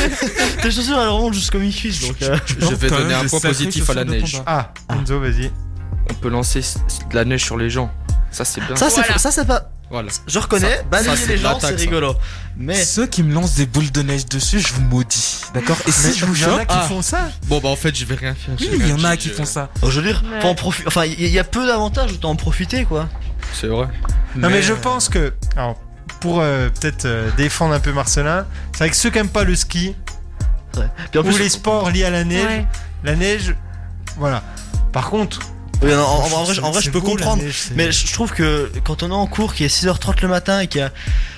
[SPEAKER 2] Tes chaussures elles remontent jusqu'au mi-cuisse donc. euh,
[SPEAKER 3] Je vais
[SPEAKER 4] quand
[SPEAKER 3] donner
[SPEAKER 4] même
[SPEAKER 3] un
[SPEAKER 4] des
[SPEAKER 3] point
[SPEAKER 4] sacrées
[SPEAKER 3] positif à la
[SPEAKER 4] chaussures de
[SPEAKER 3] neige.
[SPEAKER 4] combat.
[SPEAKER 1] Ah, Enzo, vas-y.
[SPEAKER 3] On peut lancer s- de la neige sur les gens. Ça, c'est bien.
[SPEAKER 2] Ça c'est
[SPEAKER 6] Voilà.
[SPEAKER 2] ça c'est pas.
[SPEAKER 3] Voilà.
[SPEAKER 2] Je reconnais,
[SPEAKER 3] Ça- ça,
[SPEAKER 2] balayer
[SPEAKER 3] c'est
[SPEAKER 2] les
[SPEAKER 3] de
[SPEAKER 2] gens
[SPEAKER 3] l'attaque,
[SPEAKER 2] c'est
[SPEAKER 3] ça.
[SPEAKER 2] rigolo. Mais
[SPEAKER 4] Ceux qui me lancent des boules de neige dessus, je vous maudis. D'accord Et si
[SPEAKER 1] Mais
[SPEAKER 4] je vous
[SPEAKER 1] il y en
[SPEAKER 4] chope
[SPEAKER 1] a qui
[SPEAKER 4] ah,
[SPEAKER 1] font ça.
[SPEAKER 3] Bon, bah, en fait, je vais rien faire.
[SPEAKER 4] Oui,
[SPEAKER 3] je vais
[SPEAKER 4] il y
[SPEAKER 3] rien
[SPEAKER 4] en a
[SPEAKER 3] dire,
[SPEAKER 4] qui
[SPEAKER 3] je-
[SPEAKER 4] font ça.
[SPEAKER 2] Oh, je veux dire,
[SPEAKER 10] Ouais.
[SPEAKER 2] faut en profi- Enfin, il y a peu d'avantages, autant en profiter quoi.
[SPEAKER 3] C'est vrai.
[SPEAKER 1] Non mais je pense que alors pour euh, peut-être euh, défendre un peu Marcelin, c'est vrai que ceux qui aiment pas le ski
[SPEAKER 2] Puis en
[SPEAKER 1] ou
[SPEAKER 2] plus,
[SPEAKER 1] les sports liés à la neige,
[SPEAKER 10] Ouais.
[SPEAKER 1] la neige voilà. Par contre,
[SPEAKER 2] Oui, non, en, en vrai, je- en vrai,
[SPEAKER 1] c'est
[SPEAKER 2] je peux
[SPEAKER 1] beau, la
[SPEAKER 2] comprendre.
[SPEAKER 1] neige, c'est-
[SPEAKER 2] Mais je je trouve que quand on est en cours, qui est 6h30 le matin et qu'il y a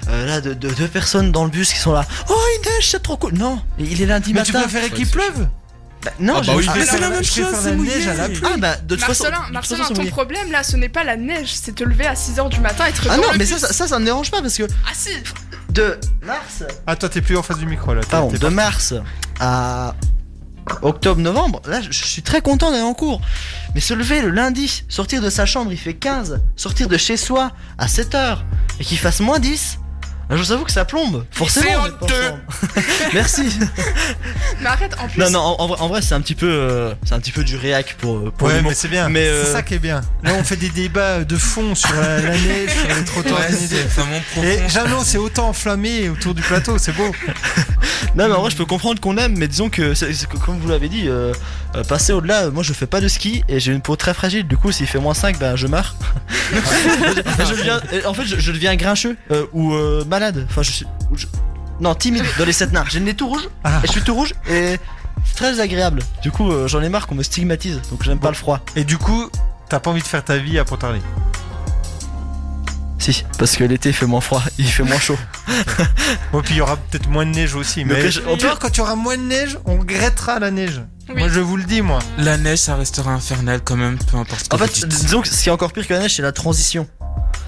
[SPEAKER 2] euh, là deux, deux- deux personnes dans le bus qui sont là, oh il neige, c'est trop cool. Non, il est lundi
[SPEAKER 1] mais tu
[SPEAKER 2] matin.
[SPEAKER 1] préférais
[SPEAKER 3] Ouais,
[SPEAKER 1] qu'il
[SPEAKER 3] c'est
[SPEAKER 1] pleuve
[SPEAKER 2] Bah, non,
[SPEAKER 3] Ah bah
[SPEAKER 2] je-
[SPEAKER 3] oui,
[SPEAKER 2] ah,
[SPEAKER 4] Mais c'est la
[SPEAKER 1] alors,
[SPEAKER 4] même
[SPEAKER 1] je préfère
[SPEAKER 4] chose,
[SPEAKER 1] la
[SPEAKER 4] c'est
[SPEAKER 1] neige
[SPEAKER 4] mouillé.
[SPEAKER 1] à la pluie.
[SPEAKER 2] ah, bah de toute façon,
[SPEAKER 6] Marcelin,
[SPEAKER 2] de toute
[SPEAKER 6] Marcelin,
[SPEAKER 2] façon, c'est
[SPEAKER 6] ton
[SPEAKER 2] mouillé.
[SPEAKER 6] problème là, ce n'est pas la neige, c'est te lever à 6h du matin et te
[SPEAKER 2] Ah
[SPEAKER 6] dans
[SPEAKER 2] non,
[SPEAKER 6] le
[SPEAKER 2] mais ça,
[SPEAKER 6] bus.
[SPEAKER 2] ça, ça, ça me dérange pas parce que
[SPEAKER 6] Ah si,
[SPEAKER 2] de mars,
[SPEAKER 1] Ah toi t'es plus en face du micro là. t'es-
[SPEAKER 2] pardon,
[SPEAKER 1] t'es
[SPEAKER 2] de mars à octobre-novembre, là, je je suis très content d'aller en cours. Mais se lever le lundi, sortir de sa chambre, il fait 15, sortir de chez soi à 7h et qu'il fasse moins 10. Je vous avoue que ça plombe, forcément.
[SPEAKER 6] C'est
[SPEAKER 2] vous êtes pas en
[SPEAKER 6] honteux.
[SPEAKER 2] forme. Merci.
[SPEAKER 6] mais arrête, en plus,
[SPEAKER 2] Non non, en, en vrai, en vrai, c'est un petit peu, euh, c'est un petit peu du réac pour, euh, pour
[SPEAKER 1] Ouais,
[SPEAKER 2] l'humour.
[SPEAKER 1] mais c'est bien.
[SPEAKER 2] Mais, euh,
[SPEAKER 1] C'est ça qui est bien. Là, on fait des débats de fond sur la, la neige, sur les trottoirs.
[SPEAKER 4] Ouais,
[SPEAKER 1] organisés.
[SPEAKER 4] c'est vraiment profond.
[SPEAKER 1] Et Jeannot, c'est autant enflammé autour du plateau, c'est beau.
[SPEAKER 2] Non mais en vrai, je peux comprendre qu'on aime, mais disons que, c'est- c'est que comme vous l'avez dit, euh, euh, passer au-delà, euh, moi je fais pas de ski et j'ai une peau très fragile. Du coup, s'il fait moins 5, ben je meurs. Et je deviens- et en fait, je, je deviens grincheux euh, ou euh, malade. Enfin, je suis, ou je- non timide dans les sept nains. J'ai le nez tout rouge
[SPEAKER 1] Ah.
[SPEAKER 2] et je suis tout rouge et c'est très agréable. Du coup, euh, j'en ai marre qu'on me stigmatise, donc j'aime pas le froid.
[SPEAKER 1] Et du coup, t'as pas envie de faire ta vie à Pontarlier.
[SPEAKER 2] Si, parce que l'été il fait moins froid, il fait moins chaud.
[SPEAKER 1] Bon, puis il y aura peut-être moins de neige aussi.
[SPEAKER 2] Le
[SPEAKER 1] Mais
[SPEAKER 2] pêche-
[SPEAKER 1] au pire, quand tu auras moins de neige, on regrettera la neige.
[SPEAKER 6] Oui.
[SPEAKER 1] Moi, je vous le dis, moi.
[SPEAKER 4] La neige, ça restera infernal quand même, peu importe ce que
[SPEAKER 2] En
[SPEAKER 4] vous
[SPEAKER 2] fait,
[SPEAKER 4] dites.
[SPEAKER 2] disons que ce qui est encore pire que la neige, c'est la transition.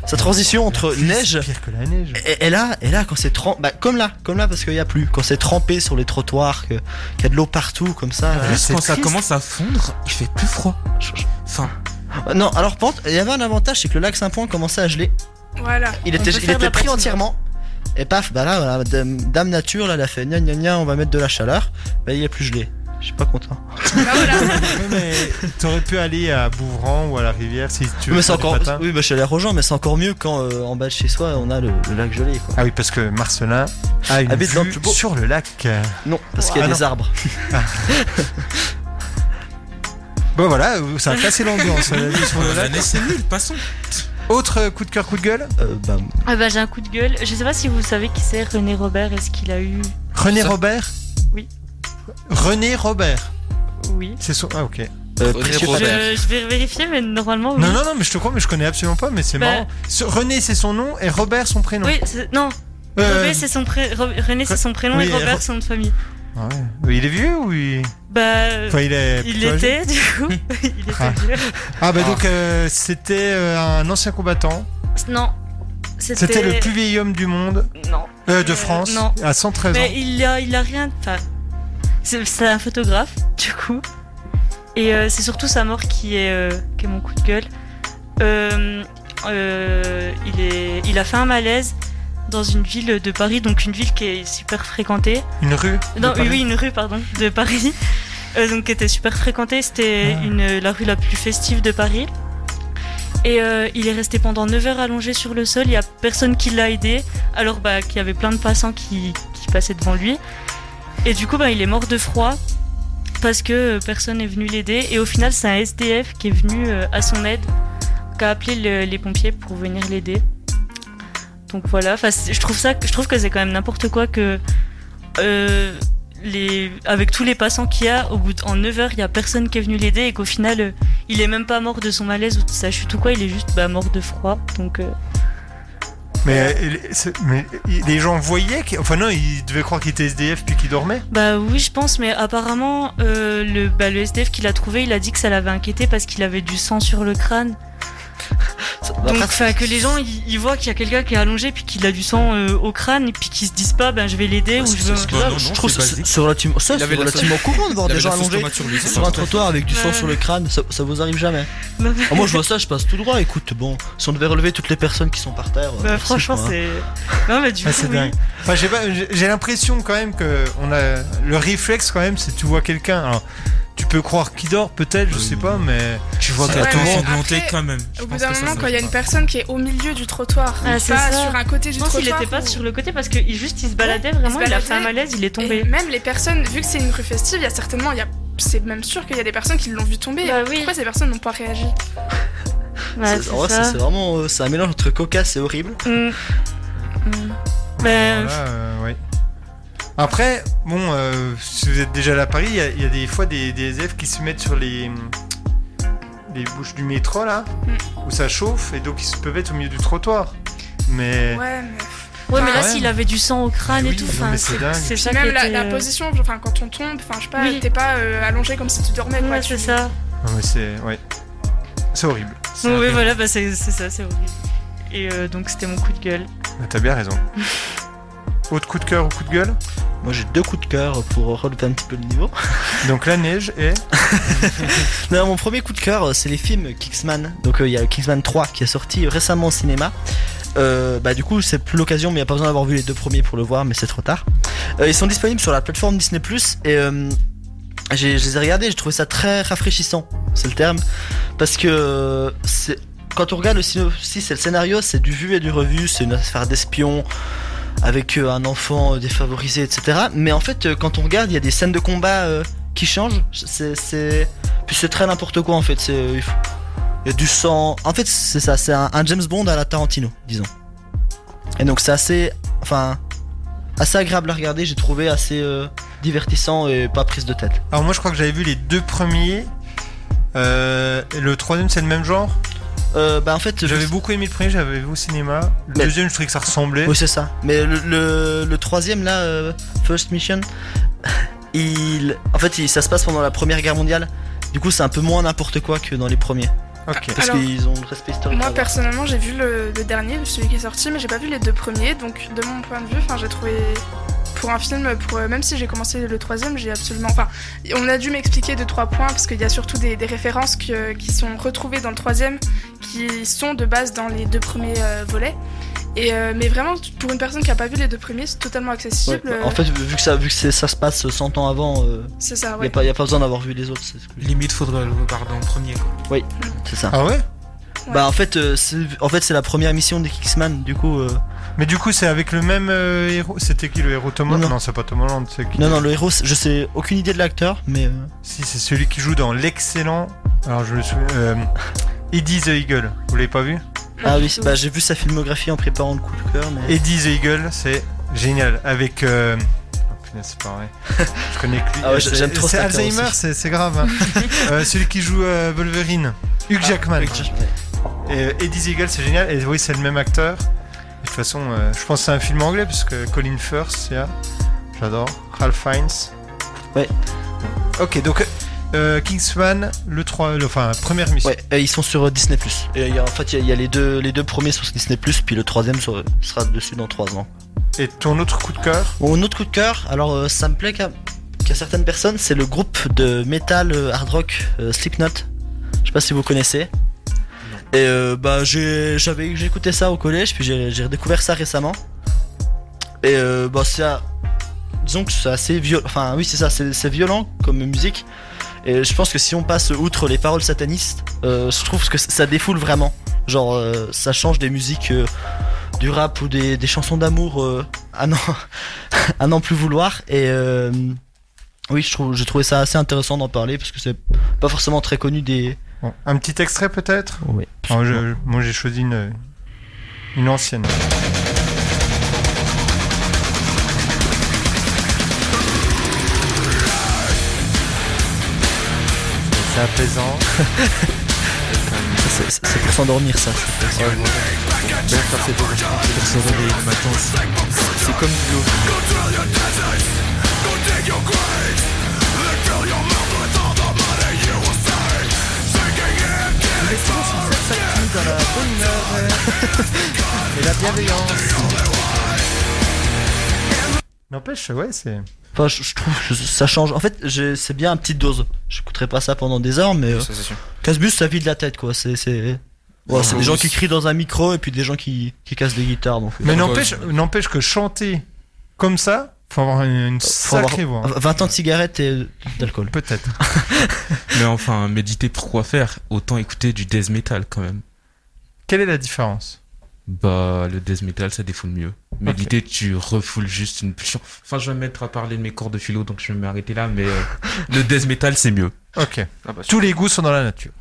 [SPEAKER 2] Sa transition entre
[SPEAKER 1] Plus,
[SPEAKER 2] neige
[SPEAKER 1] Pire que la neige.
[SPEAKER 2] et, et là, et là, quand c'est trempé, bah, comme là, comme là, parce qu'il y a plus, quand c'est trempé sur les trottoirs, que- qu'il y a de l'eau partout, comme ça.
[SPEAKER 4] En
[SPEAKER 2] là.
[SPEAKER 4] Plus
[SPEAKER 1] Ah, c'est
[SPEAKER 4] quand ça
[SPEAKER 1] triste.
[SPEAKER 4] commence à fondre, il fait plus froid. Enfin,
[SPEAKER 2] Ah, Non, alors, par contre, il y avait un avantage, c'est que le lac Saint-Point commençait à geler.
[SPEAKER 6] voilà.
[SPEAKER 2] Il
[SPEAKER 10] On
[SPEAKER 2] était,
[SPEAKER 10] peut
[SPEAKER 2] il
[SPEAKER 10] faire de
[SPEAKER 2] était
[SPEAKER 10] la
[SPEAKER 2] pris
[SPEAKER 10] patinoire.
[SPEAKER 2] entièrement. Et paf, bah là, voilà, dame, dame nature, là, elle a fait gna gna gna, on va mettre de la chaleur. Bah, il est plus gelé. Je suis pas content.
[SPEAKER 6] Bah, voilà.
[SPEAKER 1] Ouais, mais t'aurais pu aller à Bouvran ou à la rivière si tu veux.
[SPEAKER 2] mais c'est
[SPEAKER 1] faire du
[SPEAKER 2] encore,
[SPEAKER 1] patin.
[SPEAKER 2] oui, bah, je suis allé aux gens, mais c'est encore mieux quand euh, en bas de chez soi, on a le, le lac gelé, quoi.
[SPEAKER 1] Ah oui, parce que Marcelin a une
[SPEAKER 2] Habite dans le
[SPEAKER 1] vue
[SPEAKER 2] Ah, plus beau.
[SPEAKER 1] sur le lac.
[SPEAKER 2] Non, parce qu'il y a
[SPEAKER 1] Ah,
[SPEAKER 2] des arbres.
[SPEAKER 1] Bon, voilà, euh, ça a cassé l'ambiance. la vue sur le
[SPEAKER 4] la
[SPEAKER 1] lac.
[SPEAKER 4] neige, c'est nul, passons.
[SPEAKER 1] Autre coup de cœur, coup de gueule
[SPEAKER 2] Euh, bah,
[SPEAKER 10] Ah bah j'ai un coup de gueule. Je sais pas si vous savez qui c'est René Robert. Est-ce qu'il a eu
[SPEAKER 1] René
[SPEAKER 3] Ça-
[SPEAKER 1] Robert
[SPEAKER 10] Oui.
[SPEAKER 1] René Robert.
[SPEAKER 10] Oui.
[SPEAKER 1] C'est son. Ah, ok.
[SPEAKER 2] euh,
[SPEAKER 3] René
[SPEAKER 2] précieux
[SPEAKER 10] Je,
[SPEAKER 3] Robert.
[SPEAKER 2] papel.
[SPEAKER 10] je vais vérifier, mais normalement oui.
[SPEAKER 1] Non, non, non, mais je te crois, mais je connais absolument pas, mais c'est
[SPEAKER 10] Bah-
[SPEAKER 1] marrant. Ce- René, c'est son nom et Robert, son prénom.
[SPEAKER 10] Oui, c'est- non.
[SPEAKER 1] Euh,
[SPEAKER 10] Robert, c'est son pré- Ro- René, c'est son prénom
[SPEAKER 1] oui,
[SPEAKER 10] et
[SPEAKER 1] et Ro-
[SPEAKER 10] Robert, c'est son nom de famille.
[SPEAKER 1] Ah Il est vieux ou il.
[SPEAKER 10] Bah,
[SPEAKER 1] Enfin, il est
[SPEAKER 10] il
[SPEAKER 1] plutôt âgé.
[SPEAKER 10] était du coup. il était
[SPEAKER 1] Ah.
[SPEAKER 10] vieux.
[SPEAKER 1] Ah, bah donc euh, c'était euh, un ancien combattant.
[SPEAKER 10] Non.
[SPEAKER 1] C'était le plus vieil homme du monde.
[SPEAKER 10] Non.
[SPEAKER 1] Euh, de France.
[SPEAKER 10] non.
[SPEAKER 1] À 113 ans.
[SPEAKER 10] Mais il a, il a rien. Enfin, c'est c'est un photographe, du coup. Et euh, c'est surtout sa mort qui est, euh, qui est mon coup de gueule. Euh, euh, il, est, il a fait un malaise dans une ville de Paris, donc une ville qui est super fréquentée.
[SPEAKER 1] Une rue de
[SPEAKER 10] Non, oui,
[SPEAKER 1] Paris
[SPEAKER 10] oui, une rue, pardon, de Paris. Euh, donc qui était super fréquentée.
[SPEAKER 1] Ah.
[SPEAKER 10] C'était une la rue la plus festive de Paris. Et euh, il est resté pendant 9 heures allongé sur le sol, il n'y a personne qui l'a aidé, alors bah, qu'il y avait plein de passants qui, qui passaient devant lui. Et du coup, bah, il est mort de froid parce que euh, personne n'est venu l'aider. Et au final, c'est un SDF qui est venu euh, à son aide, qui a appelé le- les pompiers pour venir l'aider. Donc voilà, Enfin, c'est- je trouve, ça, je trouve que c'est quand même n'importe quoi que. euh, les, avec tous les passants qu'il y a, au bout de, en 9 heures, il n'y a personne qui est venu l'aider et qu'au final, euh, il est même pas mort de son malaise ou de sa chute ou quoi, il est juste bah, mort de froid. Donc. euh,
[SPEAKER 1] Mais, euh, les- c'est- mais, euh, les gens voyaient. qu'il- Enfin, non, ils devaient croire qu'il était SDF puis qu'il dormait.
[SPEAKER 10] Bah oui, je pense, mais apparemment, euh, le, bah, le SDF qu'il a trouvé, il a dit que ça l'avait inquiété parce qu'il avait du sang sur le crâne. Donc, enfin, que les gens, ils ils voient qu'il y a quelqu'un qui est allongé, puis qu'il a du sang euh, au crâne, et puis qu'ils se disent pas, ben je vais l'aider ou je veux.
[SPEAKER 2] je trouve ça, c'est- c'est relativement, ça,
[SPEAKER 10] Il
[SPEAKER 2] c'est
[SPEAKER 10] avait la
[SPEAKER 2] relativement
[SPEAKER 10] sauce-
[SPEAKER 2] courant de voir
[SPEAKER 10] il
[SPEAKER 2] des
[SPEAKER 10] avait
[SPEAKER 2] gens
[SPEAKER 10] la sauce
[SPEAKER 2] allongés
[SPEAKER 10] tomate sur lui, c'est
[SPEAKER 2] sur
[SPEAKER 10] ça, tout à
[SPEAKER 2] un
[SPEAKER 10] fait.
[SPEAKER 2] trottoir avec du sang
[SPEAKER 10] Ouais.
[SPEAKER 2] sur le crâne. Ça, ça vous arrive jamais
[SPEAKER 10] Non, mais-
[SPEAKER 2] Ah, Moi, je vois ça, je passe tout droit. Écoute, bon, si on devait relever toutes les personnes qui sont par terre. euh,
[SPEAKER 10] Bah,
[SPEAKER 2] merci,
[SPEAKER 10] franchement,
[SPEAKER 2] quoi, hein.
[SPEAKER 10] c'est. Non, mais du
[SPEAKER 1] Ah,
[SPEAKER 10] coup,
[SPEAKER 1] c'est
[SPEAKER 10] oui.
[SPEAKER 1] dingue. Enfin, j'ai pas- j'ai- j'ai l'impression quand même que on a le réflexe quand même, c'est tu vois quelqu'un. Alors, tu peux croire qu'il dort, peut-être, je sais pas, mais tu
[SPEAKER 4] vois qu'il a tendance à augmenter quand même.
[SPEAKER 6] Au bout d'un moment, quand il y a une personne qui est au milieu du trottoir,
[SPEAKER 10] Ah,
[SPEAKER 6] et
[SPEAKER 10] c'est
[SPEAKER 6] pas
[SPEAKER 10] ça.
[SPEAKER 6] sur un côté du
[SPEAKER 10] Je pense qu'il
[SPEAKER 6] trottoir.
[SPEAKER 10] était pas
[SPEAKER 6] ou-
[SPEAKER 10] sur le côté parce que il- juste il se baladait vraiment,
[SPEAKER 6] se
[SPEAKER 10] il a fait
[SPEAKER 6] baladait.
[SPEAKER 10] un malaise, il est tombé.
[SPEAKER 6] Et même les personnes, vu que c'est une rue festive, il y a certainement, il y a, c'est même sûr qu'il y a des personnes qui l'ont vu tomber.
[SPEAKER 10] Bah
[SPEAKER 6] Pourquoi ces personnes n'ont pas réagi
[SPEAKER 10] Ouais,
[SPEAKER 2] euh, C'est-
[SPEAKER 10] c'est
[SPEAKER 2] en vrai,
[SPEAKER 10] ça.
[SPEAKER 2] c'est- c'est vraiment euh, c'est un mélange entre cocasse et horrible.
[SPEAKER 10] Mm.
[SPEAKER 6] Hmm.
[SPEAKER 10] Mm. Mais,
[SPEAKER 1] Voilà, euh, ouais. Après, bon, euh, si vous êtes déjà là à Paris, il y a- il y, a des fois des, des SDF qui se mettent sur les, les bouches du métro, là,
[SPEAKER 10] Mm.
[SPEAKER 1] où ça chauffe, et donc ils se peuvent être au milieu du trottoir. Mais.
[SPEAKER 6] Ouais, mais.
[SPEAKER 10] Ouais, mais là,
[SPEAKER 1] Ouais.
[SPEAKER 10] s'il avait du sang au crâne et tout,
[SPEAKER 1] non,
[SPEAKER 10] enfin,
[SPEAKER 1] mais c'est
[SPEAKER 10] c'est
[SPEAKER 1] dingue.
[SPEAKER 10] c'est
[SPEAKER 1] Puis
[SPEAKER 10] ça
[SPEAKER 6] Puis même
[SPEAKER 10] qui
[SPEAKER 6] la,
[SPEAKER 10] était,
[SPEAKER 6] la
[SPEAKER 10] euh,
[SPEAKER 6] position, enfin quand on tombe, enfin je sais pas,
[SPEAKER 10] Oui.
[SPEAKER 6] t'es pas euh, allongé comme si tu dormais. quoi, tu-
[SPEAKER 10] C'est ça.
[SPEAKER 1] Non, mais c'est. Ouais. C'est horrible.
[SPEAKER 10] Oui, voilà, bah, c'est c'est ça, c'est horrible. Et euh, donc, c'était mon coup de gueule.
[SPEAKER 1] Bah, T'as bien raison. Autre coup de cœur ou coup de gueule
[SPEAKER 2] Moi j'ai deux coups de cœur pour relever un petit peu le niveau.
[SPEAKER 1] Donc la neige et.
[SPEAKER 2] non, mon premier coup de cœur euh, c'est les films Kingsman. Donc euh, il y a Kingsman 3 qui est sorti récemment au cinéma. Euh, bah du coup c'est plus l'occasion mais il n'y a pas besoin d'avoir vu les deux premiers pour le voir mais c'est trop tard. Euh, ils sont disponibles sur la plateforme Disney Plus et euh, j'ai- je les ai regardés, j'ai trouvé ça très rafraîchissant, c'est le terme. Parce que euh, c'est- quand on regarde le synopsis et le scénario, c'est du vu et du revu, c'est une affaire d'espion avec euh, un enfant euh, défavorisé, etc. Mais en fait, euh, quand on regarde, il y a des scènes de combat euh, qui changent. C'est, c'est... Puis c'est très n'importe quoi en fait. C'est, euh, il, faut- il y a du sang. En fait, c'est ça, c'est un, un James Bond à la Tarantino, disons. Et donc c'est assez. Enfin. Assez agréable à regarder, j'ai trouvé assez euh, divertissant et pas prise de tête.
[SPEAKER 1] Alors moi je crois que j'avais vu les deux premiers. Euh, et le troisième c'est le même genre
[SPEAKER 2] Bah en fait
[SPEAKER 1] j'avais beaucoup aimé le premier, j'avais vu au cinéma. Le deuxième je trouvais que ça ressemblait.
[SPEAKER 2] Oui, c'est ça. Mais le, le- le troisième, là, euh, First Mission, il. En fait, il- ça se passe pendant la première guerre mondiale. Du coup, c'est un peu moins n'importe quoi que dans les premiers.
[SPEAKER 1] Ok.
[SPEAKER 2] Parce
[SPEAKER 6] Alors,
[SPEAKER 2] qu'ils ont le respect historique.
[SPEAKER 6] Moi
[SPEAKER 2] avant.
[SPEAKER 6] personnellement, j'ai vu le, le dernier, celui qui est sorti, mais j'ai pas vu les deux premiers, donc de mon point de vue, enfin j'ai trouvé pour un film, pour euh, même si j'ai commencé le troisième, j'ai absolument, enfin on a dû m'expliquer deux trois points parce qu'il y a surtout des, des références que- qui sont retrouvées dans le troisième, qui sont de base dans les deux premiers euh, volets. Et euh, mais vraiment pour une personne qui a pas vu les deux premiers, c'est totalement
[SPEAKER 2] Ouais, bah,
[SPEAKER 6] accessible. Euh,
[SPEAKER 2] En fait, vu que ça, vu que c'est- ça se passe 100 ans avant, euh,
[SPEAKER 6] C'est ça,
[SPEAKER 2] y a
[SPEAKER 6] ouais.
[SPEAKER 2] pas- y a, pas besoin d'avoir vu les autres. c'est ce que-
[SPEAKER 4] Limite, faudrait le voir dans le premier. Quoi.
[SPEAKER 2] Oui, c'est ça.
[SPEAKER 1] Ah ouais
[SPEAKER 2] Bah en fait, euh, c'est en fait, c'est la première mission des Kingsman, du coup. euh,
[SPEAKER 1] Mais du coup c'est avec le même euh, héros. C'était qui le héros Tom Holland Non, c'est pas Tom Holland. c'est qui
[SPEAKER 2] Non, non, le héros, c'est- je sais aucune idée de l'acteur, mais. euh,
[SPEAKER 1] Si c'est celui qui joue dans l'excellent. Alors je le souviens. euh, Eddie the Eagle. Vous l'avez pas vu
[SPEAKER 2] Ah oui, bah j'ai vu sa filmographie en préparant le coup de cœur, mais.
[SPEAKER 1] Eddie the Eagle, c'est génial. Avec. euh, oh, punaise, c'est pas vrai. Je connais que lui.
[SPEAKER 2] Ah ouais,
[SPEAKER 1] C'est-
[SPEAKER 2] j'aime trop
[SPEAKER 1] C'est
[SPEAKER 2] cet acteur
[SPEAKER 1] Alzheimer,
[SPEAKER 2] aussi.
[SPEAKER 1] c'est c'est grave. hein. Euh, celui qui joue euh, Wolverine, Hugh
[SPEAKER 2] Ah,
[SPEAKER 1] Jackman. Et, euh, Eddie the Eagle, c'est génial. Et oui, c'est le même acteur. Et De toute façon, euh, je pense que c'est un film anglais, parce que Colin Firth, c'est là. J'adore. Ralph Fiennes.
[SPEAKER 2] Ouais.
[SPEAKER 1] Ok, donc euh, Kingsman, le 3, le- enfin, la première mission.
[SPEAKER 2] Ouais, et ils sont sur euh, Disney+. Et il y a- en fait, il y a- il y, a les deux, les deux premiers sur Disney+, puis le troisième sur- sera dessus dans trois ans.
[SPEAKER 1] Et ton autre coup de cœur
[SPEAKER 2] Mon autre coup de cœur, alors euh, ça me plaît qu'à qu'à certaines personnes, c'est le groupe de metal euh, hard rock euh, Slipknot. Je sais pas si vous connaissez. Et euh, bah j'ai j'avais j'ai écouté ça au collège, puis j'ai j'ai redécouvert ça récemment. Et euh, bah c'est à- disons que c'est assez violent. Enfin oui c'est ça, c'est c'est violent comme musique. Et je pense que si on passe outre les paroles satanistes, euh, je trouve que ça défoule vraiment. Genre euh, ça change des musiques euh, du rap ou des, des chansons d'amour euh, à n'en à n'en plus vouloir. Et euh, oui je trouve j'ai trouvé ça assez intéressant d'en parler parce que c'est pas forcément très connu des
[SPEAKER 1] Bon, un petit extrait peut-être
[SPEAKER 2] Oui.
[SPEAKER 1] Ah, je- moi j'ai choisi une, une ancienne. C'est apaisant.
[SPEAKER 2] c'est c'est pour s'endormir ça.
[SPEAKER 3] C'est comme du
[SPEAKER 1] dans la bonne humeur et la bienveillance. N'empêche, ouais, c'est.
[SPEAKER 2] Enfin, je, je trouve que ça change. En fait, j'ai- c'est bien à petite dose. Je coûterai pas ça pendant des heures, mais euh,
[SPEAKER 3] Ça, c'est sûr.
[SPEAKER 2] Casbus, ça vide la tête, quoi. C'est c'est ouais, c'est des gens qui crient dans un micro et puis des gens qui, qui cassent des guitares. Donc, euh,
[SPEAKER 1] Mais n'empêche, n'empêche que chanter comme ça, faut avoir une, une
[SPEAKER 2] Faut avoir
[SPEAKER 1] sacrée voix.
[SPEAKER 2] 20 ans de cigarettes et d'alcool.
[SPEAKER 1] Peut-être.
[SPEAKER 4] Mais enfin, méditer pourquoi faire Autant écouter du death metal quand même.
[SPEAKER 1] Quelle est la différence
[SPEAKER 4] Bah, le death metal, ça défoule mieux. Méditer, tu refoules juste une pulsion. Enfin, je vais me mettre à parler de mes cours de philo, donc je vais m'arrêter là, mais euh, le death metal, c'est mieux.
[SPEAKER 1] Ok. Tous les goûts sont dans la nature.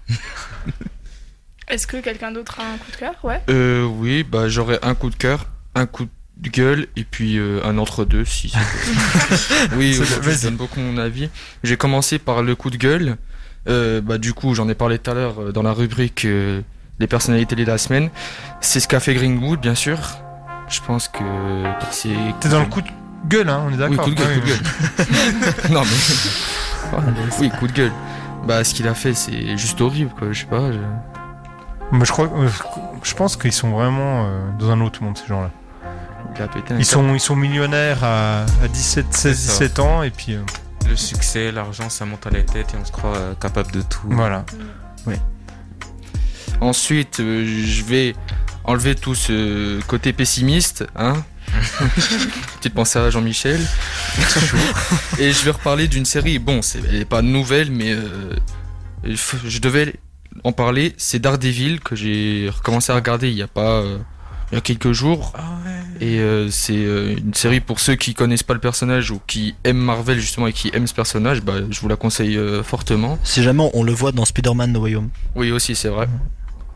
[SPEAKER 6] Est-ce que quelqu'un d'autre a un coup de cœur Ouais.
[SPEAKER 3] Euh, oui, bah j'aurais un coup de cœur, un coup de gueule et puis euh, un entre-deux si. c'est possible. oui,
[SPEAKER 1] C'est
[SPEAKER 3] aujourd'hui,
[SPEAKER 1] bon, vas-y.
[SPEAKER 3] je donne beaucoup mon avis. J'ai commencé par le coup de gueule. Euh, bah, du coup, j'en ai parlé tout à l'heure euh, dans la rubrique euh, les personnalités de la semaine. C'est ce qu'a fait Greenwood, bien sûr. Je pense que c'est.
[SPEAKER 1] T'es dans le coup de gueule, hein, on est
[SPEAKER 3] Oui,
[SPEAKER 1] d'accord
[SPEAKER 3] coup de gueule,
[SPEAKER 1] Ah oui, Ah,
[SPEAKER 3] coup de gueule. non, mais. oui, coup de gueule. Bah, ce qu'il a fait, c'est juste horrible, quoi. Je sais pas. je-
[SPEAKER 1] Moi, je, crois, euh, je pense qu'ils sont vraiment euh, dans un autre monde, ces gens-là.
[SPEAKER 3] Il a pété un
[SPEAKER 1] Ils
[SPEAKER 3] câble.
[SPEAKER 1] sont, ils sont millionnaires à, à 17, 16,
[SPEAKER 4] ça.
[SPEAKER 1] 17 ans, et puis. euh,
[SPEAKER 4] Le succès, l'argent, ça monte à la tête et on se croit euh, capable de tout.
[SPEAKER 1] Voilà.
[SPEAKER 3] Ensuite, euh, je vais enlever tout ce côté pessimiste, hein. Petite pensée à Jean-Michel. Et je vais reparler d'une série. Bon, c'est- elle n'est pas nouvelle, mais euh, il faut- je devais en parler. C'est Daredevil que j'ai recommencé à regarder il y a pas euh, il y a quelques jours. Et euh, c'est euh, une série pour ceux qui connaissent pas le personnage ou qui aiment Marvel justement et qui aiment ce personnage. Bah, je vous la conseille euh, fortement.
[SPEAKER 2] Si jamais on le voit dans Spider-Man No Way Home.
[SPEAKER 3] Oui, aussi, c'est vrai.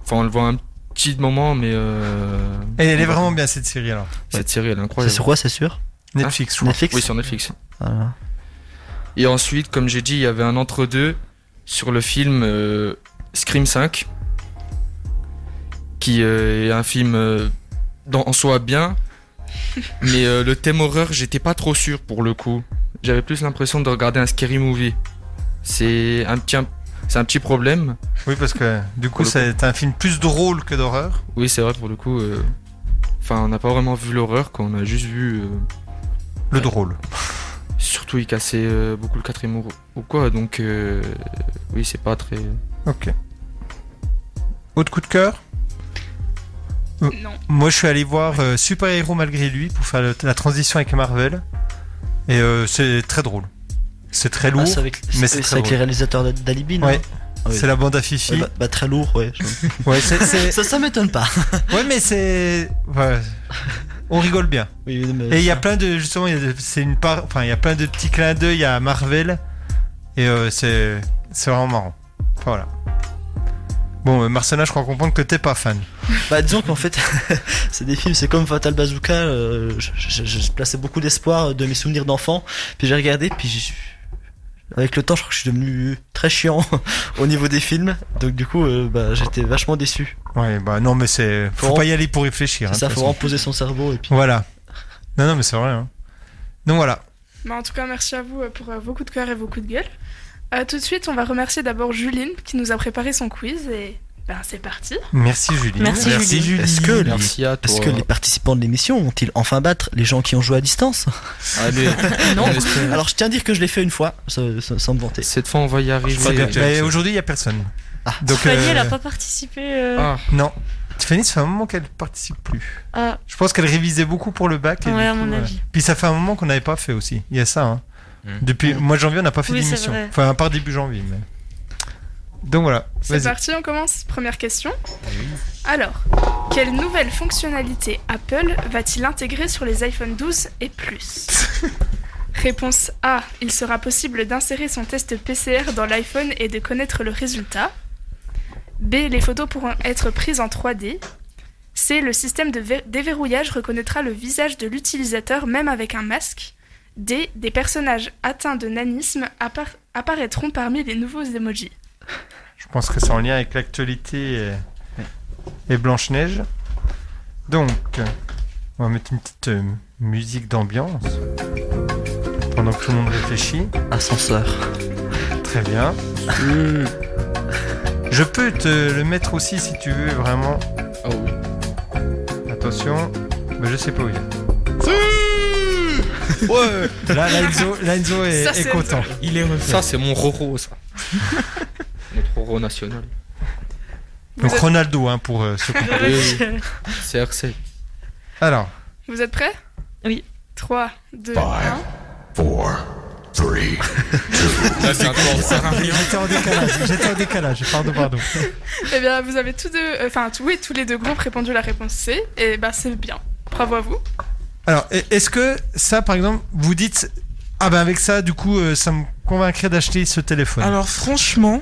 [SPEAKER 3] Enfin, on le voit un petit moment, mais. euh,
[SPEAKER 1] Et elle est vraiment bien, cette série, alors.
[SPEAKER 3] Cette série, elle est incroyable.
[SPEAKER 2] C'est sur quoi, c'est sûr Ah.
[SPEAKER 1] Netflix, je
[SPEAKER 3] Hein
[SPEAKER 1] crois.
[SPEAKER 3] Oui, sur Netflix.
[SPEAKER 2] Voilà.
[SPEAKER 3] Et ensuite, comme j'ai dit, il y avait un entre-deux sur le film euh, Scream 5, qui euh, est un film euh, dans- en soi bien, mais euh, le thème horreur, j'étais pas trop sûr pour le coup. J'avais plus l'impression de regarder un scary movie. C'est un petit, c'est un petit problème.
[SPEAKER 1] Oui, parce que du coup, c'est un film plus drôle que d'horreur.
[SPEAKER 3] Oui, c'est vrai pour le coup. euh, Enfin, on n'a pas vraiment vu l'horreur, quoi. On a juste vu. euh,
[SPEAKER 1] le drôle.
[SPEAKER 3] Surtout, il cassait euh, beaucoup le quatrième ou, ou quoi. Donc, euh, oui, c'est pas très.
[SPEAKER 1] Ok. Autre coup de cœur Euh, Moi, je suis allé voir euh, Super Héros malgré lui pour faire le- la transition avec Marvel. Et euh, c'est très drôle. C'est très lourd.
[SPEAKER 2] Ah, c'est avec,
[SPEAKER 1] mais
[SPEAKER 2] c'est
[SPEAKER 1] c'est très
[SPEAKER 2] avec les
[SPEAKER 1] drôle.
[SPEAKER 2] réalisateurs d'A- d'Alibi, non
[SPEAKER 1] Ouais.
[SPEAKER 2] Ah oui.
[SPEAKER 1] C'est la bande à Fifi.
[SPEAKER 2] Ouais, bah, bah, très lourd, ouais.
[SPEAKER 1] Ouais, c'est- c'est-
[SPEAKER 2] ça, ça m'étonne pas.
[SPEAKER 1] Ouais, mais c'est. ouais, On rigole bien.
[SPEAKER 2] Oui, mais-
[SPEAKER 1] Et il y a plein de. Justement, il y a de- c'est une part. Enfin, il y a plein de petits clins d'œil à Marvel. Et euh, c'est. C'est vraiment marrant. Enfin, voilà. Bon, euh, Marcella, je crois comprendre que t'es pas fan.
[SPEAKER 2] Bah disons qu'en fait, c'est des films, c'est comme Fatal Bazooka, euh, je, je- je- je plaçais beaucoup d'espoir euh, de mes souvenirs d'enfant, puis j'ai regardé, puis j'ai- avec le temps je crois que je suis devenu très chiant au niveau des films, donc du coup euh, bah, j'étais vachement déçu.
[SPEAKER 1] Ouais, bah non, mais c'est. Faut
[SPEAKER 2] Faut
[SPEAKER 1] pas
[SPEAKER 2] rem-
[SPEAKER 1] y aller pour réfléchir. hein,
[SPEAKER 2] C'est ça,
[SPEAKER 1] de toute
[SPEAKER 2] faut
[SPEAKER 1] façon.
[SPEAKER 2] reposer son cerveau et puis...
[SPEAKER 1] Voilà. Non, non, mais c'est vrai. hein. Donc voilà.
[SPEAKER 6] Bah, en tout cas, merci à vous euh, pour euh, vos coups de cœur et vos coups de gueule. Euh, tout de suite, on va remercier d'abord Juline qui nous a préparé son quiz et ben, c'est parti.
[SPEAKER 1] Merci Julie.
[SPEAKER 2] Merci, Julie. Est-ce que, les, est-ce que les participants de l'émission vont-ils enfin battre les gens qui ont joué à distance
[SPEAKER 3] Allez,
[SPEAKER 2] Non.
[SPEAKER 3] on espère.
[SPEAKER 2] Alors je tiens à dire que je l'ai fait une fois, ça- ça- sans me vanter.
[SPEAKER 3] Cette fois on va y arriver.
[SPEAKER 1] Mais aujourd'hui, il n'y a personne.
[SPEAKER 2] Ah.
[SPEAKER 1] Donc,
[SPEAKER 10] Fanny,
[SPEAKER 1] euh, ah.
[SPEAKER 10] elle a pas participé. euh,
[SPEAKER 1] Non. Fanny, ça fait un moment qu'elle participe plus.
[SPEAKER 10] Ah.
[SPEAKER 1] Je pense qu'elle révisait beaucoup pour le bac. et
[SPEAKER 10] Ouais,
[SPEAKER 1] du
[SPEAKER 10] à
[SPEAKER 1] coup,
[SPEAKER 10] mon
[SPEAKER 1] euh,
[SPEAKER 10] avis.
[SPEAKER 1] Puis ça fait un moment qu'on n'avait pas fait aussi. Il y a ça. hein. Depuis mois de janvier, on n'a pas fait
[SPEAKER 6] Oui, c'est
[SPEAKER 1] d'émission.
[SPEAKER 6] vrai.
[SPEAKER 1] Enfin, à part début janvier. mais- Donc voilà.
[SPEAKER 6] C'est
[SPEAKER 1] Vas-y.
[SPEAKER 6] parti, on commence. Première question. Alors, quelle nouvelle fonctionnalité Apple va-t-il intégrer sur les iPhone 12 et plus Réponse A. Il sera possible d'insérer son test PCR dans l'iPhone et de connaître le résultat. B. Les photos pourront être prises en 3D. C. Le système de vé- déverrouillage reconnaîtra le visage de l'utilisateur même avec un masque. D. Des personnages atteints de nanisme appar- apparaîtront parmi les nouveaux emojis.
[SPEAKER 1] Je pense que c'est en lien avec l'actualité euh. et, et Blanche-Neige. Donc, euh, on va mettre une petite euh, musique d'ambiance pendant que tout le monde réfléchit.
[SPEAKER 2] Ascenseur.
[SPEAKER 1] Très bien.
[SPEAKER 3] Hmm.
[SPEAKER 1] Je peux te le mettre aussi si tu veux vraiment.
[SPEAKER 3] Oh oui.
[SPEAKER 1] Attention, mais je sais pas où il est.
[SPEAKER 3] Ouais.
[SPEAKER 1] Là, Lenzo, Lenzo est, est content.
[SPEAKER 3] Ça, c'est mon Roro, ça. Notre Roro national.
[SPEAKER 1] Donc Ronaldo, hein, pour ce
[SPEAKER 3] Oui, oui. CRC.
[SPEAKER 1] Alors,
[SPEAKER 6] Vous êtes prêts
[SPEAKER 10] Oui.
[SPEAKER 6] 3, 2, 1.
[SPEAKER 3] Là, c'est encore ça.
[SPEAKER 1] j'étais en décalage, j'étais en décalage, pardon, pardon.
[SPEAKER 6] Eh bien, vous avez tous deux, enfin, tous- oui, tous les deux groupes répondu la réponse C. Et ben, c'est bien. Bravo à vous.
[SPEAKER 1] Alors, e- est-ce que ça, par exemple, vous dites Ah ben avec ça, du coup, euh, ça me convaincrait d'acheter ce téléphone
[SPEAKER 4] Alors franchement,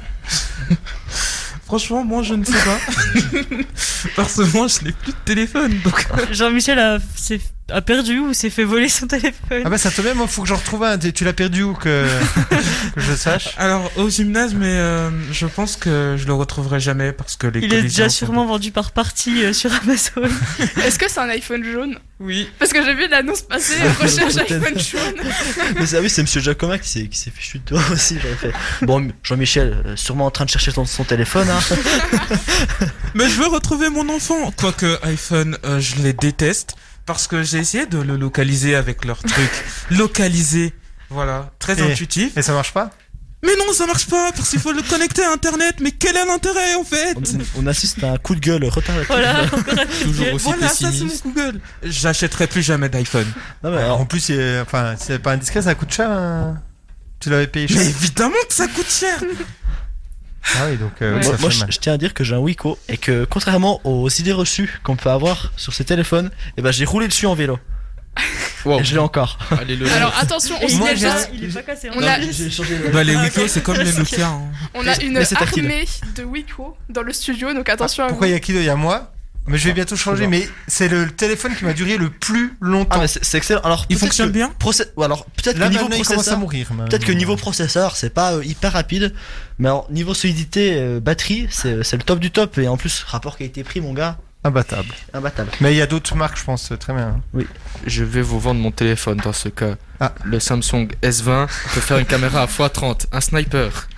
[SPEAKER 4] franchement, moi je ne sais pas. Parce que moi je n'ai plus de téléphone. Donc...
[SPEAKER 10] Jean-Michel a, s'est- a perdu ou s'est fait voler son téléphone.
[SPEAKER 1] Ah ben ça te bien, moi, faut que j'en retrouve un. Tu tu l'as perdu ou que, que je sache
[SPEAKER 4] Alors au gymnase, mais euh, je pense que je le retrouverai jamais parce que les
[SPEAKER 10] Il est déjà
[SPEAKER 4] collisions-
[SPEAKER 10] sûrement vendu par partie euh, sur Amazon.
[SPEAKER 6] Est-ce que c'est un iPhone jaune
[SPEAKER 4] Oui.
[SPEAKER 6] Parce que j'ai vu l'annonce passer, recherche
[SPEAKER 2] Peut-être.
[SPEAKER 6] iPhone jaune.
[SPEAKER 2] Mais ça, oui, c'est Monsieur Jacoma qui s'est, qui s'est fait chute de toi aussi, j'aurais fait. Bon, Jean-Michel, euh, sûrement en train de chercher son, son téléphone, hein.
[SPEAKER 4] Mais je veux retrouver mon enfant. Quoique iPhone, euh, je les déteste parce que j'ai essayé de le localiser avec leur truc. localiser. Voilà, très
[SPEAKER 1] Et-
[SPEAKER 4] intuitif.
[SPEAKER 1] Et ça marche pas
[SPEAKER 4] Mais non, ça marche pas parce qu'il faut le connecter à Internet. Mais quel est l'intérêt en fait
[SPEAKER 2] On, on assiste à un coup de gueule retardatif.
[SPEAKER 4] Oh Toujours aussi Voilà, ça, c'est pessimiste. Google. J'achèterai plus jamais d'iPhone.
[SPEAKER 1] En plus, euh, enfin, c'est pas indiscret, ça coûte cher. hein. Tu l'avais payé cher.
[SPEAKER 4] Mais évidemment que ça coûte cher.
[SPEAKER 1] Ah oui, donc euh,
[SPEAKER 2] moi,
[SPEAKER 1] ça fait
[SPEAKER 2] moi, je,
[SPEAKER 1] mal.
[SPEAKER 2] je tiens à dire que j'ai un Wico et que contrairement aux idées reçues qu'on peut avoir sur ces téléphones, eh ben, j'ai roulé dessus en vélo. Et je l'ai encore.
[SPEAKER 3] Allez, le
[SPEAKER 6] Alors attention, on
[SPEAKER 10] Et
[SPEAKER 6] signale
[SPEAKER 10] il est pas-
[SPEAKER 6] juste-
[SPEAKER 10] il est pas cassé, hein.
[SPEAKER 6] On a,
[SPEAKER 10] Non, j'ai changé
[SPEAKER 4] Bah,
[SPEAKER 2] Ah,
[SPEAKER 4] les Wiko, c'est comme les Nokia. hein.
[SPEAKER 6] on a une
[SPEAKER 2] Mais c'est tactile.
[SPEAKER 6] armée de Wiko dans le studio, donc attention à vous.
[SPEAKER 1] Pourquoi il y a qui Il y a moi mais je vais bientôt changer, mais c'est le téléphone qui m'a duré le plus longtemps.
[SPEAKER 2] Ah, mais c'est c'est excellent. Alors,
[SPEAKER 1] Il
[SPEAKER 2] peut-être
[SPEAKER 1] fonctionne
[SPEAKER 2] que
[SPEAKER 1] bien
[SPEAKER 2] process- ou alors, peut-être
[SPEAKER 1] Là,
[SPEAKER 2] que niveau
[SPEAKER 1] maintenant, il commence
[SPEAKER 2] processeur,
[SPEAKER 1] à mourir, mais-
[SPEAKER 2] peut-être que niveau processeur, c'est pas euh, hyper rapide, mais alors, niveau solidité, euh, batterie, c'est c'est le top du top. Et en plus, rapport qualité-prix, mon gars,
[SPEAKER 1] Imbattable.
[SPEAKER 2] imbattable.
[SPEAKER 1] Mais il y a d'autres marques, je pense, euh, très bien.
[SPEAKER 2] Oui.
[SPEAKER 3] Je vais vous vendre mon téléphone dans ce cas.
[SPEAKER 1] Ah.
[SPEAKER 3] Le Samsung S20 peut faire une caméra à x30, un sniper.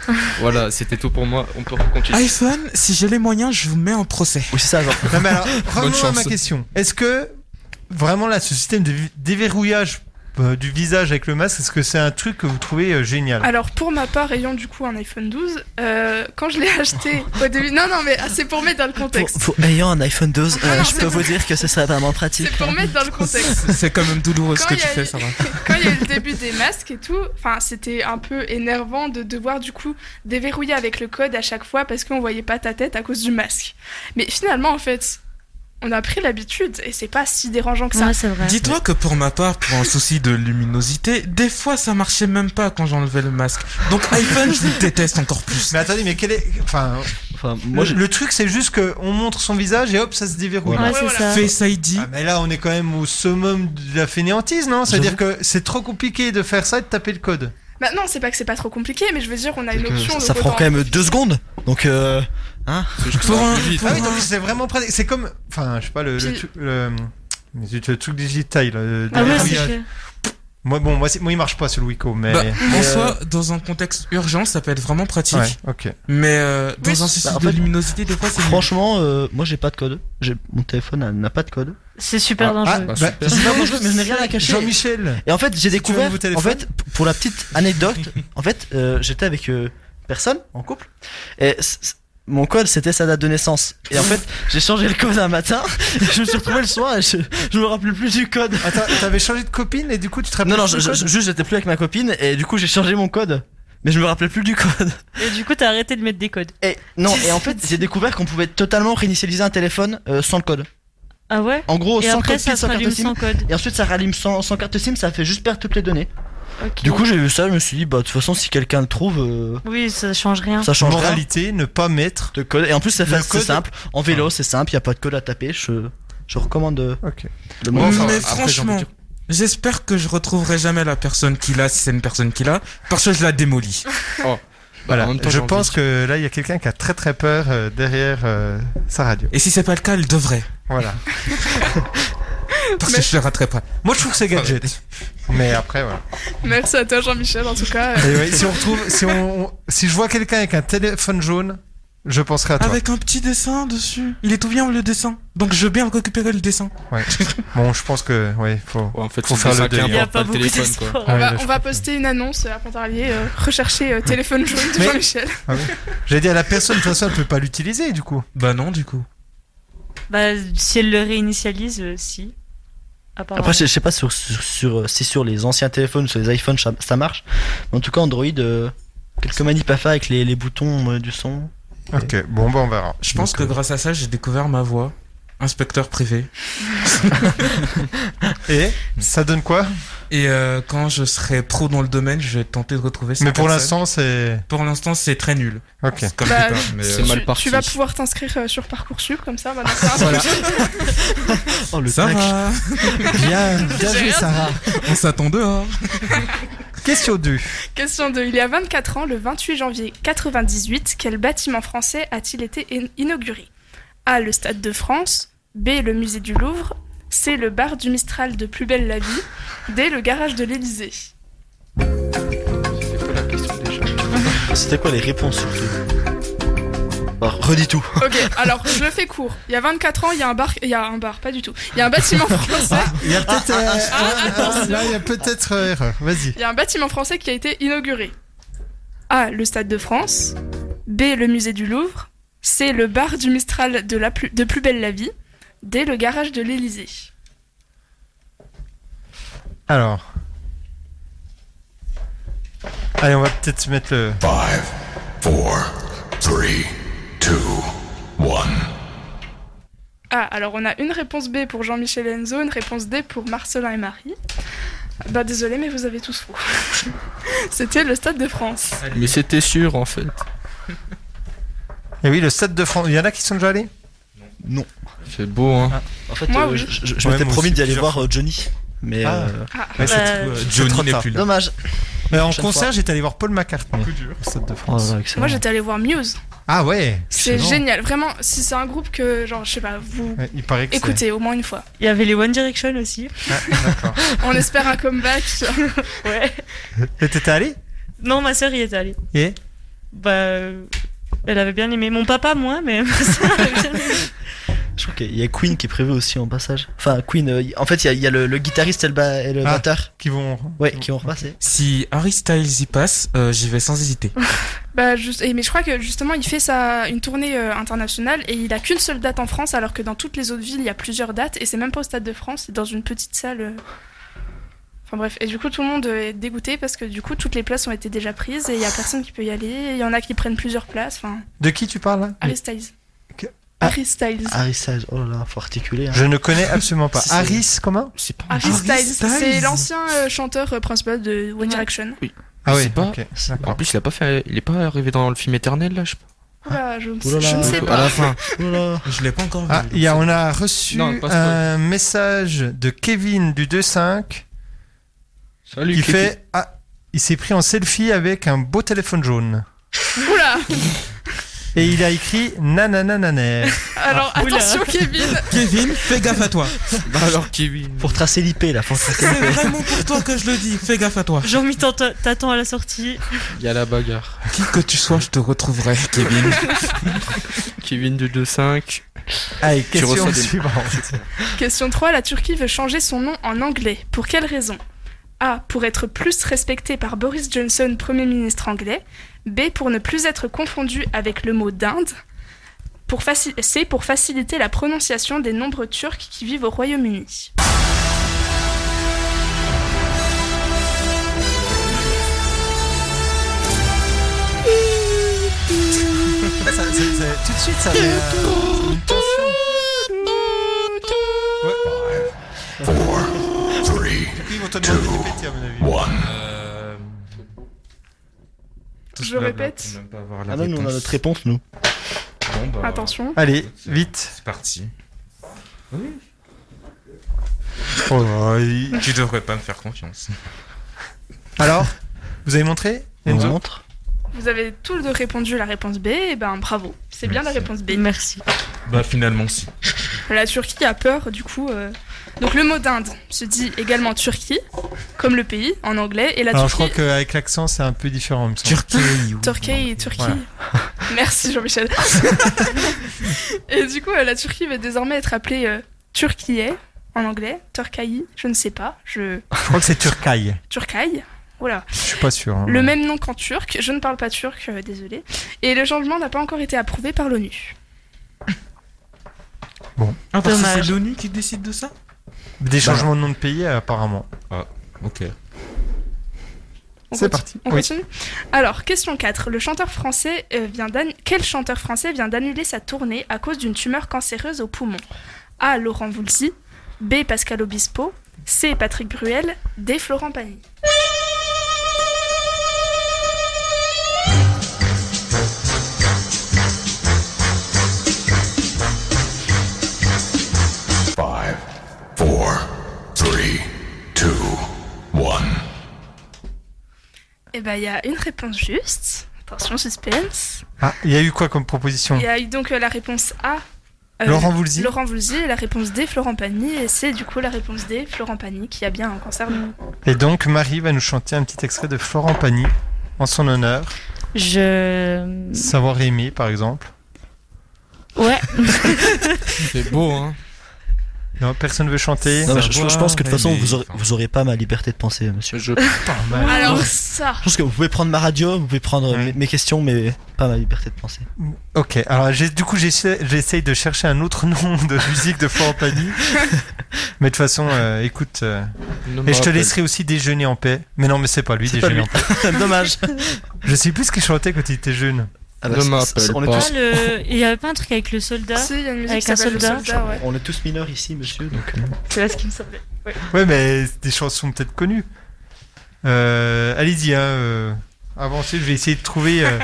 [SPEAKER 3] voilà, c'était tout pour moi. On peut
[SPEAKER 4] Ah,
[SPEAKER 3] continuer.
[SPEAKER 4] iPhone, si j'ai les moyens, je vous mets en procès.
[SPEAKER 2] Oui, c'est ça, genre.
[SPEAKER 1] Non, mais alors, revenons à
[SPEAKER 4] chance.
[SPEAKER 1] ma question. Est-ce que vraiment là, ce système de vi- déverrouillage euh, du visage avec le masque, est-ce que c'est un truc que vous trouvez euh, génial
[SPEAKER 6] Alors pour ma part, ayant du coup un iPhone 12, euh, quand je l'ai acheté au début, non non mais ah, c'est pour mettre dans le contexte. Ah,
[SPEAKER 2] Faut- ayant un iPhone 12, euh,
[SPEAKER 6] non,
[SPEAKER 2] je
[SPEAKER 6] c'est
[SPEAKER 2] peux
[SPEAKER 6] pour-
[SPEAKER 2] vous dire que ce serait vraiment pratique.
[SPEAKER 6] Pour mettre dans le contexte.
[SPEAKER 4] C'est quand même douloureux ce
[SPEAKER 6] Quand
[SPEAKER 4] que
[SPEAKER 6] il y
[SPEAKER 4] tu
[SPEAKER 6] a eu-
[SPEAKER 4] fais, Sarah.
[SPEAKER 6] quand il y a eu le début des masques et tout, enfin c'était un peu énervant de devoir du coup déverrouiller avec le code à chaque fois parce qu'on voyait pas ta tête à cause du masque. Mais finalement en fait, on a pris l'habitude et c'est pas si dérangeant que ça.
[SPEAKER 4] Dis-toi que pour ma part, pour un souci de luminosité, des fois ça marchait même pas quand j'enlevais le masque. Donc iPhone, je vous déteste encore plus.
[SPEAKER 1] Mais attendez, mais quel est. Enfin.
[SPEAKER 2] moi,
[SPEAKER 1] le,
[SPEAKER 2] j'ai-
[SPEAKER 1] le truc, c'est juste qu'on montre son visage et hop, ça se déverrouille.
[SPEAKER 2] Voilà. Ouais, c'est ça.
[SPEAKER 4] Face ID.
[SPEAKER 1] Ah, mais là, on est quand même au summum de la fainéantise, non C'est-à-dire que c'est trop compliqué de faire ça et de taper le code.
[SPEAKER 6] Bah non, c'est pas que c'est pas trop compliqué, mais je veux dire on a une
[SPEAKER 2] Euh,
[SPEAKER 6] option.
[SPEAKER 2] ça,
[SPEAKER 6] donc
[SPEAKER 2] ça prend
[SPEAKER 6] autant-
[SPEAKER 2] quand même deux secondes, donc euh, hein.
[SPEAKER 1] Ah oui, donc c'est vraiment pratique. C'est comme. Enfin, je sais pas, le. le,
[SPEAKER 6] Puis-
[SPEAKER 1] tru- le- mais zut, le truc digital. là, le
[SPEAKER 6] Ah ouais,
[SPEAKER 1] déverrouillage.
[SPEAKER 6] c'est clair.
[SPEAKER 1] Moi, bon, moi, c'est- moi, il marche pas, ce Wico, mais.
[SPEAKER 4] Bah, en
[SPEAKER 1] mais, euh,
[SPEAKER 4] soi, dans un contexte urgent, ça peut être vraiment pratique.
[SPEAKER 1] Ouais, ok.
[SPEAKER 4] Mais euh, dans un souci
[SPEAKER 2] Bah, en
[SPEAKER 4] de
[SPEAKER 2] fait,
[SPEAKER 4] luminosité, des fois, c'est mieux.
[SPEAKER 2] Franchement, euh, moi j'ai pas de code. J'ai- Mon téléphone a- n'a pas de code.
[SPEAKER 10] C'est super dangereux.
[SPEAKER 2] bah, c'est super dangereux, mais je n'ai rien à cacher.
[SPEAKER 1] Jean-Michel.
[SPEAKER 2] Et en fait, j'ai
[SPEAKER 1] tu veux
[SPEAKER 2] découvert.
[SPEAKER 1] vos
[SPEAKER 2] En
[SPEAKER 1] téléphones
[SPEAKER 2] fait, p- pour la petite anecdote, en fait, euh, j'étais avec euh, personne en couple et c- c- mon code c'était sa date de naissance. Et en fait, j'ai changé le code un matin. et je me suis retrouvé le soir et je, je me rappelais plus du code.
[SPEAKER 1] Attends, t'avais changé de copine et du coup tu te
[SPEAKER 2] rappelles Non, non,
[SPEAKER 10] plus du
[SPEAKER 2] je- je-
[SPEAKER 10] code
[SPEAKER 2] juste j'étais plus avec ma copine et du coup j'ai changé mon code. Mais je me rappelais plus du code.
[SPEAKER 10] Et du coup, t'as arrêté de mettre des codes.
[SPEAKER 2] Non, et en fait, j'ai découvert qu'on pouvait totalement réinitialiser un téléphone euh, sans le code.
[SPEAKER 10] Ah ouais
[SPEAKER 2] En gros,
[SPEAKER 10] Et
[SPEAKER 2] sans
[SPEAKER 10] après,
[SPEAKER 2] code
[SPEAKER 10] ça
[SPEAKER 2] PIN,
[SPEAKER 10] se
[SPEAKER 2] sans carte
[SPEAKER 10] rallume
[SPEAKER 2] SIM.
[SPEAKER 10] sans code.
[SPEAKER 2] Et ensuite, ça rallume sans, sans carte SIM, ça fait juste perdre toutes les données.
[SPEAKER 10] Ok.
[SPEAKER 2] Du coup, j'ai vu ça, je me suis dit, bah, de toute façon, si quelqu'un le trouve, euh,
[SPEAKER 10] Oui, ça change rien.
[SPEAKER 2] ça change rien.
[SPEAKER 1] Moralité, ne pas mettre
[SPEAKER 2] de code. Et en plus, c'est
[SPEAKER 1] Le
[SPEAKER 2] facile, c'est
[SPEAKER 1] code- Ah.
[SPEAKER 2] simple. En vélo, c'est simple, il a pas de code à taper. Je, je recommande euh, le
[SPEAKER 4] Mais
[SPEAKER 2] monde.
[SPEAKER 4] franchement, j'espère que je retrouverai jamais la personne qui l'a, si c'est une personne qui l'a, parce que je la démolis.
[SPEAKER 1] Oh. Voilà,
[SPEAKER 4] Bah, En même temps,
[SPEAKER 1] je
[SPEAKER 4] j'ai envie
[SPEAKER 1] pense
[SPEAKER 4] de-
[SPEAKER 1] que là, il y a quelqu'un qui a très très peur euh, derrière euh, sa radio.
[SPEAKER 4] Et si c'est pas le cas, elle devrait.
[SPEAKER 1] Voilà.
[SPEAKER 4] Parce que je le raterai pas.
[SPEAKER 1] Moi, je trouve que c'est gadget. Mais après, voilà.
[SPEAKER 6] Merci à toi, Jean-Michel, en tout cas. euh.
[SPEAKER 1] Et ouais, si on retrouve, si on, si je vois quelqu'un avec un téléphone jaune, je penserai à toi.
[SPEAKER 4] Avec un petit dessin dessus. Il est tout bien le dessin. Donc je veux bien récupérer le dessin.
[SPEAKER 1] Ouais. Bon, je pense que, ouais, faut,
[SPEAKER 3] en fait,
[SPEAKER 1] faut
[SPEAKER 3] c'est
[SPEAKER 1] faire
[SPEAKER 3] ça
[SPEAKER 1] le
[SPEAKER 3] qui est
[SPEAKER 1] deuil.
[SPEAKER 3] important, Il y a pas pas le beaucoup téléphone,
[SPEAKER 6] On
[SPEAKER 3] d'espoir.
[SPEAKER 1] Ah Ouais,
[SPEAKER 6] va,
[SPEAKER 1] je-
[SPEAKER 6] Bah, on va poster une annonce à Pontarlier, euh, rechercher euh, téléphone jaune de
[SPEAKER 1] Mais-
[SPEAKER 6] Jean-Michel.
[SPEAKER 1] Ah oui. J'ai dit à la personne, de toute façon, elle peut pas l'utiliser, du coup.
[SPEAKER 4] Bah non, du coup.
[SPEAKER 10] Bah, si elle le réinitialise, euh, si. Apparemment.
[SPEAKER 2] Après, je, je sais pas sur, sur, sur- euh, si sur les anciens téléphones, sur les iPhones, ça, ça marche. Mais en tout cas, Android, euh, quelques manips à faire avec les, les boutons euh, du son.
[SPEAKER 1] Ok, bon, bah, on verra.
[SPEAKER 4] Je pense que grâce à ça, j'ai découvert ma voix. Inspecteur privé.
[SPEAKER 1] Et ça donne quoi
[SPEAKER 4] Et euh, quand je serai pro dans le domaine, je vais tenter de retrouver cette
[SPEAKER 1] Mais pour
[SPEAKER 4] personne.
[SPEAKER 1] l'instant, c'est.
[SPEAKER 4] Pour l'instant, c'est très nul.
[SPEAKER 1] Ok.
[SPEAKER 4] C'est Comme
[SPEAKER 6] Bah,
[SPEAKER 4] débat, mais,
[SPEAKER 6] tu-
[SPEAKER 4] euh,
[SPEAKER 6] tu- Tu vas pouvoir t'inscrire euh, sur Parcoursup comme ça maintenant.
[SPEAKER 4] Voilà.
[SPEAKER 2] Oh,
[SPEAKER 4] Ça
[SPEAKER 1] tac.
[SPEAKER 4] va.
[SPEAKER 1] Bien, bien
[SPEAKER 6] J'ai
[SPEAKER 1] joué,
[SPEAKER 6] rien
[SPEAKER 1] Sarah.
[SPEAKER 4] On s'attend hein. dehors.
[SPEAKER 1] Question 2.
[SPEAKER 6] Question 2. Il y a 24 ans, le 28 janvier 98, quel bâtiment français a-t-il été in- inauguré A. Le Stade de France. B. Le musée du Louvre. C. Le bar du Mistral de Plus belle la vie. D. Le garage de l'Élysée.
[SPEAKER 2] Ah, C'était quoi les réponses surtout Bah, Redis tout.
[SPEAKER 6] Ok, alors je le fais court. Il y a 24 ans, il y a un bar, il y a un bar, pas du tout. Il y a un bâtiment français.
[SPEAKER 1] Il y a peut-être. euh,
[SPEAKER 6] Ah, attention.
[SPEAKER 1] là, il y a peut-être euh, erreur. Vas-y.
[SPEAKER 6] Il y a un bâtiment français qui a été inauguré. A. Le Stade de France. B. Le musée du Louvre. C. Le bar du Mistral de, la plus, de Plus Belle la Vie. D. Le garage de l'Élysée.
[SPEAKER 1] Alors. Allez, on va peut-être se mettre le.
[SPEAKER 8] 5, 4, 3, 2, 1.
[SPEAKER 6] Ah, alors on a une réponse B pour Jean-Michel et Enzo, une réponse D pour Marcelin et Marie. Bah désolé, mais vous avez tous faux. C'était le Stade de France.
[SPEAKER 3] Mais c'était sûr en fait.
[SPEAKER 1] Et Eh oui, le Stade de France. Il y en a qui sont déjà allés
[SPEAKER 2] Non.
[SPEAKER 3] C'est beau hein.
[SPEAKER 2] En fait,
[SPEAKER 6] Moi,
[SPEAKER 2] euh,
[SPEAKER 6] oui.
[SPEAKER 2] je, je- je
[SPEAKER 1] Ouais,
[SPEAKER 2] m'étais
[SPEAKER 1] moi
[SPEAKER 2] promis
[SPEAKER 1] aussi,
[SPEAKER 2] d'y aller
[SPEAKER 1] plusieurs
[SPEAKER 2] voir euh, Johnny. Mais.
[SPEAKER 1] Ah.
[SPEAKER 2] euh,
[SPEAKER 6] Ah,
[SPEAKER 1] Ouais, surtout, euh,
[SPEAKER 2] c'est
[SPEAKER 1] Johnny
[SPEAKER 2] trop
[SPEAKER 1] n'est
[SPEAKER 2] tard.
[SPEAKER 1] plus là.
[SPEAKER 2] Dommage.
[SPEAKER 1] Mais en
[SPEAKER 2] Prochaine
[SPEAKER 1] concert,
[SPEAKER 2] fois.
[SPEAKER 1] j'étais allé voir Paul McCartney. Au Stade
[SPEAKER 2] Oh,
[SPEAKER 1] de France.
[SPEAKER 6] Moi j'étais allé voir Muse.
[SPEAKER 1] Ah ouais
[SPEAKER 6] C'est génial, vraiment, si c'est un groupe que, genre, je sais pas, vous
[SPEAKER 1] Ouais, Il paraît que c'est-
[SPEAKER 6] écoutez au moins une fois.
[SPEAKER 10] Il y avait les One Direction aussi.
[SPEAKER 6] On espère un comeback.
[SPEAKER 10] ouais.
[SPEAKER 1] Et t'étais allé
[SPEAKER 10] Non, ma sœur y est allée.
[SPEAKER 1] Et
[SPEAKER 10] Bah, euh, elle avait bien aimé. Mon papa, moins, mais ma sœur avait bien aimé.
[SPEAKER 2] Je crois qu'il y a Queen qui est prévu aussi en passage. Enfin, Queen, euh, y- en fait, il y a, il y a le, le guitariste et le, ba- et le
[SPEAKER 4] Ah.
[SPEAKER 2] batteur.
[SPEAKER 1] Qui vont.
[SPEAKER 2] Ouais, qui vont repasser.
[SPEAKER 4] Si Harry Styles y passe, euh, j'y vais sans hésiter.
[SPEAKER 6] Bah, juste, et- mais je crois que justement, il fait sa, une tournée euh, internationale et il a qu'une seule date en France, alors que dans toutes les autres villes, il y a plusieurs dates. Et c'est même pas au Stade de France, c'est dans une petite salle. euh. Enfin bref, et du coup, tout le monde euh, est dégoûté parce que du coup, toutes les places ont été déjà prises et il y a personne qui peut y aller. Il y en a qui prennent plusieurs places. Enfin,
[SPEAKER 1] De qui tu parles là
[SPEAKER 6] Harry Styles.
[SPEAKER 1] Ah, Que-
[SPEAKER 6] Harry Styles.
[SPEAKER 2] Harry Styles, oh là là, faut articuler. hein.
[SPEAKER 1] Je ne connais absolument pas.
[SPEAKER 2] Si, c'est-
[SPEAKER 1] Harris, comment
[SPEAKER 6] Harry Styles, c'est l'ancien euh, chanteur euh, principal de One Direction.
[SPEAKER 1] Ah oui,
[SPEAKER 3] C'est pas-
[SPEAKER 1] ok.
[SPEAKER 3] En plus, il a pas fait, il est pas arrivé dans le film éternel là, je
[SPEAKER 6] Oula, je, ne sais-
[SPEAKER 3] Oulala.
[SPEAKER 6] je ne sais
[SPEAKER 3] À
[SPEAKER 6] pas.
[SPEAKER 3] la fin.
[SPEAKER 4] Je l'ai pas encore vu.
[SPEAKER 1] Ah, il y a, on a reçu
[SPEAKER 4] Non, passe pas.
[SPEAKER 1] un message de Kevin du 2.5
[SPEAKER 3] Salut,
[SPEAKER 1] qui
[SPEAKER 3] Kevin.
[SPEAKER 1] fait ah, il s'est pris en selfie avec un beau téléphone jaune.
[SPEAKER 6] Oula
[SPEAKER 1] Et il a écrit nananananer.
[SPEAKER 6] Alors
[SPEAKER 1] Ah.
[SPEAKER 6] attention
[SPEAKER 1] Oula.
[SPEAKER 6] Kevin.
[SPEAKER 1] Kevin, fais gaffe à toi.
[SPEAKER 3] alors Kevin.
[SPEAKER 2] Pour tracer l'IP là, faut tracer
[SPEAKER 4] C'est
[SPEAKER 2] l'IP.
[SPEAKER 4] vraiment pour toi que je le dis, fais gaffe à toi.
[SPEAKER 10] Jean-Mi t'attends t'attends à la sortie.
[SPEAKER 4] Il y a la bagarre.
[SPEAKER 3] Qui que tu sois, je te retrouverai, Kevin. Kevin de 2-5.
[SPEAKER 1] Allez,
[SPEAKER 3] Tu
[SPEAKER 1] question
[SPEAKER 3] reçois des-
[SPEAKER 1] suivante.
[SPEAKER 6] Question 3, la Turquie veut changer son nom en anglais. Pour quelle raison A. Pour être plus respectée par Boris Johnson, Premier ministre anglais. B. Pour ne plus être confondu avec le mot d'Inde. Pour faci- C. Pour faciliter la prononciation des nombres turcs qui vivent au Royaume-Uni.
[SPEAKER 1] Ça, ça, ça, tout de suite, ça met, euh, une tension.
[SPEAKER 8] Three,
[SPEAKER 1] Ils vont te
[SPEAKER 8] two,
[SPEAKER 1] demander de répéter, à mon avis.
[SPEAKER 8] one.
[SPEAKER 6] Je répète.
[SPEAKER 2] Ah non, nous on a notre réponse, nous.
[SPEAKER 4] bah,
[SPEAKER 6] Attention.
[SPEAKER 1] Allez, vite.
[SPEAKER 4] C'est parti.
[SPEAKER 1] Oh, là, il-
[SPEAKER 4] Tu devrais pas me faire confiance.
[SPEAKER 1] Alors, vous avez montré Enzo
[SPEAKER 6] Vous avez tous deux répondu la réponse B, et ben bravo. C'est bien la réponse B.
[SPEAKER 10] Merci.
[SPEAKER 4] Bah finalement si.
[SPEAKER 6] La Turquie a peur, du coup. euh. Donc le mot d'Inde se dit également Turquie, comme le pays en anglais, et la
[SPEAKER 1] Alors, Ah, je
[SPEAKER 6] Turquie.
[SPEAKER 1] crois qu'avec l'accent, c'est un peu différent. il me semble.
[SPEAKER 6] Turquie, Turquie.
[SPEAKER 1] Voilà.
[SPEAKER 6] Merci Jean-Michel. et du coup, euh, la Turquie va désormais être appelée euh, Turquie en anglais, Turkaï, je ne sais pas, je
[SPEAKER 1] Je crois que c'est Turcaille.
[SPEAKER 6] Turkaï. Voilà.
[SPEAKER 1] Je suis pas sûr. hein.
[SPEAKER 6] Le même nom qu'en turc, je ne parle pas turc, euh, désolé. Et le changement n'a pas encore été approuvé par l'ONU.
[SPEAKER 1] Bon.
[SPEAKER 4] Ah parce que c'est
[SPEAKER 6] Dommage.
[SPEAKER 4] l'ONU qui décide de ça
[SPEAKER 2] Bah.
[SPEAKER 1] Des changements de nom de pays, euh, apparemment.
[SPEAKER 4] Ah, ok.
[SPEAKER 6] On
[SPEAKER 1] C'est
[SPEAKER 6] continue-
[SPEAKER 1] parti.
[SPEAKER 6] On
[SPEAKER 1] Oui.
[SPEAKER 6] continue Alors, question 4. Le chanteur français euh, vient d'ann- Quel chanteur français vient d'annuler sa tournée à cause d'une tumeur cancéreuse au poumon A. Laurent Voulzy. B. Pascal Obispo. C. Patrick Bruel. D. Florent Pagny.
[SPEAKER 8] Five, four, three, two, one.
[SPEAKER 6] Eh ben, il y a une réponse juste. Attention, suspense.
[SPEAKER 1] Ah, il y a eu quoi comme proposition
[SPEAKER 6] Il y a eu donc euh, la réponse A. euh,
[SPEAKER 1] Laurent Voulzy.
[SPEAKER 6] Laurent Voulzy, et la réponse D, Florent Pagny, et c'est du coup la réponse D, Florent Pagny, qui a bien un cancer. du-
[SPEAKER 1] Et donc, Marie va nous chanter un petit extrait de Florent Pagny en son honneur.
[SPEAKER 10] Je.
[SPEAKER 1] Savoir aimer, par exemple.
[SPEAKER 10] Ouais.
[SPEAKER 3] C'est beau, hein.
[SPEAKER 1] Non, personne veut chanter.
[SPEAKER 2] Non, mais je, je- je pense que de toute façon, vous aurez, vous aurez pas ma liberté de penser, monsieur.
[SPEAKER 3] Je,
[SPEAKER 6] Alors ça.
[SPEAKER 2] pense que vous pouvez prendre ma radio, vous pouvez prendre mes, mes questions, mais pas ma liberté de penser.
[SPEAKER 1] Ok, alors j'ai- du coup j'essa- j'essaye de chercher un autre nom de musique de Florent Pagny. mais de toute façon, euh, écoute. euh,
[SPEAKER 2] Ne me
[SPEAKER 1] et je te
[SPEAKER 2] rappelle.
[SPEAKER 1] laisserai aussi déjeuner en paix. Mais non, mais c'est pas lui,
[SPEAKER 2] C'est pas
[SPEAKER 1] déjeuner
[SPEAKER 2] lui.
[SPEAKER 1] en paix.
[SPEAKER 2] Dommage.
[SPEAKER 1] Je sais plus ce qu'il chantait quand il était jeune.
[SPEAKER 2] Ah bah, Ne c'est- m'appelle c'est- on est pas. tous-
[SPEAKER 10] Ah, le- Il y avait pas un truc avec le soldat
[SPEAKER 6] Si, il y a une musique
[SPEAKER 10] Avec
[SPEAKER 6] qui
[SPEAKER 10] un
[SPEAKER 6] s'appelle Le
[SPEAKER 10] soldat
[SPEAKER 6] Soldat, ouais.
[SPEAKER 2] On est tous mineurs ici, monsieur, donc. euh.
[SPEAKER 6] C'est là ce qui me semblait. Ouais.
[SPEAKER 1] Ouais, mais c'est des chansons peut-être connues. Euh, Allez-y, hein, euh, avancez, je vais essayer de trouver. euh,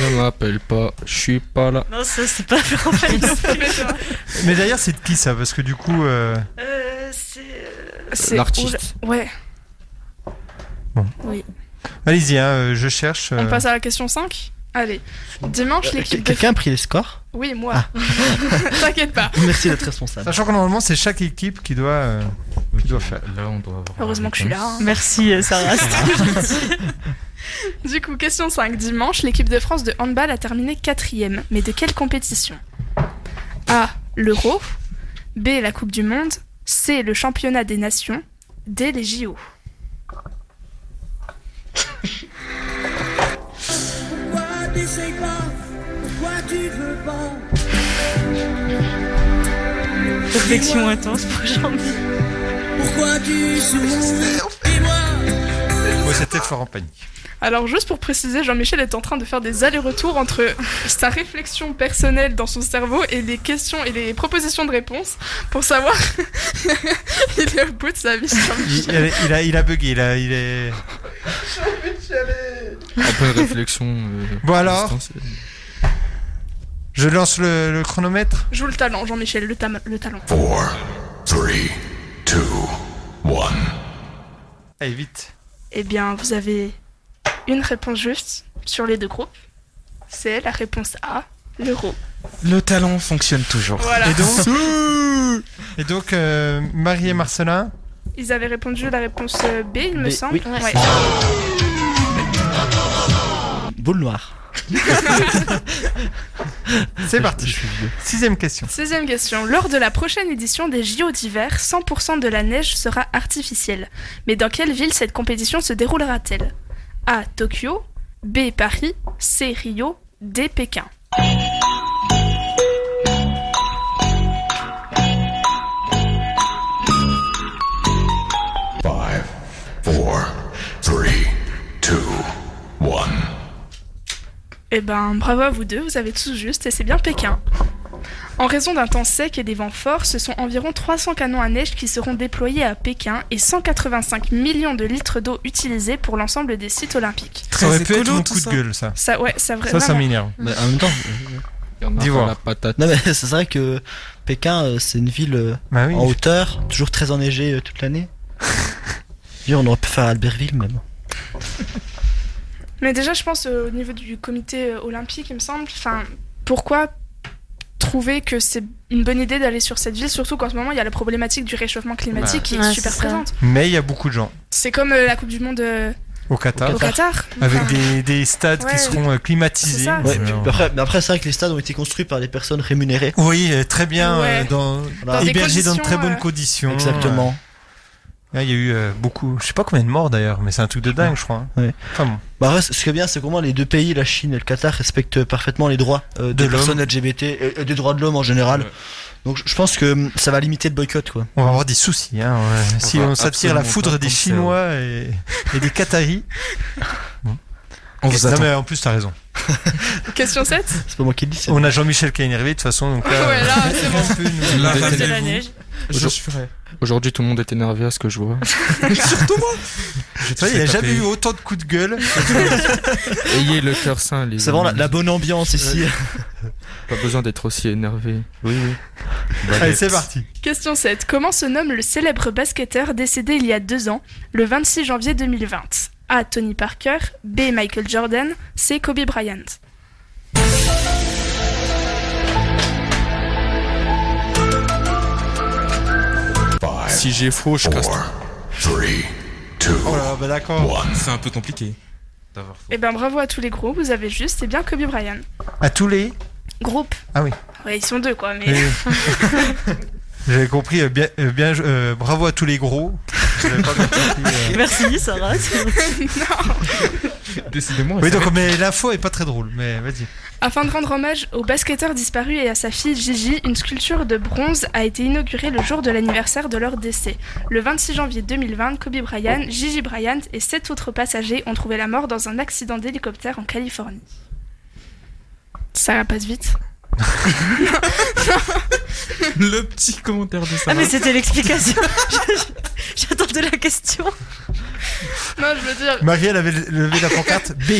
[SPEAKER 3] Ne m'appelle pas, je suis pas là.
[SPEAKER 10] Non, ça c'est pas Florent Pagny non plus.
[SPEAKER 1] mais derrière, c'est de qui ça Parce que du coup. euh,
[SPEAKER 10] Euh, c'est. euh,
[SPEAKER 6] C'est
[SPEAKER 3] L'artiste.
[SPEAKER 6] Oula- Ouais.
[SPEAKER 1] Bon.
[SPEAKER 6] Oui.
[SPEAKER 1] Allez-y, hein, euh, je cherche.
[SPEAKER 6] On
[SPEAKER 1] euh,
[SPEAKER 6] passe à la question 5 Allez. Dimanche,
[SPEAKER 2] Euh,
[SPEAKER 6] l'équipe de...
[SPEAKER 2] Quelqu'un a pris Ah. les scores
[SPEAKER 6] Oui, moi. T'inquiète pas.
[SPEAKER 2] Merci d'être responsable.
[SPEAKER 1] Ah. Sachant que normalement, c'est chaque équipe qui doit, euh, qui doit faire.
[SPEAKER 4] Là, on doit avoir.
[SPEAKER 6] Heureusement que je suis là. hein.
[SPEAKER 10] Merci euh, Sarah, c'était gentil.
[SPEAKER 6] Du coup, question 5. Dimanche, l'équipe de France de handball a terminé quatrième. Mais de quelle compétition A. L'Euro. B. La Coupe du Monde. C. Le Championnat des Nations. D. Les JO.
[SPEAKER 14] Pourquoi t'essayes pas Pourquoi tu veux pas
[SPEAKER 10] Réflexion intense pour Jean-Mi.
[SPEAKER 14] Pourquoi tu souris Dis-moi
[SPEAKER 1] Ouais, c'était Florent Pagny.
[SPEAKER 6] Alors juste pour préciser, Jean-Michel est en train de faire des allers-retours entre sa réflexion personnelle dans son cerveau et les questions et les propositions de réponses pour savoir il est au bout de sa vie.
[SPEAKER 1] Il,
[SPEAKER 6] Jean-Michel.
[SPEAKER 1] il a, il, a, il a bugué, il, a- il est.
[SPEAKER 3] Un peu de réflexion. euh,
[SPEAKER 1] Bon, alors
[SPEAKER 3] distancée.
[SPEAKER 1] Je lance le, le chronomètre.
[SPEAKER 6] Joue le talent, Jean-Michel, le, tam- le talent.
[SPEAKER 8] Four, three, two, one.
[SPEAKER 1] Allez, vite.
[SPEAKER 6] Eh bien, vous avez une réponse juste sur les deux groupes. C'est la réponse A,
[SPEAKER 5] L'euro.
[SPEAKER 4] Le talent fonctionne toujours.
[SPEAKER 6] Voilà.
[SPEAKER 1] Et donc, et donc euh, Marie et Marcelin
[SPEAKER 6] Ils avaient répondu la réponse euh, B, il me
[SPEAKER 1] B,
[SPEAKER 6] semble.
[SPEAKER 1] oui.
[SPEAKER 6] Ouais.
[SPEAKER 2] Boule noire.
[SPEAKER 1] C'est parti. Sixième question.
[SPEAKER 6] Sixième question. Lors de la prochaine édition des JO d'hiver, 100% de la neige sera artificielle. Mais dans quelle ville cette compétition se déroulera-t-elle A. Tokyo. B. Paris. C. Rio. D. Pékin.
[SPEAKER 8] Five, four, three, two, one.
[SPEAKER 6] Eh ben, bravo à vous deux, vous avez tous juste et c'est bien Pékin. En raison d'un temps sec et des vents forts, ce sont environ 300 canons à neige qui seront déployés à Pékin et 185 millions de litres d'eau utilisés pour l'ensemble des sites olympiques.
[SPEAKER 1] Ça aurait pu être mon coup de gueule, ça.
[SPEAKER 6] Ça, ouais, ça, vra-
[SPEAKER 1] Ça, ça
[SPEAKER 6] vraiment.
[SPEAKER 1] m'énerve.
[SPEAKER 2] Mais en même temps, euh,
[SPEAKER 3] la patate.
[SPEAKER 2] Non, mais c'est vrai que Pékin, euh, c'est une ville euh,
[SPEAKER 1] Bah oui.
[SPEAKER 2] en hauteur, toujours très enneigée euh, toute l'année. Dis, on aurait pu faire Albertville même.
[SPEAKER 6] Mais déjà, je pense euh, au niveau du comité euh, olympique, il me semble. Enfin, pourquoi trouver que c'est une bonne idée d'aller sur cette ville, surtout qu'en ce moment il y a la problématique du réchauffement climatique
[SPEAKER 1] Bah.
[SPEAKER 6] qui est
[SPEAKER 1] Ouais,
[SPEAKER 6] super
[SPEAKER 1] c'est ça.
[SPEAKER 6] présente.
[SPEAKER 1] Mais il y a beaucoup de gens
[SPEAKER 6] C'est comme euh, la Coupe du Monde euh,
[SPEAKER 1] au Qatar.
[SPEAKER 6] au Qatar.
[SPEAKER 1] Avec
[SPEAKER 6] Enfin,
[SPEAKER 1] des, des stades
[SPEAKER 6] Ouais.
[SPEAKER 1] qui seront euh, climatisés.
[SPEAKER 6] ça.
[SPEAKER 2] Ouais, puis après, mais après, c'est vrai que les stades ont été construits par des personnes rémunérées.
[SPEAKER 1] Oui, euh, très bien,
[SPEAKER 2] Ouais.
[SPEAKER 1] euh, dans,
[SPEAKER 2] Dans des
[SPEAKER 1] hébergés dans de très
[SPEAKER 2] conditions,
[SPEAKER 1] bonnes
[SPEAKER 2] euh,
[SPEAKER 1] conditions.
[SPEAKER 2] Exactement.
[SPEAKER 1] Euh, Il y a eu euh, beaucoup, je sais pas combien de morts d'ailleurs, mais c'est un truc de dingue, je crois. hein. Enfin bon.
[SPEAKER 2] Bah, après, ce qui est bien, c'est qu'au moins les deux pays, la Chine et le Qatar, respectent parfaitement les droits euh,
[SPEAKER 1] De
[SPEAKER 2] des
[SPEAKER 1] l'homme.
[SPEAKER 2] personnes LGBT et, et euh, des droits de l'homme en général. Donc, je- je pense que hum, ça va limiter le boycott, quoi.
[SPEAKER 1] On va avoir des soucis, hein, ouais. si
[SPEAKER 2] va
[SPEAKER 1] on s'attire la
[SPEAKER 2] absolument
[SPEAKER 1] foudre
[SPEAKER 2] pas
[SPEAKER 1] des
[SPEAKER 2] penser,
[SPEAKER 1] Chinois et, et des Qataris. Bon.
[SPEAKER 2] On vous
[SPEAKER 1] non
[SPEAKER 2] attend.
[SPEAKER 1] mais en plus t'as raison.
[SPEAKER 6] Question 7
[SPEAKER 2] C'est pas moi qui le dis. c'est-
[SPEAKER 1] On a Jean-Michel qui est énervé de toute façon. Donc là, euh,
[SPEAKER 6] Ouais, là, c'est bon.
[SPEAKER 1] on peut nous-
[SPEAKER 3] Là,
[SPEAKER 1] nous-
[SPEAKER 3] rasez-vous.
[SPEAKER 4] Je suis prêt.
[SPEAKER 3] Aujourd'hui, tout le monde est énervé à ce que je vois.
[SPEAKER 1] Surtout moi
[SPEAKER 3] Je te
[SPEAKER 1] Ça, Il
[SPEAKER 3] fais
[SPEAKER 1] a
[SPEAKER 3] taper.
[SPEAKER 1] jamais eu autant de coups de gueule.
[SPEAKER 3] Ayez le cœur sain, les
[SPEAKER 2] C'est vraiment la, la bonne ambiance ici.
[SPEAKER 3] Pas besoin d'être aussi énervé. Oui, oui.
[SPEAKER 1] Allez, c'est parti.
[SPEAKER 6] Question 7. Comment se nomme le célèbre basketteur décédé il y a deux ans, le 26 janvier 2020 A. Tony Parker. B. Michael Jordan. C. Kobe Bryant.
[SPEAKER 3] Si j'ai faux, je casse
[SPEAKER 8] Three,
[SPEAKER 1] Oh là là, bah d'accord.
[SPEAKER 4] C'est un peu compliqué d'avoir.
[SPEAKER 6] Eh ben bravo à tous les gros, vous avez juste, c'est bien Kobe Bryant.
[SPEAKER 1] À tous les.
[SPEAKER 6] Groupe.
[SPEAKER 1] Ah oui.
[SPEAKER 6] Ouais, ils sont deux quoi, mais.
[SPEAKER 1] Oui. J'avais compris. euh, Bien, euh, bien, euh, bravo à tous les gros. J'avais pas bien compris, euh.
[SPEAKER 10] Merci, Sarah.
[SPEAKER 4] Décidément.
[SPEAKER 1] Oui, donc, mais l'info est pas très drôle, mais vas-y.
[SPEAKER 6] Afin de rendre hommage au basketteur disparu et à sa fille Gigi, une sculpture de bronze a été inaugurée le jour de l'anniversaire de leur décès. Le 26 janvier 2020, Kobe Bryant, Gigi Bryant et sept autres passagers ont trouvé la mort dans un accident d'hélicoptère en Californie. Ça passe vite.
[SPEAKER 4] Le petit commentaire de ça.
[SPEAKER 10] Ah, mais c'était l'explication. J'attendais la question.
[SPEAKER 6] Non, je veux dire.
[SPEAKER 1] Marie, elle avait levé la pancarte B.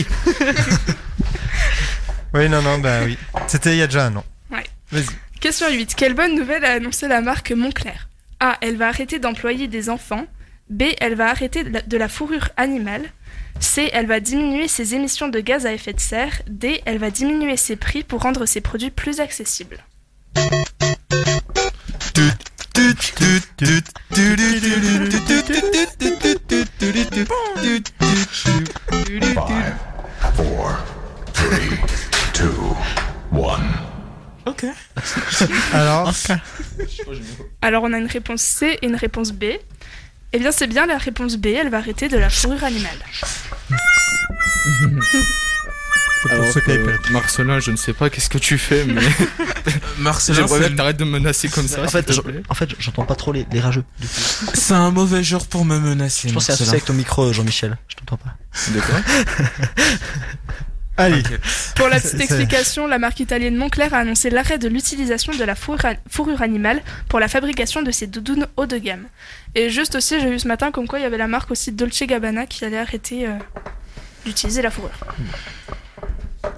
[SPEAKER 1] Oui, non, non, bah oui. C'était il y a déjà un an.
[SPEAKER 6] Ouais.
[SPEAKER 1] Vas-y.
[SPEAKER 6] Question 8. Quelle bonne nouvelle a annoncé la marque Montclair A. Elle va arrêter d'employer des enfants. B. Elle va arrêter de la- de la fourrure animale. C. Elle va diminuer ses émissions de gaz à effet de serre. D. Elle va diminuer ses prix pour rendre ses produits plus accessibles.
[SPEAKER 8] five, four, three, two, one.
[SPEAKER 6] Ok.
[SPEAKER 1] Alors
[SPEAKER 6] Alors on a une réponse C et une réponse B. Eh bien c'est bien la réponse B, elle va arrêter de la fourrure animale.
[SPEAKER 1] Alors que
[SPEAKER 3] Marcelin, je ne sais pas qu'est-ce que tu fais, mais.
[SPEAKER 4] Marcelin,
[SPEAKER 3] J'aimerais
[SPEAKER 4] c'est
[SPEAKER 3] bien
[SPEAKER 4] le-
[SPEAKER 3] que t'arrêtes de me menacer comme ça.
[SPEAKER 2] En
[SPEAKER 3] s'il
[SPEAKER 2] fait,
[SPEAKER 3] te
[SPEAKER 2] j'en-
[SPEAKER 3] plaît.
[SPEAKER 2] en fait, j'entends pas trop les, les rageux.
[SPEAKER 4] C'est un mauvais genre pour me menacer.
[SPEAKER 2] Je pense que c'est
[SPEAKER 4] Marcelin.
[SPEAKER 2] associé avec ton micro, Jean-Michel. Je t'entends pas.
[SPEAKER 1] Allez.
[SPEAKER 6] Pour la petite explication, la marque italienne Montclair a annoncé l'arrêt de l'utilisation de la fourra- fourrure animale pour la fabrication de ses doudounes haut de gamme. Et juste aussi, j'ai vu ce matin comme quoi il y avait la marque aussi Dolce Gabbana qui allait arrêter euh, d'utiliser la fourrure.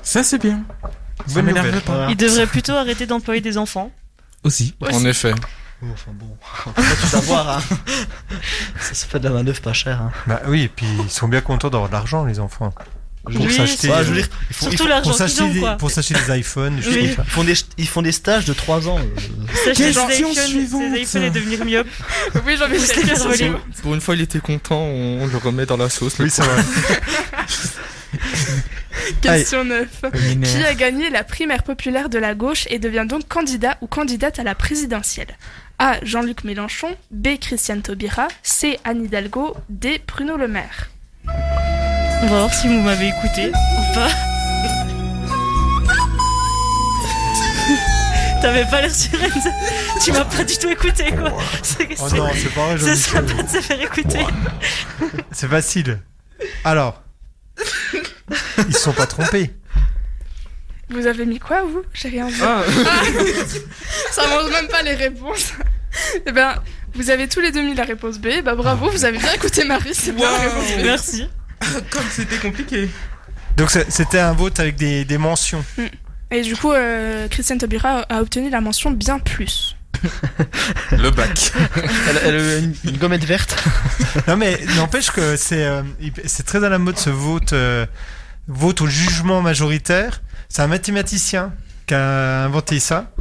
[SPEAKER 4] Ça, c'est bien. Ça
[SPEAKER 1] Bonne
[SPEAKER 4] m'énerve
[SPEAKER 1] nouvelle.
[SPEAKER 4] pas.
[SPEAKER 10] Il devrait plutôt arrêter d'employer des enfants.
[SPEAKER 4] Aussi.
[SPEAKER 3] En effet.
[SPEAKER 2] enfin bon, on peut pas tout savoir. Hein. ça, ça fait de la manœuvre pas chère. Hein.
[SPEAKER 1] Bah oui, et puis ils sont bien contents d'avoir de l'argent, les enfants. Pour s'acheter,
[SPEAKER 2] Ouais, je veux
[SPEAKER 1] euh,
[SPEAKER 2] dire,
[SPEAKER 1] Surtout l'argent pour qu'ils s'acheter ont, des- quoi. pour s'acheter des iPhones, des choses Oui. comme ça.
[SPEAKER 2] Ils font des, ils font des stages de 3 ans. euh.
[SPEAKER 10] Sachez que iPhones iPhones et devenir myope.
[SPEAKER 6] oui, j'en ai
[SPEAKER 10] Vous les faire voler.
[SPEAKER 3] Pour une fois, il était content, on le remet dans la sauce.
[SPEAKER 1] Oui, c'est vrai.
[SPEAKER 6] Question 9.
[SPEAKER 3] Linéaire.
[SPEAKER 6] Qui a gagné la primaire populaire de la gauche et devient donc candidat ou candidate à la présidentielle A. Jean-Luc Mélenchon. B. Christiane Taubira. C. Anne Hidalgo. D. Bruno Le Maire.
[SPEAKER 10] On va voir si vous m'avez écouté ou pas. T'avais pas l'air sûr, Enzo. Tu m'as pas du tout écouté, quoi. C'est
[SPEAKER 1] Oh non, c'est pas vrai,
[SPEAKER 10] c'est
[SPEAKER 1] Jean-Michel.
[SPEAKER 10] sympa de se faire écouter.
[SPEAKER 1] C'est facile. Alors, ils se sont pas trompés.
[SPEAKER 6] Vous avez mis quoi, vous J'ai rien vu.
[SPEAKER 1] Ah.
[SPEAKER 6] Ça mange même pas les réponses. Eh ben, vous avez tous les deux mis la réponse B. Bah bravo, vous avez bien écouté Marie, c'est bien la réponse B.
[SPEAKER 10] Merci.
[SPEAKER 4] Comme c'était compliqué.
[SPEAKER 1] Donc c'est- c'était un vote avec des, des mentions.
[SPEAKER 6] Mm. Et du coup, euh, Christiane Taubira a obtenu la mention bien plus.
[SPEAKER 3] Le bac.
[SPEAKER 2] elle, elle a une, une gommette verte.
[SPEAKER 1] Non mais n'empêche que c'est euh, il- c'est très à la mode ce vote euh, vote au jugement majoritaire. C'est un mathématicien qui a inventé ça.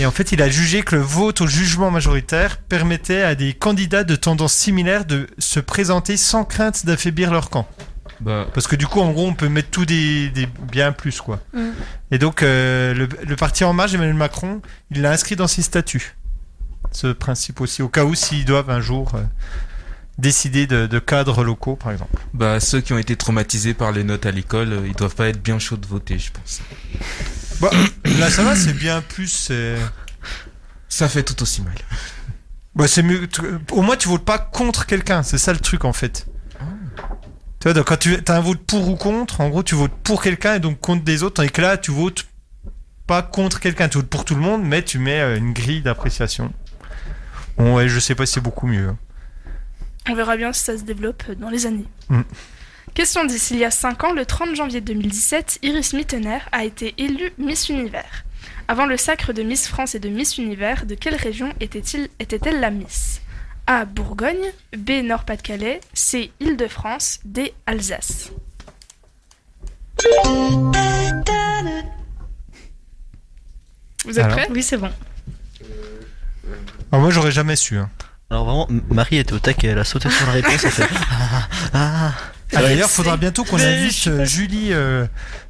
[SPEAKER 1] Et en fait, il a jugé que le vote au jugement majoritaire permettait à des candidats de tendance similaire de se présenter sans crainte d'affaiblir leur camp.
[SPEAKER 3] Bah.
[SPEAKER 1] Parce que du coup, en gros, on peut mettre tout des, des bien plus quoi.
[SPEAKER 6] Mm.
[SPEAKER 1] Et donc, euh, le, le parti En Marche, Emmanuel Macron, il l'a inscrit dans ses statuts. Ce principe aussi, au cas où s'ils doivent un jour euh, décider de, de cadres locaux, par exemple.
[SPEAKER 4] Bah, ceux qui ont été traumatisés par les notes à l'école, euh, ils doivent pas être bien chauds de voter, je pense.
[SPEAKER 1] Bah, là, ça va, c'est bien plus. c'est-
[SPEAKER 4] Ça fait tout aussi mal.
[SPEAKER 1] Bah, c'est mieux. tu- Au moins, tu votes pas contre quelqu'un. C'est ça le truc, en fait. Tu vois, donc quand tu as un vote pour ou contre, en gros, tu votes pour quelqu'un et donc contre des autres. Tandis que là, tu votes pas contre quelqu'un, tu votes pour tout le monde, mais tu mets euh, une grille d'appréciation. Bon, ouais, je sais pas si c'est beaucoup mieux. hein.
[SPEAKER 6] On verra bien si ça se développe dans les années.
[SPEAKER 1] Mm.
[SPEAKER 6] Question 10. Il y a 5 ans, le 30 janvier 2017, Iris Mittener a été élue Miss Univers. Avant le sacre de Miss France et de Miss Univers, de quelle région était-il- était-elle la Miss A. Bourgogne. B. Nord-Pas-de-Calais. C. Île-de-France. D. Alsace. Vous êtes
[SPEAKER 1] Alors
[SPEAKER 6] prêts
[SPEAKER 10] Oui, c'est bon.
[SPEAKER 1] Alors, Ah, moi, j'aurais jamais su. hein.
[SPEAKER 2] Alors vraiment, M- Marie était au taquet, elle a sauté sur la réponse. Elle fait, ah, ah,
[SPEAKER 1] Ah, D'ailleurs, faudra bientôt qu'on
[SPEAKER 2] Mais
[SPEAKER 1] invite euh, Julie. euh,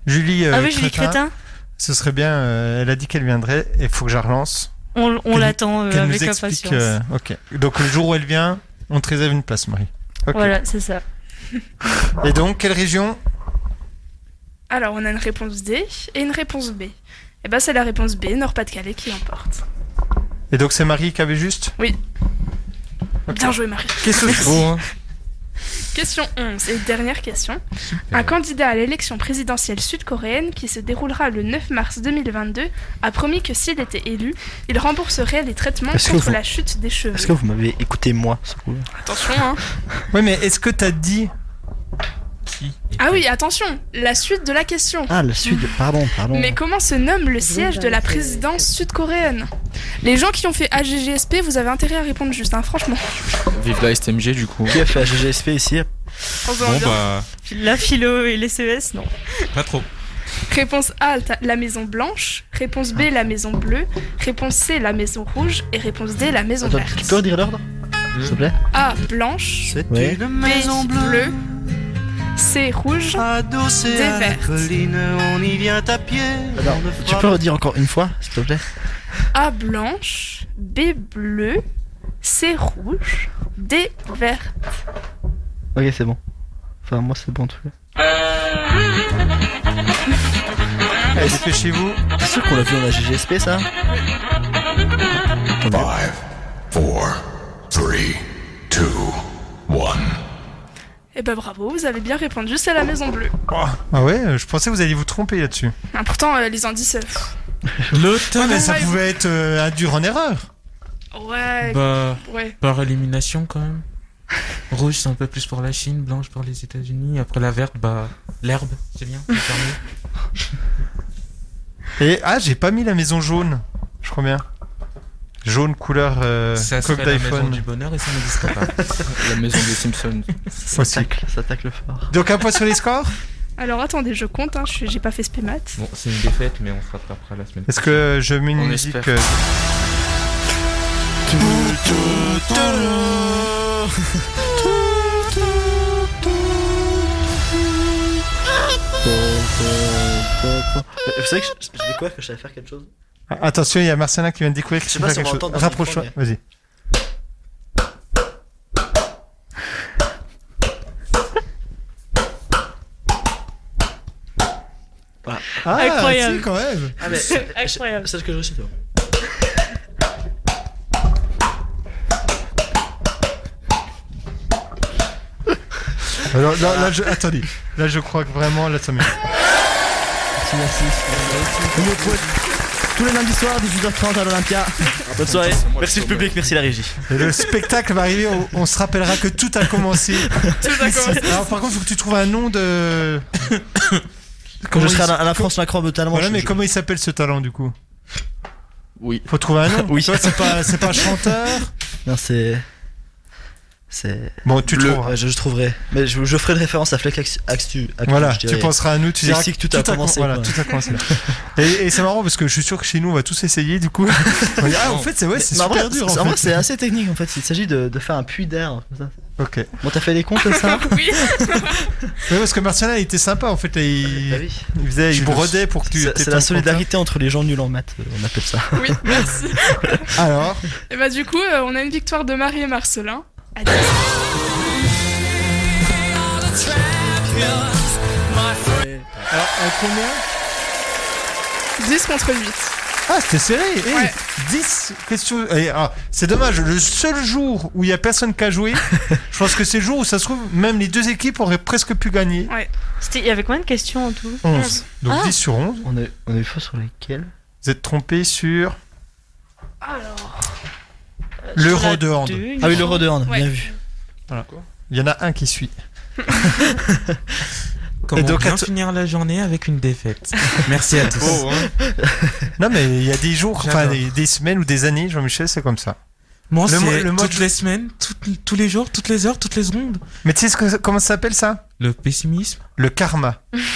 [SPEAKER 1] Julie euh,
[SPEAKER 10] Ah oui, Julie Crétin.
[SPEAKER 1] Ce serait bien. euh, elle a dit qu'elle viendrait. Il faut que je la relance.
[SPEAKER 10] On, on
[SPEAKER 1] Qu'elle-
[SPEAKER 10] l'attend euh,
[SPEAKER 1] qu'elle nous
[SPEAKER 10] avec
[SPEAKER 1] explique,
[SPEAKER 10] impatience.
[SPEAKER 1] euh, ok. Donc le jour où elle vient, on te réserve une place, Marie. Ok.
[SPEAKER 10] Voilà, c'est ça.
[SPEAKER 1] Et donc, quelle région
[SPEAKER 6] Alors, on a une réponse D et une réponse B. Eh ben, c'est la réponse B, Nord-Pas-de-Calais, qui l'emporte.
[SPEAKER 1] Et donc, c'est Marie qui avait juste
[SPEAKER 6] Oui. Bien joué, Marie.
[SPEAKER 1] Qu'est-ce que
[SPEAKER 6] Question 11 et dernière question. Un candidat à l'élection présidentielle sud-coréenne qui se déroulera le 9 mars 2022 a promis que s'il était élu, il rembourserait les traitements
[SPEAKER 2] Est-ce que
[SPEAKER 6] contre
[SPEAKER 2] vous-
[SPEAKER 6] la chute des cheveux.
[SPEAKER 2] Est-ce que vous m'avez écouté moi ce coup
[SPEAKER 6] Attention, hein.
[SPEAKER 1] Oui, mais est-ce que t'as dit
[SPEAKER 6] Ah oui, attention, la suite de la question.
[SPEAKER 2] Ah la suite, de- pardon, pardon.
[SPEAKER 6] Mais comment se nomme le siège de la présidence sud-coréenne Les gens qui ont fait AGGSP, vous avez intérêt à répondre juste, hein, franchement.
[SPEAKER 3] Vive la STMG du coup.
[SPEAKER 2] Qui a fait la GGSP ici
[SPEAKER 6] François Hollande.
[SPEAKER 10] La philo et les CES, non.
[SPEAKER 3] bah,
[SPEAKER 4] pas trop.
[SPEAKER 6] Réponse A, ta- la maison blanche. Réponse B, la maison bleue. Réponse C, la maison rouge. Et réponse D, la maison
[SPEAKER 2] Attends,
[SPEAKER 6] verte.
[SPEAKER 2] tu peux redire l'ordre S'il te plaît
[SPEAKER 6] A, blanche.
[SPEAKER 2] C'est Ouais.
[SPEAKER 6] B, bleue. C, rouge. D, vert.
[SPEAKER 2] on y vient à pied. tu peux redire encore une fois, s'il te plaît
[SPEAKER 6] A, blanche. B, bleu. C, rouge. D, vert.
[SPEAKER 2] Ok, c'est bon. Enfin, moi, c'est bon, en tout cas.
[SPEAKER 1] Allez, dépêchez-vous.
[SPEAKER 2] T'es sûr qu'on l'a vu dans la GGSP, ça
[SPEAKER 8] Five, four, three, two, one.
[SPEAKER 6] Eh ben bravo, vous avez bien répondu, c'est la maison bleue.
[SPEAKER 1] Ah ouais, euh, je pensais que vous alliez vous tromper là-dessus.
[SPEAKER 6] Ah, pourtant, euh, les indices. euh, pff,
[SPEAKER 1] Le mais ça
[SPEAKER 6] ouais.
[SPEAKER 1] pouvait être euh, un dur en erreur.
[SPEAKER 6] ouais.
[SPEAKER 4] Bah,
[SPEAKER 6] Ouais.
[SPEAKER 4] par élimination quand même. Rouge, c'est un peu plus pour la Chine, blanche pour les États-Unis. Après la verte, bah, l'herbe, c'est bien. c'est fermé.
[SPEAKER 1] Et ah, j'ai pas mis la maison jaune. Je crois bien. Jaune couleur euh,
[SPEAKER 4] ça
[SPEAKER 1] coque
[SPEAKER 4] serait la maison
[SPEAKER 1] d'iPhone.
[SPEAKER 4] du bonheur et ça n'existe pas.
[SPEAKER 3] La maison des Simpsons.
[SPEAKER 1] Aussi.
[SPEAKER 2] Ça tacle fort.
[SPEAKER 1] Donc un point sur les scores
[SPEAKER 6] Alors attendez, je compte, hein, je suis- j'ai pas fait spémat.
[SPEAKER 4] Bon, c'est une défaite, mais on se rattrapera la semaine
[SPEAKER 12] Est-ce que je mets une
[SPEAKER 4] On
[SPEAKER 12] musique
[SPEAKER 1] euh,
[SPEAKER 4] espère.
[SPEAKER 2] Vous savez Euh, que je- j'ai découvert que je savais faire quelque chose.
[SPEAKER 1] Ah, Attention, il y a Marcelin qui vient de découvrir
[SPEAKER 2] Je
[SPEAKER 1] qu'il
[SPEAKER 2] sais
[SPEAKER 1] faut
[SPEAKER 2] pas
[SPEAKER 1] faire
[SPEAKER 2] si on
[SPEAKER 1] quelque
[SPEAKER 2] l'entend
[SPEAKER 1] chose.
[SPEAKER 2] dans le
[SPEAKER 1] Rapproche-toi,
[SPEAKER 2] micro,
[SPEAKER 1] vas-y.
[SPEAKER 2] Voilà.
[SPEAKER 1] Ah,
[SPEAKER 5] Incroyable.
[SPEAKER 1] si, quand même.
[SPEAKER 2] Ah, mais
[SPEAKER 5] Incroyable.
[SPEAKER 2] c'est ce que je réussis, toi.
[SPEAKER 1] Alors là, là, je... attendez, là je crois que vraiment, là ça m'énerve.
[SPEAKER 2] Tous les lundis soirs, 18h30 à l'Olympia. Ah, Bonne soirée.
[SPEAKER 1] c'est moi
[SPEAKER 2] Merci
[SPEAKER 1] le
[SPEAKER 2] le public, merci la régie.
[SPEAKER 1] Et Le spectacle va arriver, on, on se rappellera que tout a commencé.
[SPEAKER 6] Tout a commencé.
[SPEAKER 1] Alors par contre, faut que tu trouves un nom de.
[SPEAKER 2] Quand je
[SPEAKER 1] Comment
[SPEAKER 2] serai
[SPEAKER 1] il
[SPEAKER 2] à
[SPEAKER 1] s-
[SPEAKER 2] la, à la France Macron totalement.
[SPEAKER 1] Voilà,
[SPEAKER 2] je-
[SPEAKER 1] mais
[SPEAKER 2] je-
[SPEAKER 1] comment il s'appelle ce talent du coup
[SPEAKER 3] Oui.
[SPEAKER 1] Faut trouver un nom.
[SPEAKER 2] Oui.
[SPEAKER 1] Toi, c'est pas, c'est pas un chanteur.
[SPEAKER 2] Non, c'est. C'est.
[SPEAKER 1] Bon, tu trouveras.
[SPEAKER 2] Ouais, Ah, je, je trouverai. Mais je, je ferai une référence à Fleck Actu. Actu
[SPEAKER 1] Voilà,
[SPEAKER 2] je
[SPEAKER 1] tu
[SPEAKER 2] dirais.
[SPEAKER 1] penseras à nous, tu
[SPEAKER 2] C'est
[SPEAKER 1] diras
[SPEAKER 2] ici que tout, a commencé.
[SPEAKER 1] voilà,
[SPEAKER 2] quoi.
[SPEAKER 1] tout a commencé là. Et, et c'est marrant parce que je suis sûr que chez nous, on va tous essayer du coup. On va dire, ah, en fait, c'est ouais,
[SPEAKER 2] Mais-
[SPEAKER 1] c'est
[SPEAKER 2] mais en
[SPEAKER 1] super
[SPEAKER 2] vrai,
[SPEAKER 1] dur.
[SPEAKER 2] c'est-
[SPEAKER 1] En
[SPEAKER 2] En vrai,
[SPEAKER 1] fait.
[SPEAKER 2] c'est assez technique en fait. Il s'agit de, de faire un puits d'air. comme ça.
[SPEAKER 1] Ok.
[SPEAKER 2] Bon, t'as fait les comptes comme ça
[SPEAKER 6] Oui.
[SPEAKER 1] Oui, parce que Martiana, il était sympa en fait. là, il,
[SPEAKER 2] Bah
[SPEAKER 1] il faisait, il brodait pour que tu.
[SPEAKER 2] C'est-
[SPEAKER 1] t'aies
[SPEAKER 2] C'est
[SPEAKER 1] ton
[SPEAKER 2] la solidarité entre les gens nuls en maths, euh, on appelle ça.
[SPEAKER 6] Oui, merci.
[SPEAKER 1] compteur. Alors,
[SPEAKER 6] Et bah du coup, euh, on a une victoire de Marie et Marcelin.
[SPEAKER 1] alors à combien
[SPEAKER 6] 10 contre 8.
[SPEAKER 1] Ah, c'était serré. eh, 10 questions. eh, ah, c'est dommage. Le seul jour où il y a personne qui a joué, je pense que c'est le jour où ça se trouve, même les deux équipes auraient presque pu gagner.
[SPEAKER 6] Ouais.
[SPEAKER 10] C'était- Il y avait combien de questions en tout
[SPEAKER 1] 11. Donc
[SPEAKER 10] Ah.
[SPEAKER 1] 10 sur 11.
[SPEAKER 2] On a, on a eu faux sur lesquels
[SPEAKER 1] Vous êtes trompé sur
[SPEAKER 6] Alors.
[SPEAKER 2] sur la
[SPEAKER 1] l'euro de hand.
[SPEAKER 2] deux, il me Ah oui, l'euro semble. de hand, bien Ouais. vu.
[SPEAKER 1] Voilà. Il y en a un qui suit.
[SPEAKER 4] Comment
[SPEAKER 1] Et donc,
[SPEAKER 4] bien
[SPEAKER 1] att-
[SPEAKER 4] finir la journée avec une défaite. Merci à tous.
[SPEAKER 1] Oh, Non, mais il y a des jours, enfin
[SPEAKER 4] J'adore.
[SPEAKER 1] des, des semaines ou des années, Jean-Michel, c'est comme ça.
[SPEAKER 4] Moi,
[SPEAKER 1] Le
[SPEAKER 4] c'est
[SPEAKER 1] mo- le mode-
[SPEAKER 4] toutes les semaines, toutes- tous les jours, toutes les heures, toutes les secondes.
[SPEAKER 1] Mais tu sais ce que- comment ça s'appelle ça
[SPEAKER 4] Le pessimisme.
[SPEAKER 1] Le karma.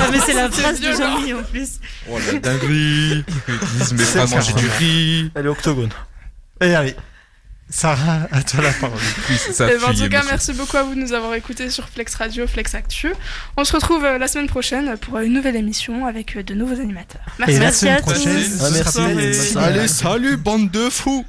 [SPEAKER 10] Ah, mais c'est la
[SPEAKER 5] C'est
[SPEAKER 10] phrase de
[SPEAKER 5] violent.
[SPEAKER 10] Jean-Mi en plus.
[SPEAKER 3] Oh la dinguerie Ils disent mais pas manger du riz
[SPEAKER 2] Elle est octogone.
[SPEAKER 1] Et Eh, allez, Sarah, à toi la parole.
[SPEAKER 3] Ça
[SPEAKER 6] Eh ben, en
[SPEAKER 3] fuit,
[SPEAKER 6] tout cas,
[SPEAKER 3] monsieur.
[SPEAKER 6] merci beaucoup à vous de nous avoir écoutés sur Flex Radio, Flex Actu. On se retrouve euh, la semaine prochaine pour euh, une nouvelle émission avec euh, de nouveaux animateurs. Merci,
[SPEAKER 1] Et la
[SPEAKER 6] Merci
[SPEAKER 1] semaine
[SPEAKER 6] à tous.
[SPEAKER 1] prochaine, ce
[SPEAKER 2] Ah,
[SPEAKER 1] sera
[SPEAKER 2] merci.
[SPEAKER 1] Pauline.
[SPEAKER 2] Allez,
[SPEAKER 3] salut, bande de fous